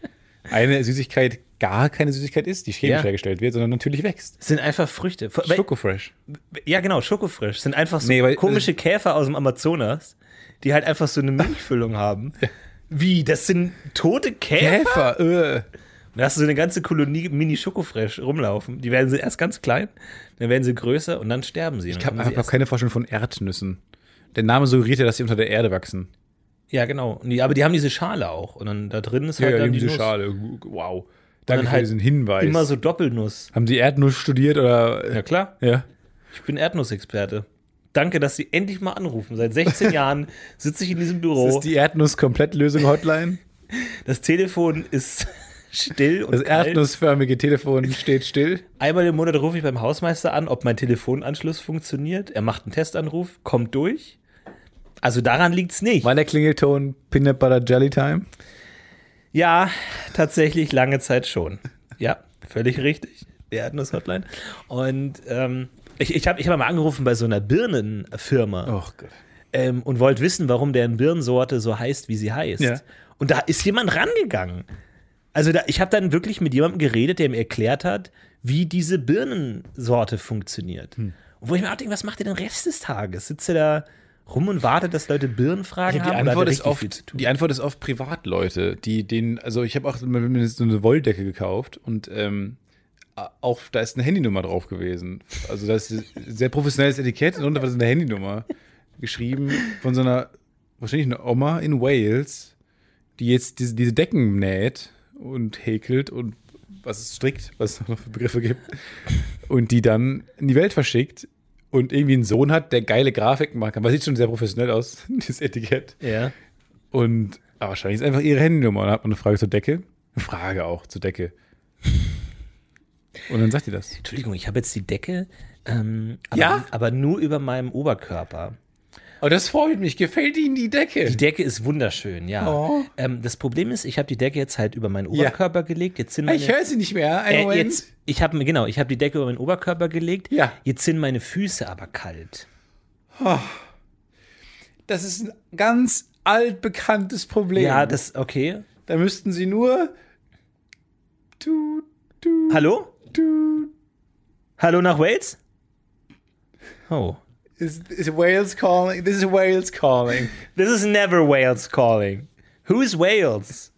[SPEAKER 5] eine Süßigkeit gar keine Süßigkeit ist, die chemisch
[SPEAKER 4] Ja.
[SPEAKER 5] hergestellt wird, sondern natürlich wächst.
[SPEAKER 4] Das sind einfach Früchte. Vor- weil-
[SPEAKER 5] Schokofresh.
[SPEAKER 4] Ja, genau, Schokofrisch. Das sind einfach so
[SPEAKER 5] Nee, weil- äh,
[SPEAKER 4] komische Käfer aus dem Amazonas, die halt einfach so
[SPEAKER 5] [laughs]
[SPEAKER 4] eine Milchfüllung haben. Wie? Das sind tote Käfer?
[SPEAKER 5] Käfer, äh.
[SPEAKER 4] Da hast du so eine ganze Kolonie Mini-Schokofresh rumlaufen. Die werden sie erst ganz klein, dann werden sie größer und dann sterben sie.
[SPEAKER 5] Ich habe einfach keine Vorstellung von Erdnüssen. Der Name suggeriert ja, dass sie unter der Erde wachsen.
[SPEAKER 4] Ja, genau. Und die- Aber die haben diese Schale auch. Und dann da drin ist halt dann die Nuss.
[SPEAKER 5] Wow. Danke
[SPEAKER 4] dann
[SPEAKER 5] für
[SPEAKER 4] halt
[SPEAKER 5] diesen Hinweis.
[SPEAKER 4] Immer so Doppelnuss.
[SPEAKER 5] Haben die Erdnuss studiert oder.
[SPEAKER 4] Ja, klar.
[SPEAKER 5] Ja.
[SPEAKER 4] Ich bin Erdnussexperte. Danke, dass Sie endlich mal anrufen.
[SPEAKER 5] [laughs]
[SPEAKER 4] Seit 16 Jahren sitze ich in diesem
[SPEAKER 5] Das
[SPEAKER 4] Büro.
[SPEAKER 5] ist die Erdnuss-Komplettlösung-Hotline.
[SPEAKER 4] Das Telefon ist [laughs] still und
[SPEAKER 5] Das
[SPEAKER 4] kalt.
[SPEAKER 5] erdnussförmige Telefon steht still.
[SPEAKER 4] Einmal im Monat rufe ich beim Hausmeister an, ob mein Telefonanschluss funktioniert. Er macht einen Testanruf, kommt durch. Also daran liegt's nicht.
[SPEAKER 5] War der Klingelton Peanut Butter Jelly Time?
[SPEAKER 4] Ja, tatsächlich lange Zeit schon. Ja, völlig richtig. Wir hatten das Hotline. Und ähm, ich, ich habe ich hab mal angerufen bei so einer Birnenfirma
[SPEAKER 5] Oh Gott.
[SPEAKER 4] ähm, und wollte wissen, warum deren Birnensorte so heißt, wie sie heißt.
[SPEAKER 5] Ja.
[SPEAKER 4] Und da ist jemand rangegangen. Also da, ich habe dann wirklich mit jemandem geredet, der mir erklärt hat, wie diese Birnensorte funktioniert.
[SPEAKER 5] Hm.
[SPEAKER 4] Und wo ich mir auch denke, was macht ihr den Rest des Tages? Sitzt ihr da rum und wartet, dass Leute Birnenfragen
[SPEAKER 5] Ja,
[SPEAKER 4] haben?
[SPEAKER 5] Also die,
[SPEAKER 4] oder hat
[SPEAKER 5] Antwort
[SPEAKER 4] er
[SPEAKER 5] ist
[SPEAKER 4] richtig viel zu
[SPEAKER 5] oft,
[SPEAKER 4] tun?
[SPEAKER 5] die Antwort ist oft Privatleute, die den, also ich habe auch mir- mir so eine Wolldecke gekauft und ähm, auch da ist eine Handynummer drauf gewesen. Also das ist sehr professionelles Etikett und unter war so eine Handynummer geschrieben von so einer wahrscheinlich einer Oma in Wales, die jetzt diese, diese Decken näht und häkelt und was es strickt, was es noch für Begriffe gibt. Und die dann in die Welt verschickt und irgendwie einen Sohn hat, der geile Grafiken machen kann. Weil sieht schon sehr professionell aus, [laughs] dieses Etikett.
[SPEAKER 4] Ja.
[SPEAKER 5] Und aber wahrscheinlich ist einfach ihre Handynummer. Und dann hat man eine Frage zur Decke. Eine Frage auch zur Decke. Und dann sagt die das.
[SPEAKER 4] Entschuldigung, ich habe jetzt die Decke, ähm, aber,
[SPEAKER 5] Ja?
[SPEAKER 4] aber nur über meinem Oberkörper.
[SPEAKER 5] Aber Oh, das freut mich. Gefällt Ihnen die Decke?
[SPEAKER 4] Die Decke ist wunderschön, ja.
[SPEAKER 5] Oh.
[SPEAKER 4] Ähm, das Problem ist, ich habe die Decke jetzt halt über meinen Oberkörper gelegt. Jetzt sind meine,
[SPEAKER 5] ich höre sie nicht mehr. Einen
[SPEAKER 4] äh,
[SPEAKER 5] Moment.
[SPEAKER 4] jetzt, ich habe mir genau, ich habe die Decke über meinen Oberkörper gelegt.
[SPEAKER 5] Ja.
[SPEAKER 4] Jetzt sind meine Füße aber kalt.
[SPEAKER 5] Das ist ein ganz altbekanntes Problem.
[SPEAKER 4] Ja, das okay.
[SPEAKER 5] da müssten Sie nur. Du, du,
[SPEAKER 4] Hallo?
[SPEAKER 5] du.
[SPEAKER 4] Hallo nach Wales? Oh.
[SPEAKER 5] Is, is Wales calling? This is Wales calling.
[SPEAKER 4] This is never Wales calling. Who's Wales?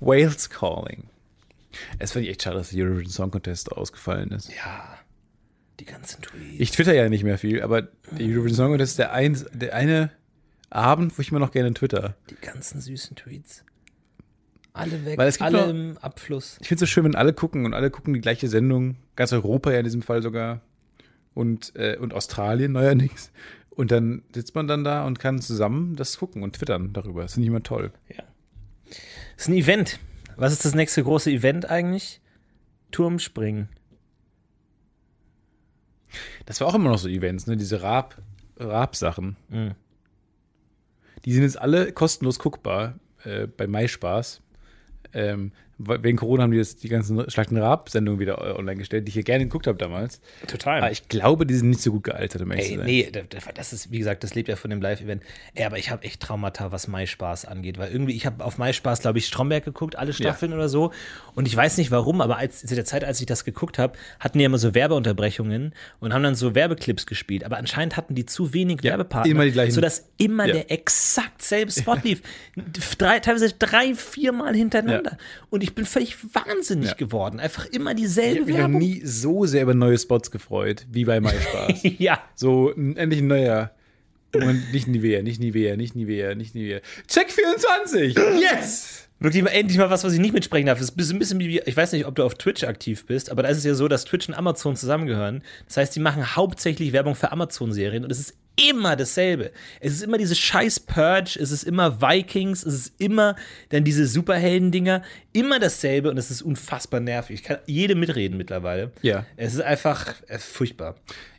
[SPEAKER 5] Wales calling. Es finde ich echt schade, dass der Eurovision Song Contest ausgefallen ist.
[SPEAKER 4] Ja. Die ganzen Tweets.
[SPEAKER 5] Ich twitter ja nicht mehr viel, aber der Eurovision Song Contest ist der, ein, der eine Abend, wo ich immer noch gerne twitter.
[SPEAKER 4] Die ganzen süßen Tweets. Alle weg,
[SPEAKER 5] Weil es gibt
[SPEAKER 4] alle
[SPEAKER 5] noch-
[SPEAKER 4] im Abfluss.
[SPEAKER 5] Ich finde es so schön, wenn alle gucken und alle gucken die gleiche Sendung. Ganz Europa ja in diesem Fall sogar. Und, äh, und Australien neuerdings. Und dann sitzt man dann da und kann zusammen das gucken und twittern darüber. Das finde ich immer toll.
[SPEAKER 4] Ja. Ist ein Event. Was ist das nächste große Event eigentlich? Turmspringen.
[SPEAKER 5] Das war auch immer noch so Events, ne? Diese Raab- Raab-Sachen.
[SPEAKER 4] Mhm.
[SPEAKER 5] Die sind jetzt alle kostenlos guckbar äh, bei MySpaß. Ähm, we- wegen Corona haben die jetzt die ganzen Schlag den Raab-Sendungen wieder äh, online gestellt, die ich hier gerne geguckt habe damals.
[SPEAKER 4] Total.
[SPEAKER 5] Aber ich glaube, die sind nicht so gut gealtert, um ehrlich
[SPEAKER 4] Ey,
[SPEAKER 5] zu sein.
[SPEAKER 4] nee, da- da- das ist, wie gesagt, das lebt ja von dem Live-Event. Ey, aber ich habe echt Traumata, was Mai-Spaß angeht, weil irgendwie, ich habe auf Mai-Spaß, glaube ich, Stromberg geguckt, alle Staffeln oder so. Und ich weiß nicht warum, aber als, zu der Zeit, als ich das geguckt habe, hatten die immer so Werbeunterbrechungen und haben dann so Werbeclips gespielt. Aber anscheinend hatten die zu wenig Werbepartner,
[SPEAKER 5] immer die gleichen.
[SPEAKER 4] sodass immer
[SPEAKER 5] Ja.
[SPEAKER 4] der exakt selbe Spot lief. [laughs] Drei, teilweise drei, viermal hintereinander. Und ich bin völlig wahnsinnig
[SPEAKER 5] Ja.
[SPEAKER 4] geworden. Einfach immer
[SPEAKER 5] Ich
[SPEAKER 4] dieselbe
[SPEAKER 5] habe mich noch
[SPEAKER 4] Werbung.
[SPEAKER 5] nie so sehr über neue Spots gefreut, wie bei MySpaß.
[SPEAKER 4] [laughs] ja.
[SPEAKER 5] so, n- endlich ein neuer. Und nicht Nivea, nicht Nivea, nicht Nivea, nicht Nivea. Check 24! Yes!
[SPEAKER 4] Wirklich mal, endlich mal was, was ich nicht mitsprechen darf. Das ist ein bisschen wie, ich weiß nicht, ob du auf Twitch aktiv bist, aber da ist es ja so, dass Twitch und Amazon zusammengehören. Das heißt, die machen hauptsächlich Werbung für Amazon-Serien und es ist immer dasselbe. Es ist immer diese scheiß Purge, es ist immer Vikings, es ist immer dann diese Superhelden-Dinger, immer dasselbe und es ist unfassbar nervig. Ich kann jedem mitreden mittlerweile.
[SPEAKER 5] Ja.
[SPEAKER 4] Es ist einfach äh, furchtbar.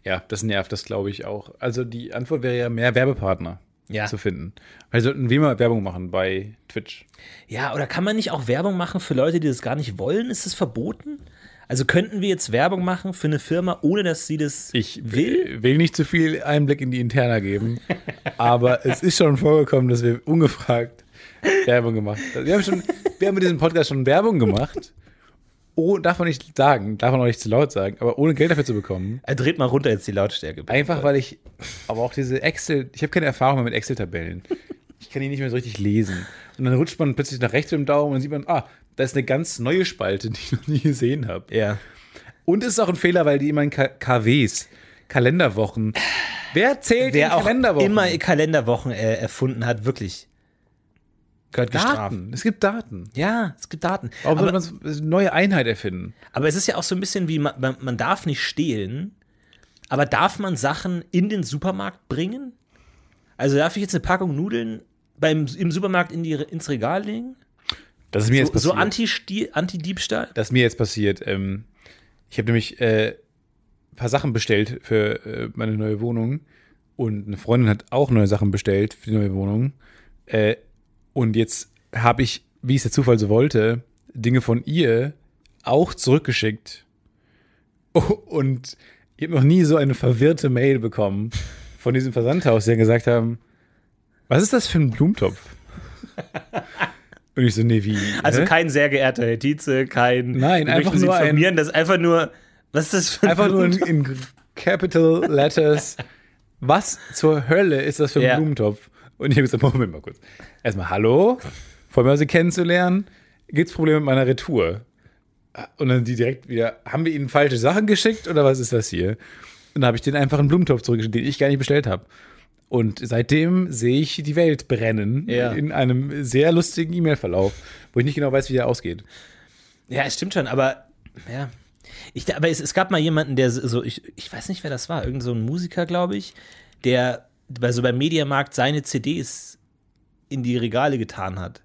[SPEAKER 5] Ja, das nervt, das glaube ich auch. Also die Antwort wäre ja, mehr Werbepartner
[SPEAKER 4] Ja.
[SPEAKER 5] zu finden. Weil sollten wir mal Werbung machen bei Twitch.
[SPEAKER 4] Ja, oder kann man nicht auch Werbung machen für Leute, die das gar nicht wollen? Ist das verboten? Also könnten wir jetzt Werbung machen für eine Firma, ohne dass sie das
[SPEAKER 5] Ich
[SPEAKER 4] will?
[SPEAKER 5] will nicht zu viel Einblick in die Interna geben, aber es ist schon vorgekommen, dass wir ungefragt Werbung gemacht haben. Wir haben, schon, wir haben mit diesem Podcast schon Werbung gemacht. Oh, darf man nicht sagen, darf man auch nicht zu laut sagen, aber ohne Geld dafür zu bekommen.
[SPEAKER 4] Er äh, dreht mal runter jetzt die Lautstärke. bitte.
[SPEAKER 5] Einfach weil ich, aber auch diese Excel, ich habe keine Erfahrung mehr mit Excel-Tabellen. Ich kann die nicht mehr so richtig lesen. Und dann rutscht man plötzlich nach rechts mit dem Daumen und dann sieht man, ah, da ist eine ganz neue Spalte, [laughs] die ich noch nie gesehen habe.
[SPEAKER 4] Ja.
[SPEAKER 5] Und es ist auch ein Fehler, weil die immer in K KWs, Kalenderwochen. Wer zählt in
[SPEAKER 4] Wer auch
[SPEAKER 5] Kalenderwochen?
[SPEAKER 4] immer Kalenderwochen äh, erfunden hat, wirklich gehört gestraft.
[SPEAKER 5] Daten. Es gibt Daten.
[SPEAKER 4] Ja, es gibt Daten.
[SPEAKER 5] Warum
[SPEAKER 4] Aber,
[SPEAKER 5] sollte man so eine neue Einheit erfinden?
[SPEAKER 4] aber es ist ja auch so ein bisschen wie, man, man, man darf nicht stehlen, aber darf man Sachen in den Supermarkt bringen? Also darf ich jetzt eine Packung Nudeln beim, im Supermarkt in die, ins Regal legen?
[SPEAKER 5] Das ist mir jetzt
[SPEAKER 4] So, so
[SPEAKER 5] passiert.
[SPEAKER 4] Anti-Stil- Anti-Diebstahl?
[SPEAKER 5] das ist mir jetzt passiert. Ähm, ich habe nämlich äh, ein paar Sachen bestellt für äh, meine neue Wohnung. Und eine Freundin hat auch neue Sachen bestellt für die neue Wohnung. Äh, und jetzt habe ich, wie es der Zufall so wollte, Dinge von ihr auch zurückgeschickt. [laughs] Oh, und ich habe noch nie so eine verwirrte Mail bekommen von diesem Versandhaus, die dann gesagt haben, was ist das für ein Blumentopf? [laughs] Und ich so, nee, wie?
[SPEAKER 4] also
[SPEAKER 5] hä?
[SPEAKER 4] kein sehr geehrter Herr Tietze, kein
[SPEAKER 5] Nein,
[SPEAKER 4] wir
[SPEAKER 5] einfach
[SPEAKER 4] möchten Sie
[SPEAKER 5] nur ein-
[SPEAKER 4] informieren, das ist einfach nur was ist das für
[SPEAKER 5] [laughs]
[SPEAKER 4] ein
[SPEAKER 5] Einfach nur in, in Capital Letters. Was zur Hölle ist das für ein
[SPEAKER 4] Ja.
[SPEAKER 5] Blumentopf? Und ich habe gesagt, Moment mal kurz. Erstmal Hallo, freue mich, Sie kennenzulernen. Gibt's Probleme mit meiner Retour? Und dann die direkt wieder, haben wir Ihnen falsche Sachen geschickt oder was ist das hier? Und dann habe ich den einfach einen Blumentopf zurückgeschickt, den ich gar nicht bestellt habe. Und seitdem sehe ich die Welt brennen
[SPEAKER 4] Ja.
[SPEAKER 5] in einem sehr lustigen E-Mail-Verlauf, wo ich nicht genau weiß, wie der ausgeht.
[SPEAKER 4] Ja, es stimmt schon, aber ja. Ich, aber es, es gab mal jemanden, der so, ich, ich weiß nicht, wer das war, irgend so ein Musiker, glaube ich, der bei so beim Mediamarkt seine CDs in die Regale getan hat.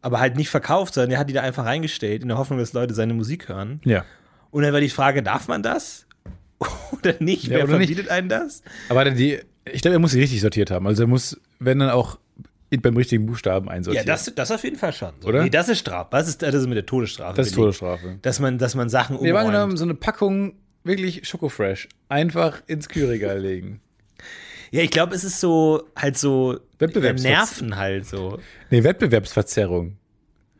[SPEAKER 4] Aber halt nicht verkauft, sondern er hat die da einfach reingestellt, in der Hoffnung, dass Leute seine Musik hören.
[SPEAKER 5] Ja.
[SPEAKER 4] Und dann war die Frage, darf man das? [laughs] Oder nicht?
[SPEAKER 5] Ja,
[SPEAKER 4] Wer
[SPEAKER 5] oder nicht?
[SPEAKER 4] verbietet einen das?
[SPEAKER 5] Aber hat er die, ich glaube, er muss sie richtig sortiert haben. Also er muss, wenn dann auch in- beim richtigen Buchstaben
[SPEAKER 4] Ja,
[SPEAKER 5] einsortieren.
[SPEAKER 4] das, das auf jeden Fall schon. So.
[SPEAKER 5] Oder?
[SPEAKER 4] Nee, das ist strafbar. Das ist, das ist mit der Todesstrafe.
[SPEAKER 5] das ist
[SPEAKER 4] belegt.
[SPEAKER 5] Todesstrafe.
[SPEAKER 4] Dass man, dass man Sachen
[SPEAKER 5] Wir waren
[SPEAKER 4] umräumt.
[SPEAKER 5] genommen so eine Packung wirklich Schokofresh einfach ins Kühlregal legen.
[SPEAKER 4] Ja, ich glaube, es ist so halt so
[SPEAKER 5] Wettbewerbs-
[SPEAKER 4] Nerven halt so.
[SPEAKER 5] [laughs] Nee, Wettbewerbsverzerrung.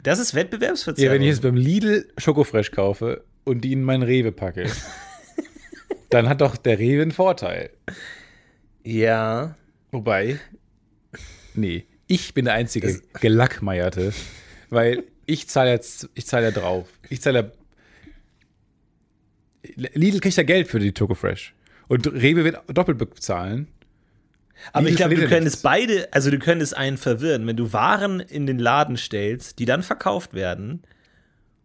[SPEAKER 4] Das ist Wettbewerbsverzerrung.
[SPEAKER 5] Ja, wenn ich jetzt beim Lidl Schokofresh kaufe und die in meinen Rewe [laughs] packe, dann hat doch der Rewe einen Vorteil.
[SPEAKER 4] ja.
[SPEAKER 5] Wobei, nee, ich bin der einzige Gelackmeierte, weil ich zahle jetzt, ich zahle ja drauf. Ich zahle ja. Lidl kriegt ja Geld für die Tokofresh. Und Rewe wird doppelt bezahlen.
[SPEAKER 4] Aber ich
[SPEAKER 5] Lidl
[SPEAKER 4] glaube, du
[SPEAKER 5] verliert ja
[SPEAKER 4] könntest
[SPEAKER 5] nichts.
[SPEAKER 4] beide, also du könntest einen verwirren, wenn du Waren in den Laden stellst, die dann verkauft werden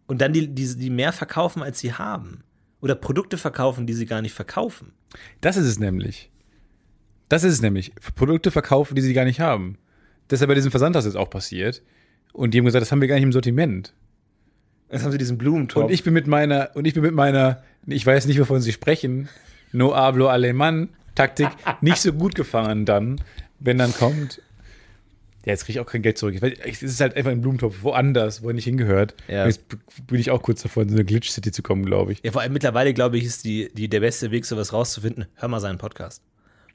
[SPEAKER 4] und dann die, die, die mehr verkaufen, als sie haben. Oder Produkte verkaufen, die sie gar nicht verkaufen.
[SPEAKER 5] Das ist es nämlich. Das ist es nämlich. Produkte verkaufen, die sie gar nicht haben. Das ist ja bei diesem Versandhaus jetzt auch passiert. Und die haben gesagt, das haben wir gar nicht im Sortiment.
[SPEAKER 4] Jetzt haben sie diesen Blumentopf.
[SPEAKER 5] Und ich bin mit meiner, und ich bin mit meiner, ich weiß nicht, wovon sie sprechen, no hablo alemán Taktik nicht so gut gefangen dann, wenn dann kommt. Ja, jetzt kriege ich auch kein Geld zurück. Weil Es ist halt einfach ein Blumentopf woanders, wo er nicht hingehört.
[SPEAKER 4] Ja.
[SPEAKER 5] Und Jetzt b- bin ich auch kurz davor, in so eine Glitch-City zu kommen, glaube ich.
[SPEAKER 4] ja, vor allem mittlerweile, glaube ich, ist die, die, der beste Weg, sowas rauszufinden, hör mal seinen Podcast.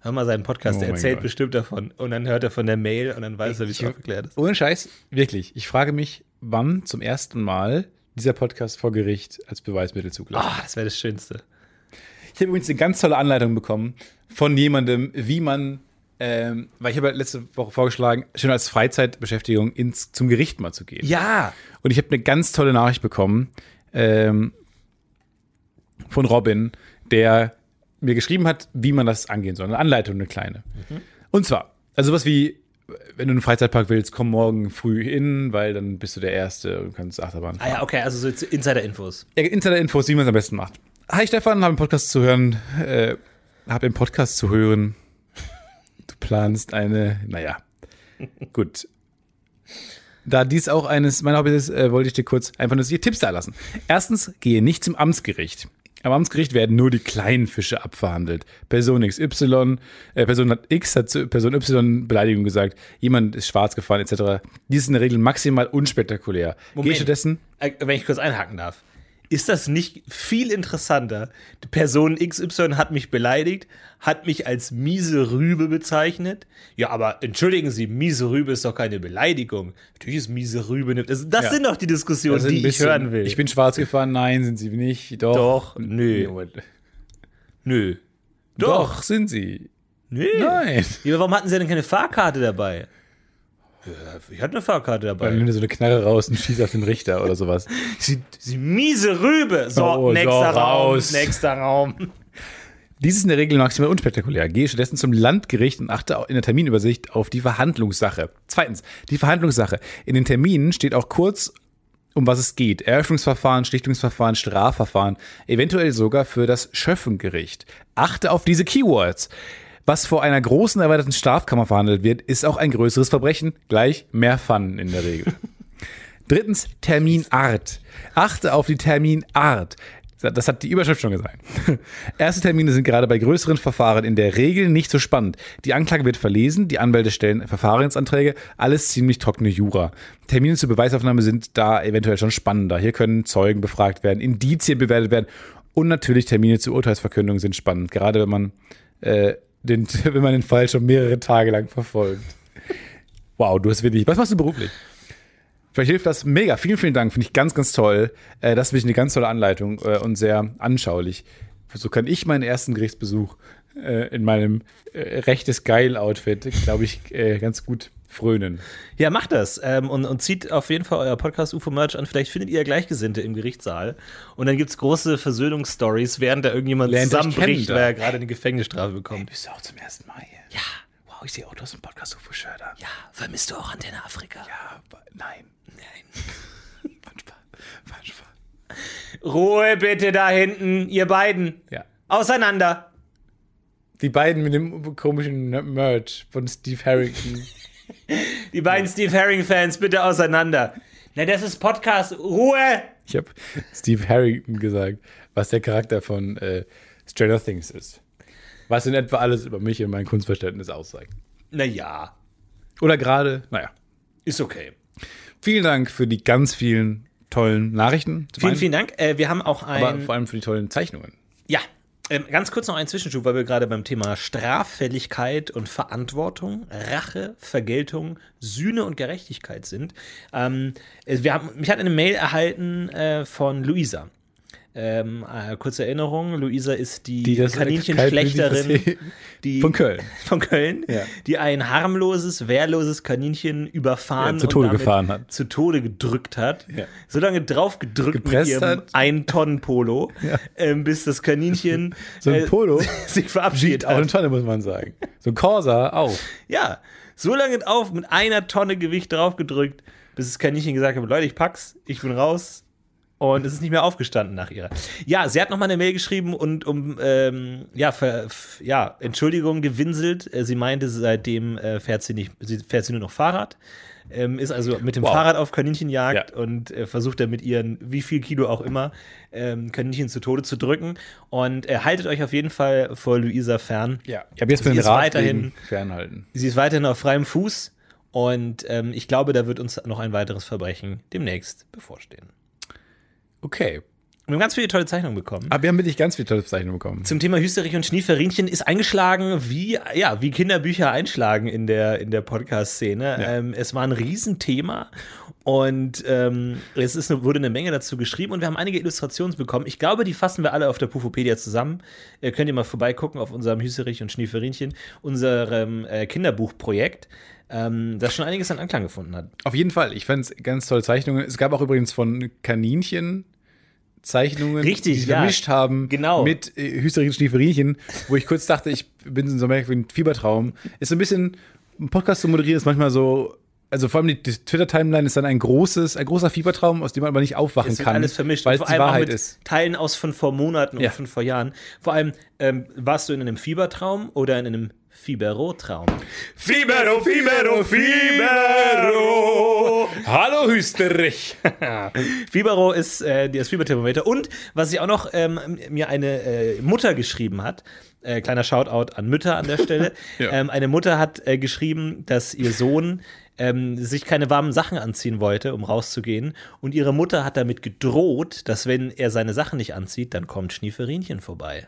[SPEAKER 4] Hör mal seinen Podcast,
[SPEAKER 5] Oh
[SPEAKER 4] der
[SPEAKER 5] mein
[SPEAKER 4] erzählt
[SPEAKER 5] Gott.
[SPEAKER 4] bestimmt davon. Und dann hört er von der Mail und dann weiß er, wie es
[SPEAKER 5] Ich-
[SPEAKER 4] aufgeklärt ist.
[SPEAKER 5] Ohne Scheiß, wirklich. Ich frage mich, wann zum ersten Mal dieser Podcast vor Gericht als Beweismittel zugelassen
[SPEAKER 4] Ah, das wäre das Schönste.
[SPEAKER 5] Ich habe übrigens eine ganz tolle Anleitung bekommen von jemandem, wie man, ähm, weil ich habe ja letzte Woche vorgeschlagen, schon als Freizeitbeschäftigung ins, zum Gericht mal zu gehen.
[SPEAKER 4] Ja,
[SPEAKER 5] Und ich habe eine ganz tolle Nachricht bekommen ähm, von Robin, der mir geschrieben hat, wie man das angehen soll. Eine Anleitung, eine kleine. Und zwar, also was wie, wenn du einen Freizeitpark willst, komm morgen früh in, weil dann bist du der Erste und kannst Achterbahn
[SPEAKER 4] Ah ja, okay, also so jetzt Insider-Infos.
[SPEAKER 5] Ja, Insider-Infos, wie man es am besten macht. Hi Stefan, hab einen Podcast zu hören. Äh, hab einen Podcast zu hören. Du planst eine, naja, gut. Da dies auch eines meiner Hobbys ist, äh, wollte ich dir kurz einfach nur solche Tipps da lassen. Erstens, gehe nicht zum Amtsgericht. Am Amtsgericht werden nur die kleinen Fische abverhandelt. Person XY, äh, Person hat X hat zu Person Y Beleidigung gesagt, jemand ist schwarz gefahren, etc. Dies ist in der Regel maximal unspektakulär. Gehe
[SPEAKER 4] Moment.
[SPEAKER 5] stattdessen
[SPEAKER 4] Äh, Wenn ich kurz einhaken darf. Ist das nicht viel interessanter? Die Person XY hat mich beleidigt, hat mich als miese Rübe bezeichnet. Ja, aber entschuldigen Sie, miese Rübe ist doch keine Beleidigung. Natürlich ist miese Rübe eine. Das, das
[SPEAKER 5] Ja.
[SPEAKER 4] sind doch die Diskussionen,
[SPEAKER 5] Das ist ein
[SPEAKER 4] die
[SPEAKER 5] bisschen-
[SPEAKER 4] ich hören will.
[SPEAKER 5] Ich bin schwarz gefahren, nein, sind sie nicht. Doch.
[SPEAKER 4] Doch, nö.
[SPEAKER 5] Doch,
[SPEAKER 4] Nö. Doch.
[SPEAKER 5] sind sie.
[SPEAKER 4] Nö.
[SPEAKER 5] Nein.
[SPEAKER 4] Ja, aber warum hatten Sie denn keine Fahrkarte dabei? Ja, Ich hatte eine Fahrkarte
[SPEAKER 5] Dann
[SPEAKER 4] dabei.
[SPEAKER 5] nimmt er so eine Knarre raus und schießt auf den Richter oder sowas.
[SPEAKER 4] Sie, Sie miese Rübe. So,
[SPEAKER 5] Oh, so,
[SPEAKER 4] nächster Raum.
[SPEAKER 5] raus.
[SPEAKER 4] Nächster Raum.
[SPEAKER 5] Dies ist in der Regel maximal unspektakulär. Gehe stattdessen zum Landgericht und achte in der Terminübersicht auf die Verhandlungssache. Zweitens, die Verhandlungssache. In den Terminen steht auch kurz, um was es geht. Eröffnungsverfahren, Schlichtungsverfahren, Strafverfahren, eventuell sogar für das Schöffengericht. Achte auf diese Keywords. Was vor einer großen erweiterten Strafkammer verhandelt wird, ist auch ein größeres Verbrechen, gleich mehr Pfannen in der Regel. Drittens, Terminart. Achte auf die Terminart. Das hat die Überschrift schon gesagt. [laughs] Erste Termine sind gerade bei größeren Verfahren in der Regel nicht so spannend. Die Anklage wird verlesen, die Anwälte stellen Verfahrensanträge, alles ziemlich trockene Jura. Termine zur Beweisaufnahme sind da eventuell schon spannender. Hier können Zeugen befragt werden, Indizien bewertet werden und natürlich Termine zur Urteilsverkündung sind spannend, gerade wenn man, äh, den, [laughs] wenn man den Fall schon mehrere Tage lang verfolgt. Wow, du hast wirklich. Was machst du beruflich? Vielleicht hilft das mega. Vielen, vielen Dank. Finde ich ganz, ganz toll. Äh, das ist wirklich eine ganz tolle Anleitung äh, und sehr anschaulich. So kann ich meinen ersten Gerichtsbesuch äh, in meinem äh, rechtes Geil-Outfit, glaube ich, äh, ganz gut frönen.
[SPEAKER 4] Ja, macht das ähm, und, und zieht auf jeden Fall euer Podcast UFO Merch an. Vielleicht findet ihr Gleichgesinnte im Gerichtssaal. Und dann gibt's große Versöhnungsstories, während da irgendjemand
[SPEAKER 5] Lernt euch
[SPEAKER 4] zusammenbricht,
[SPEAKER 5] kennen,
[SPEAKER 4] weil er
[SPEAKER 5] da.
[SPEAKER 4] gerade eine Gefängnisstrafe bekommt.
[SPEAKER 5] Bist du auch zum ersten Mal hier?
[SPEAKER 4] Ja, wow,
[SPEAKER 5] ich sehe Autos im Podcast so viel Schöder.
[SPEAKER 4] Ja, vermisst du auch Antenne Afrika?
[SPEAKER 5] Ja, wa- nein. Nein. manchmal, manchmal.
[SPEAKER 4] Ruhe bitte da hinten, ihr beiden.
[SPEAKER 5] Ja.
[SPEAKER 4] Auseinander.
[SPEAKER 5] Die beiden mit dem komischen Merch von Steve Harrington.
[SPEAKER 4] Die beiden Steve Herring-Fans, bitte auseinander. Na, das ist Podcast. Ruhe!
[SPEAKER 5] ich habe Steve Harrington gesagt, was der Charakter von äh, Stranger Things ist. Was in etwa alles über mich und mein Kunstverständnis aussagt.
[SPEAKER 4] Naja,
[SPEAKER 5] Oder gerade, naja.
[SPEAKER 4] ist okay.
[SPEAKER 5] Vielen Dank für die ganz vielen tollen Nachrichten. Zum
[SPEAKER 4] Vielen,
[SPEAKER 5] einen,
[SPEAKER 4] vielen Dank. Äh, wir haben auch
[SPEAKER 5] Aber
[SPEAKER 4] ein.
[SPEAKER 5] vor allem für die tollen Zeichnungen.
[SPEAKER 4] Ja, ähm, ganz kurz noch einen Zwischenschub, weil wir gerade beim Thema Straffälligkeit und Verantwortung, Rache, Vergeltung, Sühne und Gerechtigkeit sind. Ähm, äh, wir haben, mich hat eine Mail erhalten äh, von Luisa. Ähm, äh, kurze Erinnerung, Luisa ist die,
[SPEAKER 5] Die das- [laughs]
[SPEAKER 4] Kaninchenschlechterin die,
[SPEAKER 5] Von Köln.
[SPEAKER 4] [laughs] von Köln,
[SPEAKER 5] Ja.
[SPEAKER 4] die ein harmloses, wehrloses Kaninchen überfahren
[SPEAKER 5] Ja, zu Tode
[SPEAKER 4] und damit
[SPEAKER 5] gefahren hat.
[SPEAKER 4] zu Tode gedrückt hat.
[SPEAKER 5] Ja.
[SPEAKER 4] So lange drauf gedrückt
[SPEAKER 5] Gepresst
[SPEAKER 4] mit ihrem
[SPEAKER 5] hat.
[SPEAKER 4] Ein-Tonnen-Polo, ähm, bis das Kaninchen
[SPEAKER 5] So ein
[SPEAKER 4] äh,
[SPEAKER 5] Polo
[SPEAKER 4] [laughs] sich verabschiedet
[SPEAKER 5] Auch eine
[SPEAKER 4] hat.
[SPEAKER 5] Tonne, muss man sagen. So ein Corsa auch.
[SPEAKER 4] Ja, so lange drauf mit einer Tonne Gewicht draufgedrückt, bis das Kaninchen gesagt hat, Leute, ich pack's, ich bin raus. Und es ist nicht mehr aufgestanden nach ihrer. Ja, sie hat nochmal eine Mail geschrieben und um, ähm, ja, ver, f, ja, Entschuldigung gewinselt. Äh, Sie meinte, seitdem äh, fährt, sie nicht, sie fährt sie nur noch Fahrrad. Ähm, ist also mit dem
[SPEAKER 5] Wow.
[SPEAKER 4] Fahrrad auf Kaninchenjagd
[SPEAKER 5] Ja.
[SPEAKER 4] und äh, versucht damit ihren, wie viel Kilo auch immer, ähm, Kaninchen zu Tode zu drücken. Und äh, haltet euch auf jeden Fall vor Luisa fern.
[SPEAKER 5] Ja. Ich habe jetzt
[SPEAKER 4] Sie
[SPEAKER 5] für den
[SPEAKER 4] ist
[SPEAKER 5] Rat
[SPEAKER 4] weiterhin-
[SPEAKER 5] wegen fernhalten.
[SPEAKER 4] Sie ist weiterhin auf freiem Fuß und ähm, ich glaube, da wird uns noch ein weiteres Verbrechen demnächst bevorstehen.
[SPEAKER 5] Okay.
[SPEAKER 4] Wir haben ganz viele tolle Zeichnungen bekommen.
[SPEAKER 5] Aber Ah, wir haben wirklich ganz viele tolle Zeichnungen bekommen.
[SPEAKER 4] Zum Thema Hüsterich und Schnieferinchen ist eingeschlagen, wie, ja, wie Kinderbücher einschlagen in der, in der Podcast-Szene. Ähm, es war ein Riesenthema und ähm, es ist, eine- wurde eine Menge dazu geschrieben und wir haben einige Illustrationen bekommen. Ich glaube, die fassen wir alle auf der Pufopedia zusammen. Äh, könnt ihr mal vorbeigucken auf unserem Hüsterich und Schnieferinchen, unserem äh, Kinderbuchprojekt, ähm, das schon einiges an Anklang gefunden hat.
[SPEAKER 5] Auf jeden Fall. Ich fand es ganz tolle Zeichnungen. Es gab auch übrigens von Kaninchen Zeichnungen,
[SPEAKER 4] Richtig,
[SPEAKER 5] die sie
[SPEAKER 4] ja.
[SPEAKER 5] vermischt haben
[SPEAKER 4] Genau.
[SPEAKER 5] mit äh, hysterischen Schnieferinchen, wo ich kurz dachte, ich bin in so einem merkwürdigen Fiebertraum. Ist so ein bisschen, ein Podcast zu moderieren ist manchmal so, also vor allem die, die Twitter-Timeline ist dann ein großes, ein großer Fiebertraum, aus dem man aber nicht aufwachen
[SPEAKER 4] Es wird
[SPEAKER 5] kann,
[SPEAKER 4] alles vermischt.
[SPEAKER 5] weil
[SPEAKER 4] Und
[SPEAKER 5] es
[SPEAKER 4] vor
[SPEAKER 5] die
[SPEAKER 4] allem auch
[SPEAKER 5] Wahrheit
[SPEAKER 4] mit
[SPEAKER 5] ist.
[SPEAKER 4] Teilen aus von vor Monaten
[SPEAKER 5] Ja.
[SPEAKER 4] und von vor Jahren. Vor allem, ähm, warst du in einem Fiebertraum oder in einem Fieberotraum?
[SPEAKER 5] Fiebero, Fiebero, Fiebero! Hallo Hüsterich!
[SPEAKER 4] Fibero ist äh, das Fieberthermometer. Und was ich auch noch ähm, mir eine äh, Mutter geschrieben hat, äh, kleiner Shoutout an Mütter an der Stelle.
[SPEAKER 5] [laughs] Ja.
[SPEAKER 4] ähm, eine Mutter hat äh, geschrieben, dass ihr Sohn ähm, sich keine warmen Sachen anziehen wollte, um rauszugehen. Und ihre Mutter hat damit gedroht, dass wenn er seine Sachen nicht anzieht, dann kommt Schnieferinchen vorbei.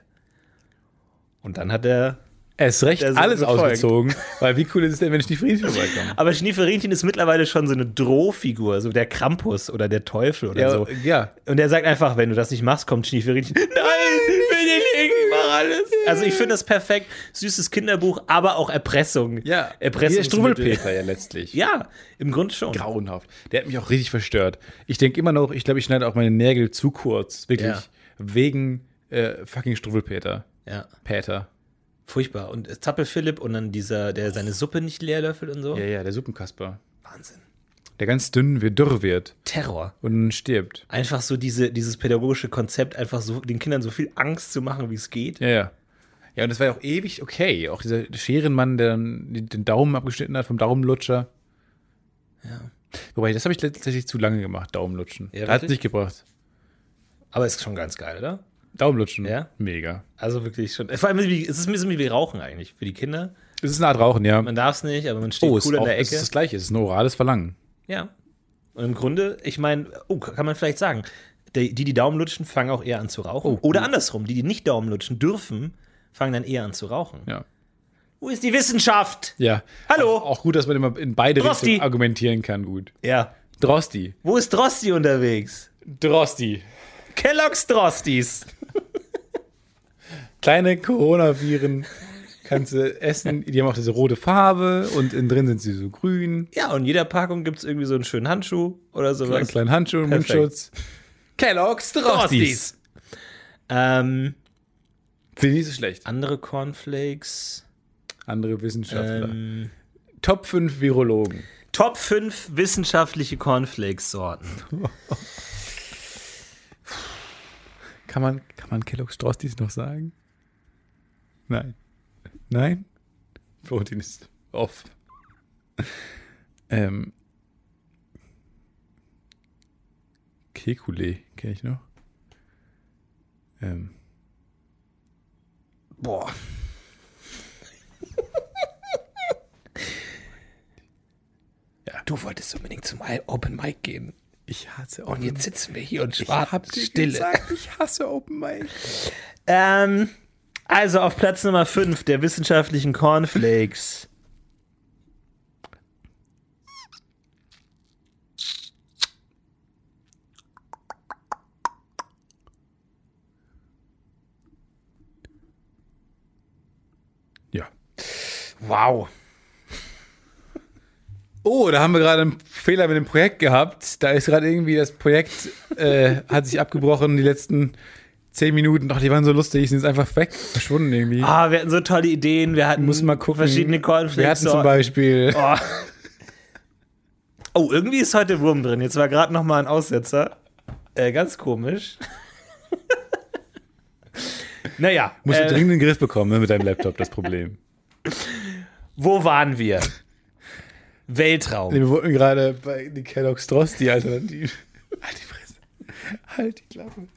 [SPEAKER 4] Und dann hat er
[SPEAKER 5] Er ist recht,
[SPEAKER 4] Der Sinn
[SPEAKER 5] alles
[SPEAKER 4] befolgt.
[SPEAKER 5] ausgezogen, weil wie cool ist es denn, wenn Schnieferinchen vorbeikommen?
[SPEAKER 4] Aber Schnieferinchen ist mittlerweile schon so eine Drohfigur, so der Krampus oder der Teufel oder
[SPEAKER 5] Ja,
[SPEAKER 4] so.
[SPEAKER 5] Also, ja.
[SPEAKER 4] Und er sagt einfach, wenn du das nicht machst, kommt Schnieferinchen. Nein, will ich nicht, ich mach alles. Also ich finde das perfekt. Süßes Kinderbuch, aber auch Erpressung.
[SPEAKER 5] Ja,
[SPEAKER 4] Erpressung.
[SPEAKER 5] Hier Struwwelpeter ja letztlich. [laughs]
[SPEAKER 4] Ja, im Grunde schon.
[SPEAKER 5] Grauenhaft. Der hat mich auch richtig verstört. Ich denke immer noch, ich glaube, ich schneide auch meine Nägel zu kurz. Wirklich.
[SPEAKER 4] Ja.
[SPEAKER 5] Wegen äh, fucking Struwwelpeter.
[SPEAKER 4] Ja,
[SPEAKER 5] Peter.
[SPEAKER 4] furchtbar. Und äh, Zappel Philipp und dann dieser, der seine Suppe nicht leer löffelt und so.
[SPEAKER 5] Ja, ja, der Suppenkasper.
[SPEAKER 4] Wahnsinn.
[SPEAKER 5] Der ganz dünn wird, dürr wird
[SPEAKER 4] Terror.
[SPEAKER 5] und stirbt.
[SPEAKER 4] Einfach so diese, dieses pädagogische Konzept, einfach so den Kindern so viel Angst zu machen, wie es geht.
[SPEAKER 5] Ja, ja. Ja, und das war ja auch ewig okay. Auch dieser Scherenmann, der dann die- den Daumen abgeschnitten hat vom Daumenlutscher. Ja. Wobei, das habe ich tatsächlich zu lange gemacht, Daumenlutschen.
[SPEAKER 4] Ja,
[SPEAKER 5] hat
[SPEAKER 4] wirklich?
[SPEAKER 5] nicht gebracht.
[SPEAKER 4] Aber ist schon ganz geil, oder?
[SPEAKER 5] Daumenlutschen.
[SPEAKER 4] Ja?
[SPEAKER 5] Mega.
[SPEAKER 4] Also wirklich schon. Vor allem, wie- es ist ein bisschen wie Rauchen eigentlich für die Kinder.
[SPEAKER 5] Es ist eine Art Rauchen, ja.
[SPEAKER 4] Man darf es nicht, aber man steht
[SPEAKER 5] es
[SPEAKER 4] cool in
[SPEAKER 5] auch-
[SPEAKER 4] der
[SPEAKER 5] Es
[SPEAKER 4] Ecke.
[SPEAKER 5] Oh, ist das Gleiche, es ist ein orales Verlangen.
[SPEAKER 4] Ja. Und im Grunde, ich meine, oh, kann man vielleicht sagen, die, die die Daumen lutschen, fangen auch eher an zu rauchen.
[SPEAKER 5] Oh,
[SPEAKER 4] Oder andersrum, die, die nicht Daumen lutschen dürfen, fangen dann eher an zu rauchen.
[SPEAKER 5] Ja.
[SPEAKER 4] Wo ist die Wissenschaft?
[SPEAKER 5] Ja.
[SPEAKER 4] Hallo?
[SPEAKER 5] Auch, auch gut, dass man immer in beide
[SPEAKER 4] Oh. Drosti.
[SPEAKER 5] Richtungen argumentieren kann, gut.
[SPEAKER 4] Ja.
[SPEAKER 5] Drosti.
[SPEAKER 4] Wo ist Drosti unterwegs?
[SPEAKER 5] Drosti.
[SPEAKER 4] Kellogg's Drostis.
[SPEAKER 5] Kleine Coronaviren kannst du essen. Die haben auch diese rote Farbe und innen drin sind sie so grün.
[SPEAKER 4] Ja, und in jeder Packung gibt es irgendwie so einen schönen Handschuh oder sowas.
[SPEAKER 5] Einen kleinen Handschuh, und
[SPEAKER 4] Perfekt.
[SPEAKER 5] Mundschutz. Kellogg's Drostis.
[SPEAKER 4] Drostis. Ähm,
[SPEAKER 5] Finde ich nicht so schlecht.
[SPEAKER 4] andere Cornflakes.
[SPEAKER 5] andere Wissenschaftler.
[SPEAKER 4] Ähm,
[SPEAKER 5] Top 5 Virologen.
[SPEAKER 4] Top 5 wissenschaftliche Cornflakes-Sorten.
[SPEAKER 5] Kann man, kann man Kellogg's Strostis noch sagen? Nein. Nein? Florentin ist off. Ähm. Kekulé kenne ich noch. Ähm.
[SPEAKER 4] Boah.
[SPEAKER 5] Du wolltest unbedingt zum Open Mic gehen. Ich hasse Open Mic.
[SPEAKER 4] sitzen wir hier und
[SPEAKER 5] ich hab dir gesagt, ich hasse Open Mic.
[SPEAKER 4] Ähm, also auf Platz Nummer 5 der wissenschaftlichen Cornflakes.
[SPEAKER 5] Ja.
[SPEAKER 4] Wow.
[SPEAKER 5] Oh, da haben wir gerade einen Fehler mit dem Projekt gehabt. Da ist gerade irgendwie das Projekt äh, hat sich abgebrochen. Die letzten zehn Minuten, ach, die waren so lustig, sind jetzt einfach weg, verschwunden irgendwie.
[SPEAKER 4] Ah, wir hatten so tolle Ideen. Wir hatten
[SPEAKER 5] Muss mal gucken. Wir
[SPEAKER 4] verschiedene
[SPEAKER 5] hatten
[SPEAKER 4] Cornflakes.
[SPEAKER 5] zum Beispiel
[SPEAKER 4] oh. oh, irgendwie ist heute Wurm drin. Jetzt war gerade noch mal ein Aussetzer. Äh, ganz komisch. [laughs] naja,
[SPEAKER 5] musst du
[SPEAKER 4] äh,
[SPEAKER 5] dringend in den Griff bekommen ne, mit deinem Laptop. Das Problem.
[SPEAKER 4] wo waren wir? Weltraum.
[SPEAKER 5] [laughs] Nee, wir wurden gerade bei die Kellogg's Dross die Alternative. halt die Fresse, halt die Klappe.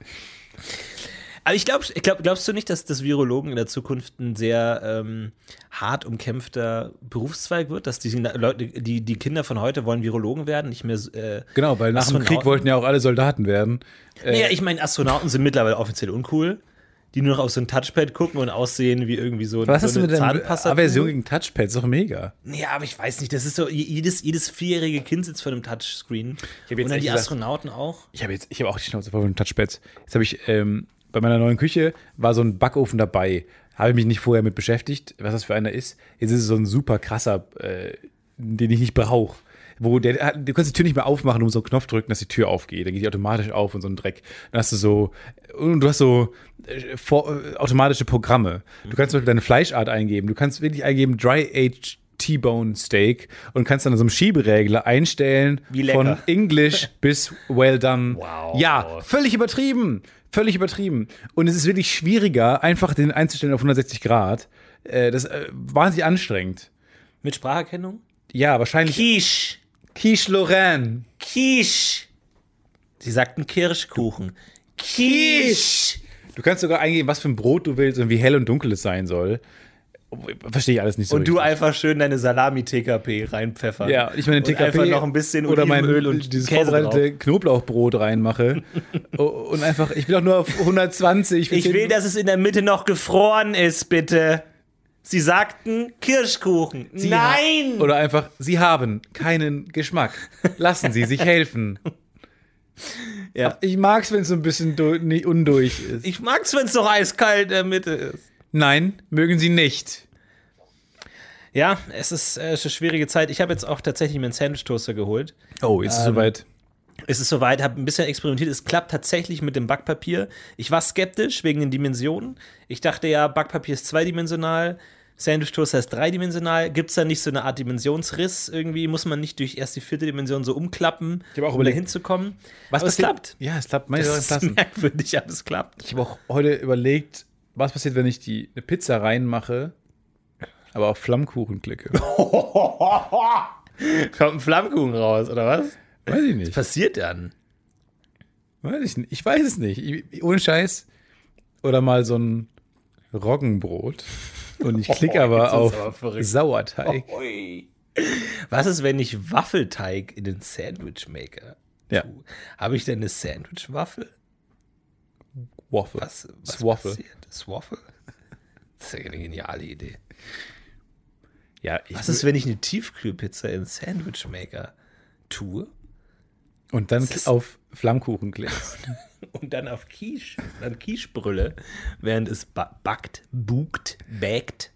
[SPEAKER 4] Aber ich glaube, ich glaub, glaubst du nicht, dass das Virologen in der Zukunft ein sehr ähm, hart umkämpfter Berufszweig wird? Dass die Leute, die, die Kinder von heute wollen Virologen werden, nicht mehr. Äh,
[SPEAKER 5] Genau, weil nach dem Krieg
[SPEAKER 4] Astronauten?
[SPEAKER 5] wollten ja auch alle Soldaten werden.
[SPEAKER 4] Naja, ich meine, Astronauten sind mittlerweile offiziell uncool, die nur noch auf so ein Touchpad gucken und aussehen wie irgendwie so,
[SPEAKER 5] Was
[SPEAKER 4] so
[SPEAKER 5] hast du mit deiner
[SPEAKER 4] Zahnpasta.
[SPEAKER 5] Aversion gegen Touchpads? Doch mega.
[SPEAKER 4] Ja, aber ich weiß nicht, das ist so, je- jedes, jedes vierjährige Kind sitzt vor einem Touchscreen.
[SPEAKER 5] hab jetzt
[SPEAKER 4] und dann
[SPEAKER 5] ehrlich
[SPEAKER 4] die
[SPEAKER 5] gesagt-
[SPEAKER 4] Astronauten auch.
[SPEAKER 5] Ich habe jetzt, ich habe auch die Schnauze voll von Touchpads. Jetzt habe ich ähm, bei meiner neuen Küche war so ein Backofen dabei. Habe ich mich nicht vorher mit beschäftigt, was das für einer ist. Jetzt ist es so ein super krasser, äh, den ich nicht brauche. Wo der, hat- du kannst die Tür nicht mehr aufmachen, du musst so einen Knopf drücken, dass die Tür aufgeht. Dann geht die automatisch auf und so ein Dreck. Dann hast du so, und du hast so äh, vor, äh, automatische Programme. Du kannst zum Beispiel deine Fleischart eingeben. Du kannst wirklich eingeben Dry Aged T-Bone Steak und kannst dann an so einem Schieberegler einstellen
[SPEAKER 4] Wie
[SPEAKER 5] von
[SPEAKER 4] lecker. [laughs]
[SPEAKER 5] English bis Well Done.
[SPEAKER 4] Wow.
[SPEAKER 5] Ja, völlig übertrieben. Völlig übertrieben. Und es ist wirklich schwieriger, einfach den einzustellen auf 160 Grad. Äh, Das äh, wahnsinnig anstrengend.
[SPEAKER 4] Mit Spracherkennung?
[SPEAKER 5] Ja, wahrscheinlich.
[SPEAKER 4] Quiche!
[SPEAKER 5] Quiche Lorraine.
[SPEAKER 4] Quiche! Sie sagten Kirschkuchen. Quiche!
[SPEAKER 5] Du kannst sogar eingeben, was für ein Brot du willst und wie hell und dunkel es sein soll. Verstehe ich alles nicht so
[SPEAKER 4] Und du
[SPEAKER 5] richtig.
[SPEAKER 4] einfach schön deine Salami-TKP reinpfeffern.
[SPEAKER 5] Ja, ich meine,
[SPEAKER 4] Und
[SPEAKER 5] TKP
[SPEAKER 4] einfach noch ein bisschen
[SPEAKER 5] oder mein
[SPEAKER 4] Olivenöl und
[SPEAKER 5] dieses
[SPEAKER 4] Käse
[SPEAKER 5] vorbereitete Knoblauchbrot
[SPEAKER 4] [laughs]
[SPEAKER 5] reinmache. O- und einfach, ich will doch nur auf 120.
[SPEAKER 4] Ich will, dass es in der Mitte noch gefroren ist, bitte. Sie sagten Kirschkuchen.
[SPEAKER 5] Sie ha-
[SPEAKER 4] Nein!
[SPEAKER 5] Oder einfach, sie haben keinen Geschmack. Lassen Sie sich helfen.
[SPEAKER 4] Ja.
[SPEAKER 5] Ich mag's, wenn es so ein bisschen du- ni- undurch ist.
[SPEAKER 4] Ich mag's, wenn's noch eiskalt in der Mitte ist.
[SPEAKER 5] Nein, mögen Sie nicht.
[SPEAKER 4] Ja, es ist, äh, es ist eine schwierige Zeit. Ich habe jetzt auch tatsächlich mir einen Sandwich-Toaster geholt.
[SPEAKER 5] Oh, jetzt ist es soweit.
[SPEAKER 4] Es ist soweit, habe ein bisschen experimentiert. Es klappt tatsächlich mit dem Backpapier. Ich war skeptisch wegen den Dimensionen. Ich dachte ja, Backpapier ist zweidimensional, Sandwich-Toaster ist dreidimensional. Gibt es da nicht so eine Art Dimensionsriss irgendwie? Muss man nicht durch erst die vierte Dimension so umklappen,
[SPEAKER 5] Ich hab auch
[SPEAKER 4] um da
[SPEAKER 5] überlegt,
[SPEAKER 4] hinzukommen?
[SPEAKER 5] Was
[SPEAKER 4] Aber es
[SPEAKER 5] passiert-
[SPEAKER 4] klappt.
[SPEAKER 5] Ja, es klappt. Meine
[SPEAKER 4] Das
[SPEAKER 5] Sachen
[SPEAKER 4] ist [laughs]
[SPEAKER 5] passen.
[SPEAKER 4] merkwürdig, aber es klappt.
[SPEAKER 5] Ich habe auch heute überlegt, was passiert, wenn ich die, eine Pizza reinmache, aber auf Flammkuchen
[SPEAKER 4] [laughs]
[SPEAKER 5] klicke.
[SPEAKER 4] Kommt ein Flammkuchen raus, oder was?
[SPEAKER 5] Weiß ich nicht.
[SPEAKER 4] Passiert dann.
[SPEAKER 5] Weiß ich, nicht. ich weiß es nicht. Ich, ohne Scheiß. Oder mal so ein Roggenbrot. Und
[SPEAKER 4] [laughs]
[SPEAKER 5] ich klicke aber
[SPEAKER 4] Oh, jetzt ist
[SPEAKER 5] auf
[SPEAKER 4] aber verrückt. Oh,
[SPEAKER 5] Sauerteig.
[SPEAKER 4] Was ist, wenn ich Waffelteig in den Sandwich maker?
[SPEAKER 5] Ja.
[SPEAKER 4] Habe ich denn eine Sandwich-Waffel?
[SPEAKER 5] Waffle.
[SPEAKER 4] oh. Was, was
[SPEAKER 5] Swaffle.
[SPEAKER 4] passiert? Swaffle? Das ist ja eine geniale Idee.
[SPEAKER 5] Ja, ich
[SPEAKER 4] Was ist, wenn ich eine Tiefkühlpizza in Sandwich Maker tue
[SPEAKER 5] Und dann
[SPEAKER 4] ist-
[SPEAKER 5] auf Flammkuchen
[SPEAKER 4] [laughs]
[SPEAKER 5] klickst.
[SPEAKER 4] und dann auf Quiche, dann Quiche brülle, während es ba backt, bugt, backt?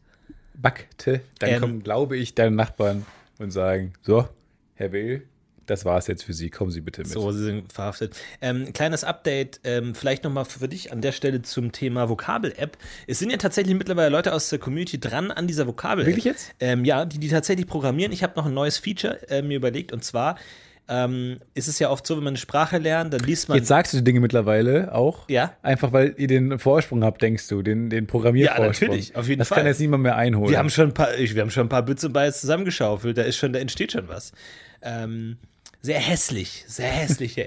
[SPEAKER 5] Backte. Dann
[SPEAKER 4] Ähm.
[SPEAKER 5] kommen, glaube ich, deine Nachbarn und sagen: So, Herr Will, das war es jetzt für Sie. Kommen Sie bitte mit.
[SPEAKER 4] So, sie sind verhaftet. Ähm, kleines Update, ähm, vielleicht nochmal für dich an der Stelle zum Thema Vokabel-App. Es sind ja tatsächlich mittlerweile Leute aus der Community dran an dieser Vokabel-App.
[SPEAKER 5] Wirklich jetzt?
[SPEAKER 4] Ähm, ja, die, die tatsächlich programmieren. Ich habe noch ein neues Feature äh, mir überlegt und zwar ähm, ist es ja oft so, wenn man eine Sprache lernt, dann liest man.
[SPEAKER 5] Jetzt sagst du die Dinge mittlerweile auch.
[SPEAKER 4] Ja.
[SPEAKER 5] Einfach weil ihr den Vorsprung habt, denkst du, den, den Programmiervorsprung.
[SPEAKER 4] Ja, natürlich, auf jeden
[SPEAKER 5] das
[SPEAKER 4] Fall.
[SPEAKER 5] kann jetzt niemand mehr einholen.
[SPEAKER 4] wir haben schon ein paar, ich, wir haben schon ein paar Bits und Bytes zusammengeschaufelt. Da ist schon, da entsteht schon was. Ähm, sehr hässlich, sehr hässliche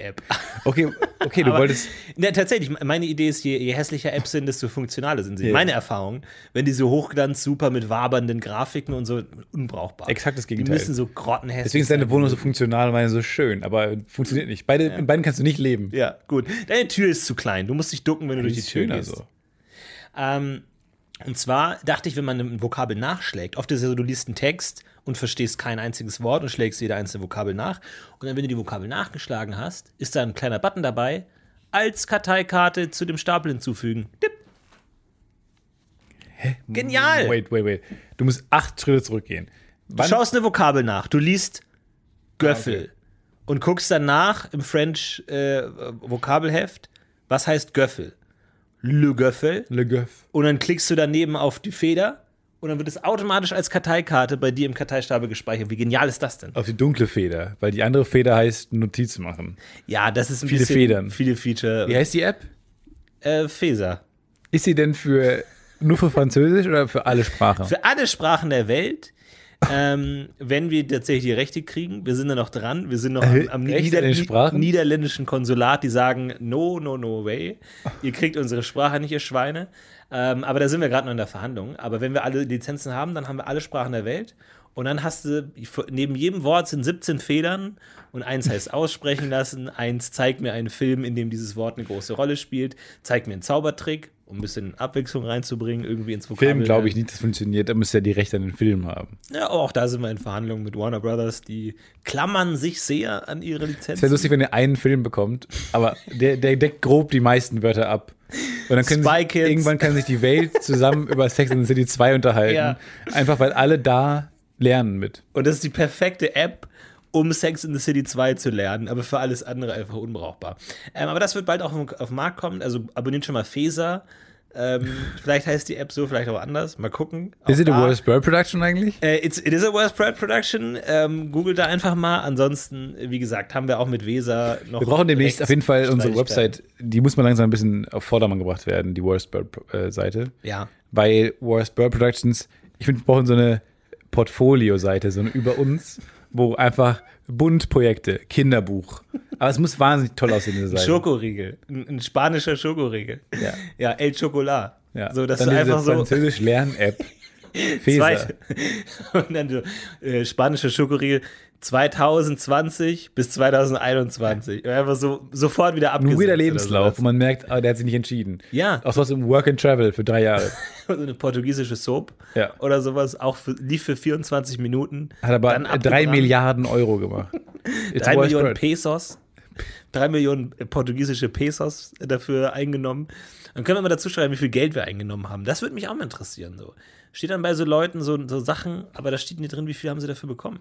[SPEAKER 5] [laughs]
[SPEAKER 4] App.
[SPEAKER 5] okay, okay, du
[SPEAKER 4] [laughs] Aber-
[SPEAKER 5] wolltest.
[SPEAKER 4] Na, tatsächlich, meine Idee ist, je, je hässlicher Apps sind, desto funktionaler sind sie. Meine Erfahrung, wenn die so hochglanz, super mit wabernden Grafiken und so, unbrauchbar.
[SPEAKER 5] Exakt das
[SPEAKER 4] Die
[SPEAKER 5] Gegenteil.
[SPEAKER 4] müssen so grottenhässlich
[SPEAKER 5] Deswegen ist deine
[SPEAKER 4] sein.
[SPEAKER 5] Wohnung so funktional und meine so schön, aber funktioniert nicht. Beide, In beiden kannst du nicht leben.
[SPEAKER 4] Ja, gut. Deine Tür ist zu klein. Du musst dich ducken, wenn du durch die Tür gehst.
[SPEAKER 5] also.
[SPEAKER 4] Ähm, und zwar dachte ich, wenn man ein Vokabel nachschlägt, oft ist es so, du liest einen Text und verstehst kein einziges Wort und schlägst jede einzelne Vokabel nach. Und dann, wenn du die Vokabel nachgeschlagen hast, ist da ein kleiner Button dabei, als Karteikarte zu dem Stapel hinzufügen. Tipp. Genial!
[SPEAKER 5] Wait, wait, wait. Du musst acht Schritte zurückgehen.
[SPEAKER 4] Du
[SPEAKER 5] Wann, Ah,
[SPEAKER 4] schaust eine Vokabel nach, du liest Göffel und guckst danach im French äh, Vokabelheft, was heißt Göffel? Le Göffel.
[SPEAKER 5] Le Goff.
[SPEAKER 4] und dann klickst du daneben auf die Feder und dann wird es automatisch als Karteikarte bei dir im Karteistapel gespeichert. Wie genial ist das denn?
[SPEAKER 5] Auf die dunkle Feder, weil die andere Feder heißt Notiz machen.
[SPEAKER 4] Ja, das ist ein
[SPEAKER 5] Viele
[SPEAKER 4] bisschen
[SPEAKER 5] Federn.
[SPEAKER 4] viele Feature.
[SPEAKER 5] Wie heißt die App?
[SPEAKER 4] Äh, Feser.
[SPEAKER 5] Ist sie denn für nur für Französisch oder für alle Sprachen?
[SPEAKER 4] Für alle Sprachen der Welt, ähm, wenn wir tatsächlich die Rechte kriegen, wir sind da noch dran, wir sind noch am, am
[SPEAKER 5] Rechte in den Sprachen?
[SPEAKER 4] niederländischen Konsulat, die sagen, no, no, no way, ihr kriegt unsere Sprache nicht, ihr Schweine. Ähm, aber da sind wir gerade noch in der Verhandlung. Aber wenn wir alle Lizenzen haben, dann haben wir alle Sprachen der Welt. Und dann hast du, neben jedem Wort sind 17 Federn und eins heißt aussprechen lassen, eins zeigt mir einen Film, in dem dieses Wort eine große Rolle spielt, zeigt mir einen Zaubertrick, um ein bisschen Abwechslung reinzubringen, irgendwie ins Vokabular.
[SPEAKER 5] Film glaube ich nicht, das funktioniert. Da müsst ihr ja die Rechte an den Film haben.
[SPEAKER 4] Ja, aber auch da sind wir in Verhandlungen mit Warner Brothers. Die klammern sich sehr an
[SPEAKER 5] Es
[SPEAKER 4] ihre
[SPEAKER 5] wäre
[SPEAKER 4] Lizenzen.
[SPEAKER 5] lustig, wenn ihr einen Film bekommt, aber der, der deckt grob die meisten Wörter ab. Und dann können
[SPEAKER 4] Spy
[SPEAKER 5] sich,
[SPEAKER 4] Kids.
[SPEAKER 5] irgendwann kann sich die Welt
[SPEAKER 4] [laughs]
[SPEAKER 5] zusammen über Sex and the City 2 unterhalten.
[SPEAKER 4] Ja.
[SPEAKER 5] Einfach weil alle da lernen mit.
[SPEAKER 4] Und das ist die perfekte App, um Sex in the City 2 zu lernen, aber für alles andere einfach unbrauchbar. Ähm, aber das wird bald auch auf, auf den Markt kommen. Also abonniert schon mal Fesa.
[SPEAKER 5] [laughs]
[SPEAKER 4] Ähm, vielleicht heißt die App so, vielleicht auch anders. Mal gucken. Auch
[SPEAKER 5] Is it a
[SPEAKER 4] da-
[SPEAKER 5] Worst Bird Production eigentlich?
[SPEAKER 4] Äh, it's, it is a worst bread production. Ähm, Google da einfach mal. Ansonsten, wie gesagt, haben wir auch mit Weser noch.
[SPEAKER 5] Wir brauchen demnächst auf jeden Fall unsere
[SPEAKER 4] Rechtsstreitigkeiten.
[SPEAKER 5] Website, die muss mal langsam ein bisschen auf Vordermann gebracht werden, die Worst Bird äh, Seite.
[SPEAKER 4] Ja.
[SPEAKER 5] Weil Worst Bird Productions, ich finde, wir brauchen so eine Portfolio-Seite, so eine über uns, wo einfach Buntprojekte, Kinderbuch. Aber es muss wahnsinnig toll aussehen, diese Seite.
[SPEAKER 4] Schokoriegel. Ein, ein spanischer Schokoriegel.
[SPEAKER 5] Ja.
[SPEAKER 4] Ja, El Chocolat.
[SPEAKER 5] Ja.
[SPEAKER 4] So, dass
[SPEAKER 5] Dann
[SPEAKER 4] du
[SPEAKER 5] diese
[SPEAKER 4] einfach so.
[SPEAKER 5] Französisch
[SPEAKER 4] [laughs]
[SPEAKER 5] Lern-App. Feser.
[SPEAKER 4] Zweit, [laughs] und dann so, äh, spanische Schokoriegel 2020 bis 2021. Und Einfach so sofort wieder abgesetzt.
[SPEAKER 5] Nur wieder
[SPEAKER 4] oder
[SPEAKER 5] Lebenslauf, wo
[SPEAKER 4] sowas.
[SPEAKER 5] man merkt, ah, der hat sich nicht entschieden.
[SPEAKER 4] Ja. [laughs]
[SPEAKER 5] Auch sonst im Work and Travel für drei Jahre.
[SPEAKER 4] So eine portugiesische Soap
[SPEAKER 5] Ja.
[SPEAKER 4] oder sowas. Auch für, lief für 24 Minuten.
[SPEAKER 5] Hat aber
[SPEAKER 4] Dann
[SPEAKER 5] drei
[SPEAKER 4] abgebrannt.
[SPEAKER 5] Milliarden Euro
[SPEAKER 4] [laughs]
[SPEAKER 5] gemacht. It's
[SPEAKER 4] drei
[SPEAKER 5] worth
[SPEAKER 4] Millionen
[SPEAKER 5] bird.
[SPEAKER 4] Pesos, drei Millionen äh, portugiesische Pesos dafür eingenommen. Dann können wir mal dazu schreiben, wie viel Geld wir eingenommen haben. Das würde mich auch mal interessieren. So. Steht dann bei so Leuten so, so Sachen, aber da steht nie drin, wie viel haben sie dafür bekommen.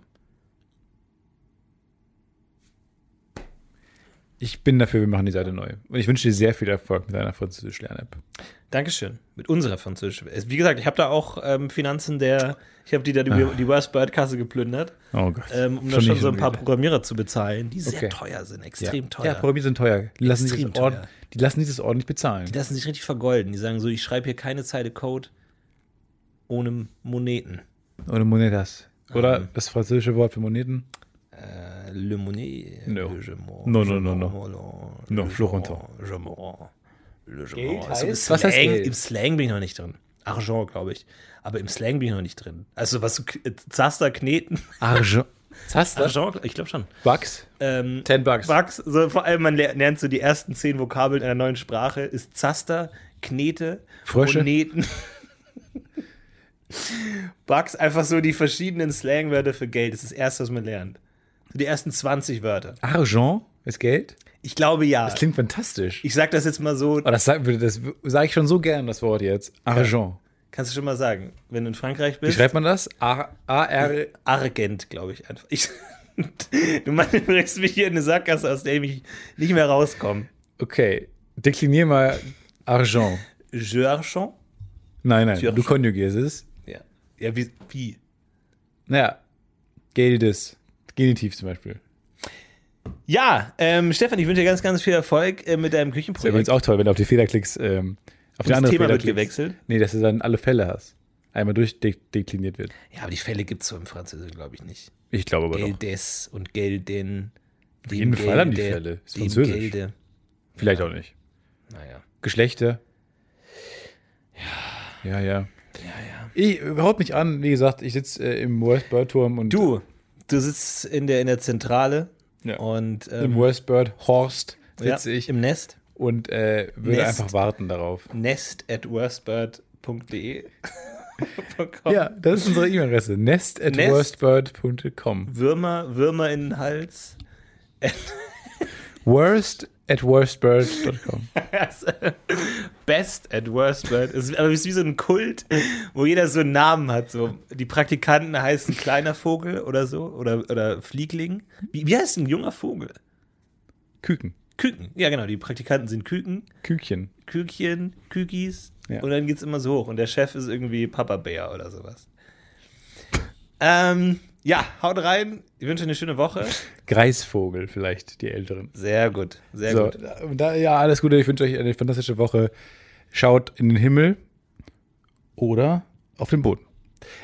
[SPEAKER 5] Ich bin dafür, wir machen die Seite neu. Und ich wünsche dir sehr viel Erfolg mit deiner Französisch Lern-App.
[SPEAKER 4] Dankeschön. Mit unserer französischen. Es- Wie gesagt, ich habe da auch ähm, Finanzen der, ich habe die da die, die Worst Bird Kasse geplündert,
[SPEAKER 5] Oh Gott.
[SPEAKER 4] ähm, um
[SPEAKER 5] Schon
[SPEAKER 4] da Ah. schon
[SPEAKER 5] nicht
[SPEAKER 4] so ein paar
[SPEAKER 5] wieder.
[SPEAKER 4] Programmierer zu bezahlen, die sehr
[SPEAKER 5] Okay.
[SPEAKER 4] teuer sind, extrem teuer.
[SPEAKER 5] Ja, Programmierer sind teuer. Die lassen, sich
[SPEAKER 4] Extrem
[SPEAKER 5] das ord-
[SPEAKER 4] teuer.
[SPEAKER 5] die lassen sich das ordentlich bezahlen.
[SPEAKER 4] Die lassen sich richtig vergolden. Die sagen so, ich schreibe hier keine Zeile Code ohne Moneten.
[SPEAKER 5] Oder Monedas. Oder
[SPEAKER 4] Ähm.
[SPEAKER 5] das französische Wort für Moneten?
[SPEAKER 4] Le Monet, euh,
[SPEAKER 5] No.
[SPEAKER 4] le Gemont,
[SPEAKER 5] No, no,
[SPEAKER 4] Gemont,
[SPEAKER 5] no,
[SPEAKER 4] le
[SPEAKER 5] No,
[SPEAKER 4] Gemont,
[SPEAKER 5] Florentin.
[SPEAKER 4] Gemont, Le
[SPEAKER 5] Geld
[SPEAKER 4] Gemont. Also im,
[SPEAKER 5] heißt- was heißt
[SPEAKER 4] Slang,
[SPEAKER 5] Geld?
[SPEAKER 4] Im Slang bin ich noch nicht drin. Argent, glaube ich. Aber im Slang bin ich noch nicht drin. Also was so K- äh, Zaster kneten.
[SPEAKER 5] Argent. Hast du?
[SPEAKER 4] Argent, ich glaube schon.
[SPEAKER 5] Bucks?
[SPEAKER 4] Ähm,
[SPEAKER 5] Ten Bucks.
[SPEAKER 4] Bugs, so vor allem man ler- lernt so die ersten zehn Vokabeln einer neuen Sprache, ist Zaster, Knete,
[SPEAKER 5] Frösche.
[SPEAKER 4] und [laughs] Neten. Bugs, einfach so die verschiedenen Slangwörter für Geld. Das ist das erste, was man lernt. So die ersten 20 Wörter.
[SPEAKER 5] Argent ist Geld?
[SPEAKER 4] Ich glaube ja.
[SPEAKER 5] Das klingt fantastisch.
[SPEAKER 4] Ich sag das jetzt mal so,
[SPEAKER 5] Oh, das sage das sag ich schon so gern, das Wort jetzt. Argent.
[SPEAKER 4] kannst du schon mal sagen, wenn du in Frankreich
[SPEAKER 5] Wie
[SPEAKER 4] bist.
[SPEAKER 5] schreibt man das? A- A-R.
[SPEAKER 4] Argent, glaube ich [laughs] einfach. Ich, Du meinst, du bringst mich hier in eine Sackgasse, aus der ich mich nicht mehr rauskomme.
[SPEAKER 5] Okay, deklinier mal Argent.
[SPEAKER 4] Je Archon?
[SPEAKER 5] Nein, nein,
[SPEAKER 4] Argent.
[SPEAKER 5] du konjugierst es.
[SPEAKER 4] Ja. Ja, wie? wie?
[SPEAKER 5] Naja, Geldes. Genitiv zum Beispiel.
[SPEAKER 4] Ja, ähm, Stefan, ich wünsche dir ganz, ganz viel Erfolg äh, mit deinem
[SPEAKER 5] Das wäre übrigens
[SPEAKER 4] Küchenprojekt.
[SPEAKER 5] auch toll, wenn du auf die Feder klickst. Ähm, auf
[SPEAKER 4] Und
[SPEAKER 5] die
[SPEAKER 4] das
[SPEAKER 5] andere
[SPEAKER 4] Thema
[SPEAKER 5] Feder
[SPEAKER 4] wird
[SPEAKER 5] klickst.
[SPEAKER 4] gewechselt?
[SPEAKER 5] Nee, dass du dann alle Fälle hast. Einmal durchdekliniert wird.
[SPEAKER 4] Ja, aber die Fälle gibt es so im Französischen, glaube ich, nicht.
[SPEAKER 5] Ich glaube aber doch.
[SPEAKER 4] Geldes und Gelden. Auf
[SPEAKER 5] jeden Fall haben die Fälle. Ist französisch.
[SPEAKER 4] Gelde.
[SPEAKER 5] Vielleicht auch nicht.
[SPEAKER 4] Naja.
[SPEAKER 5] Geschlechter. Ja. Ja, ja. Ich, äh, haut mich an, wie gesagt, ich sitze äh, im Westbird-Turm und
[SPEAKER 4] Du, du sitzt in der, in der Zentrale
[SPEAKER 5] Ja.
[SPEAKER 4] und ähm,
[SPEAKER 5] im Westbird-Horst
[SPEAKER 4] ja,
[SPEAKER 5] sitze ich
[SPEAKER 4] im Nest.
[SPEAKER 5] und äh, würde
[SPEAKER 4] Nest.
[SPEAKER 5] einfach warten darauf.
[SPEAKER 4] Nest at worstbird.de.
[SPEAKER 5] Ja, das ist unsere E-Mail-Adresse. Nest at
[SPEAKER 4] Nest.
[SPEAKER 5] worstbird.com.
[SPEAKER 4] Würmer, Würmer in den Hals.
[SPEAKER 5] Worst at worstbird.com.
[SPEAKER 4] Best at worst bird. Es ist, aber es ist wie so ein Kult, wo jeder so einen Namen hat. So. Die Praktikanten heißen kleiner Vogel oder so oder, oder Fliegling. Wie, wie heißt ein junger Vogel?
[SPEAKER 5] [laughs] Küken.
[SPEAKER 4] Küken. Ja, genau. Die Praktikanten sind Küken,
[SPEAKER 5] Kükchen.
[SPEAKER 4] Kükchen, Kükis.
[SPEAKER 5] Ja.
[SPEAKER 4] Und dann geht's immer so hoch. Und der Chef ist irgendwie Papa Bär oder sowas. Ähm, ja, haut rein. Ich wünsche eine schöne Woche.
[SPEAKER 5] Greisvogel vielleicht, die Älteren.
[SPEAKER 4] [laughs] Sehr gut, sehr
[SPEAKER 5] So,
[SPEAKER 4] gut.
[SPEAKER 5] da- da, ja, alles Gute. Ich wünsche euch eine fantastische Woche. Schaut in den Himmel oder auf den Boden.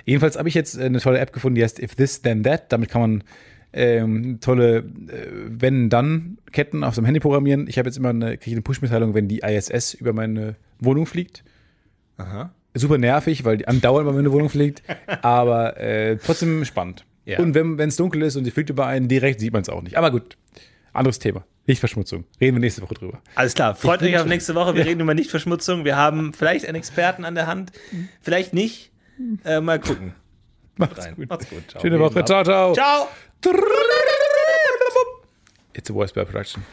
[SPEAKER 5] Jedenfalls habe ich jetzt äh, eine tolle App gefunden, die heißt If This Then That. Damit kann man ähm, tolle äh, Wenn-Dann-Ketten auf seinem Handy programmieren. Ich habe jetzt immer eine, kriege eine Push-Mitteilung, wenn die ISS über meine Wohnung fliegt. Super nervig, weil die andauernd über meine Wohnung fliegt,
[SPEAKER 4] [laughs]
[SPEAKER 5] aber äh, trotzdem spannend.
[SPEAKER 4] Ja.
[SPEAKER 5] Und wenn es dunkel ist und sie fliegt über einen direkt, sieht man es auch nicht. Aber gut, anderes Thema. Lichtverschmutzung. Reden wir nächste Woche drüber.
[SPEAKER 4] Alles klar, freut
[SPEAKER 5] Ich
[SPEAKER 4] euch auf
[SPEAKER 5] wünsche-
[SPEAKER 4] nächste Woche. Wir reden über Nichtverschmutzung. Wir haben vielleicht einen Experten an der Hand, vielleicht nicht. Äh, mal gucken.
[SPEAKER 5] Macht's
[SPEAKER 4] Rein.
[SPEAKER 5] gut.
[SPEAKER 4] Macht's gut. Ciao.
[SPEAKER 5] Schöne Woche.
[SPEAKER 4] Ciao.
[SPEAKER 5] Ciao, ciao.
[SPEAKER 4] Ciao.
[SPEAKER 5] It's a Voice by Production.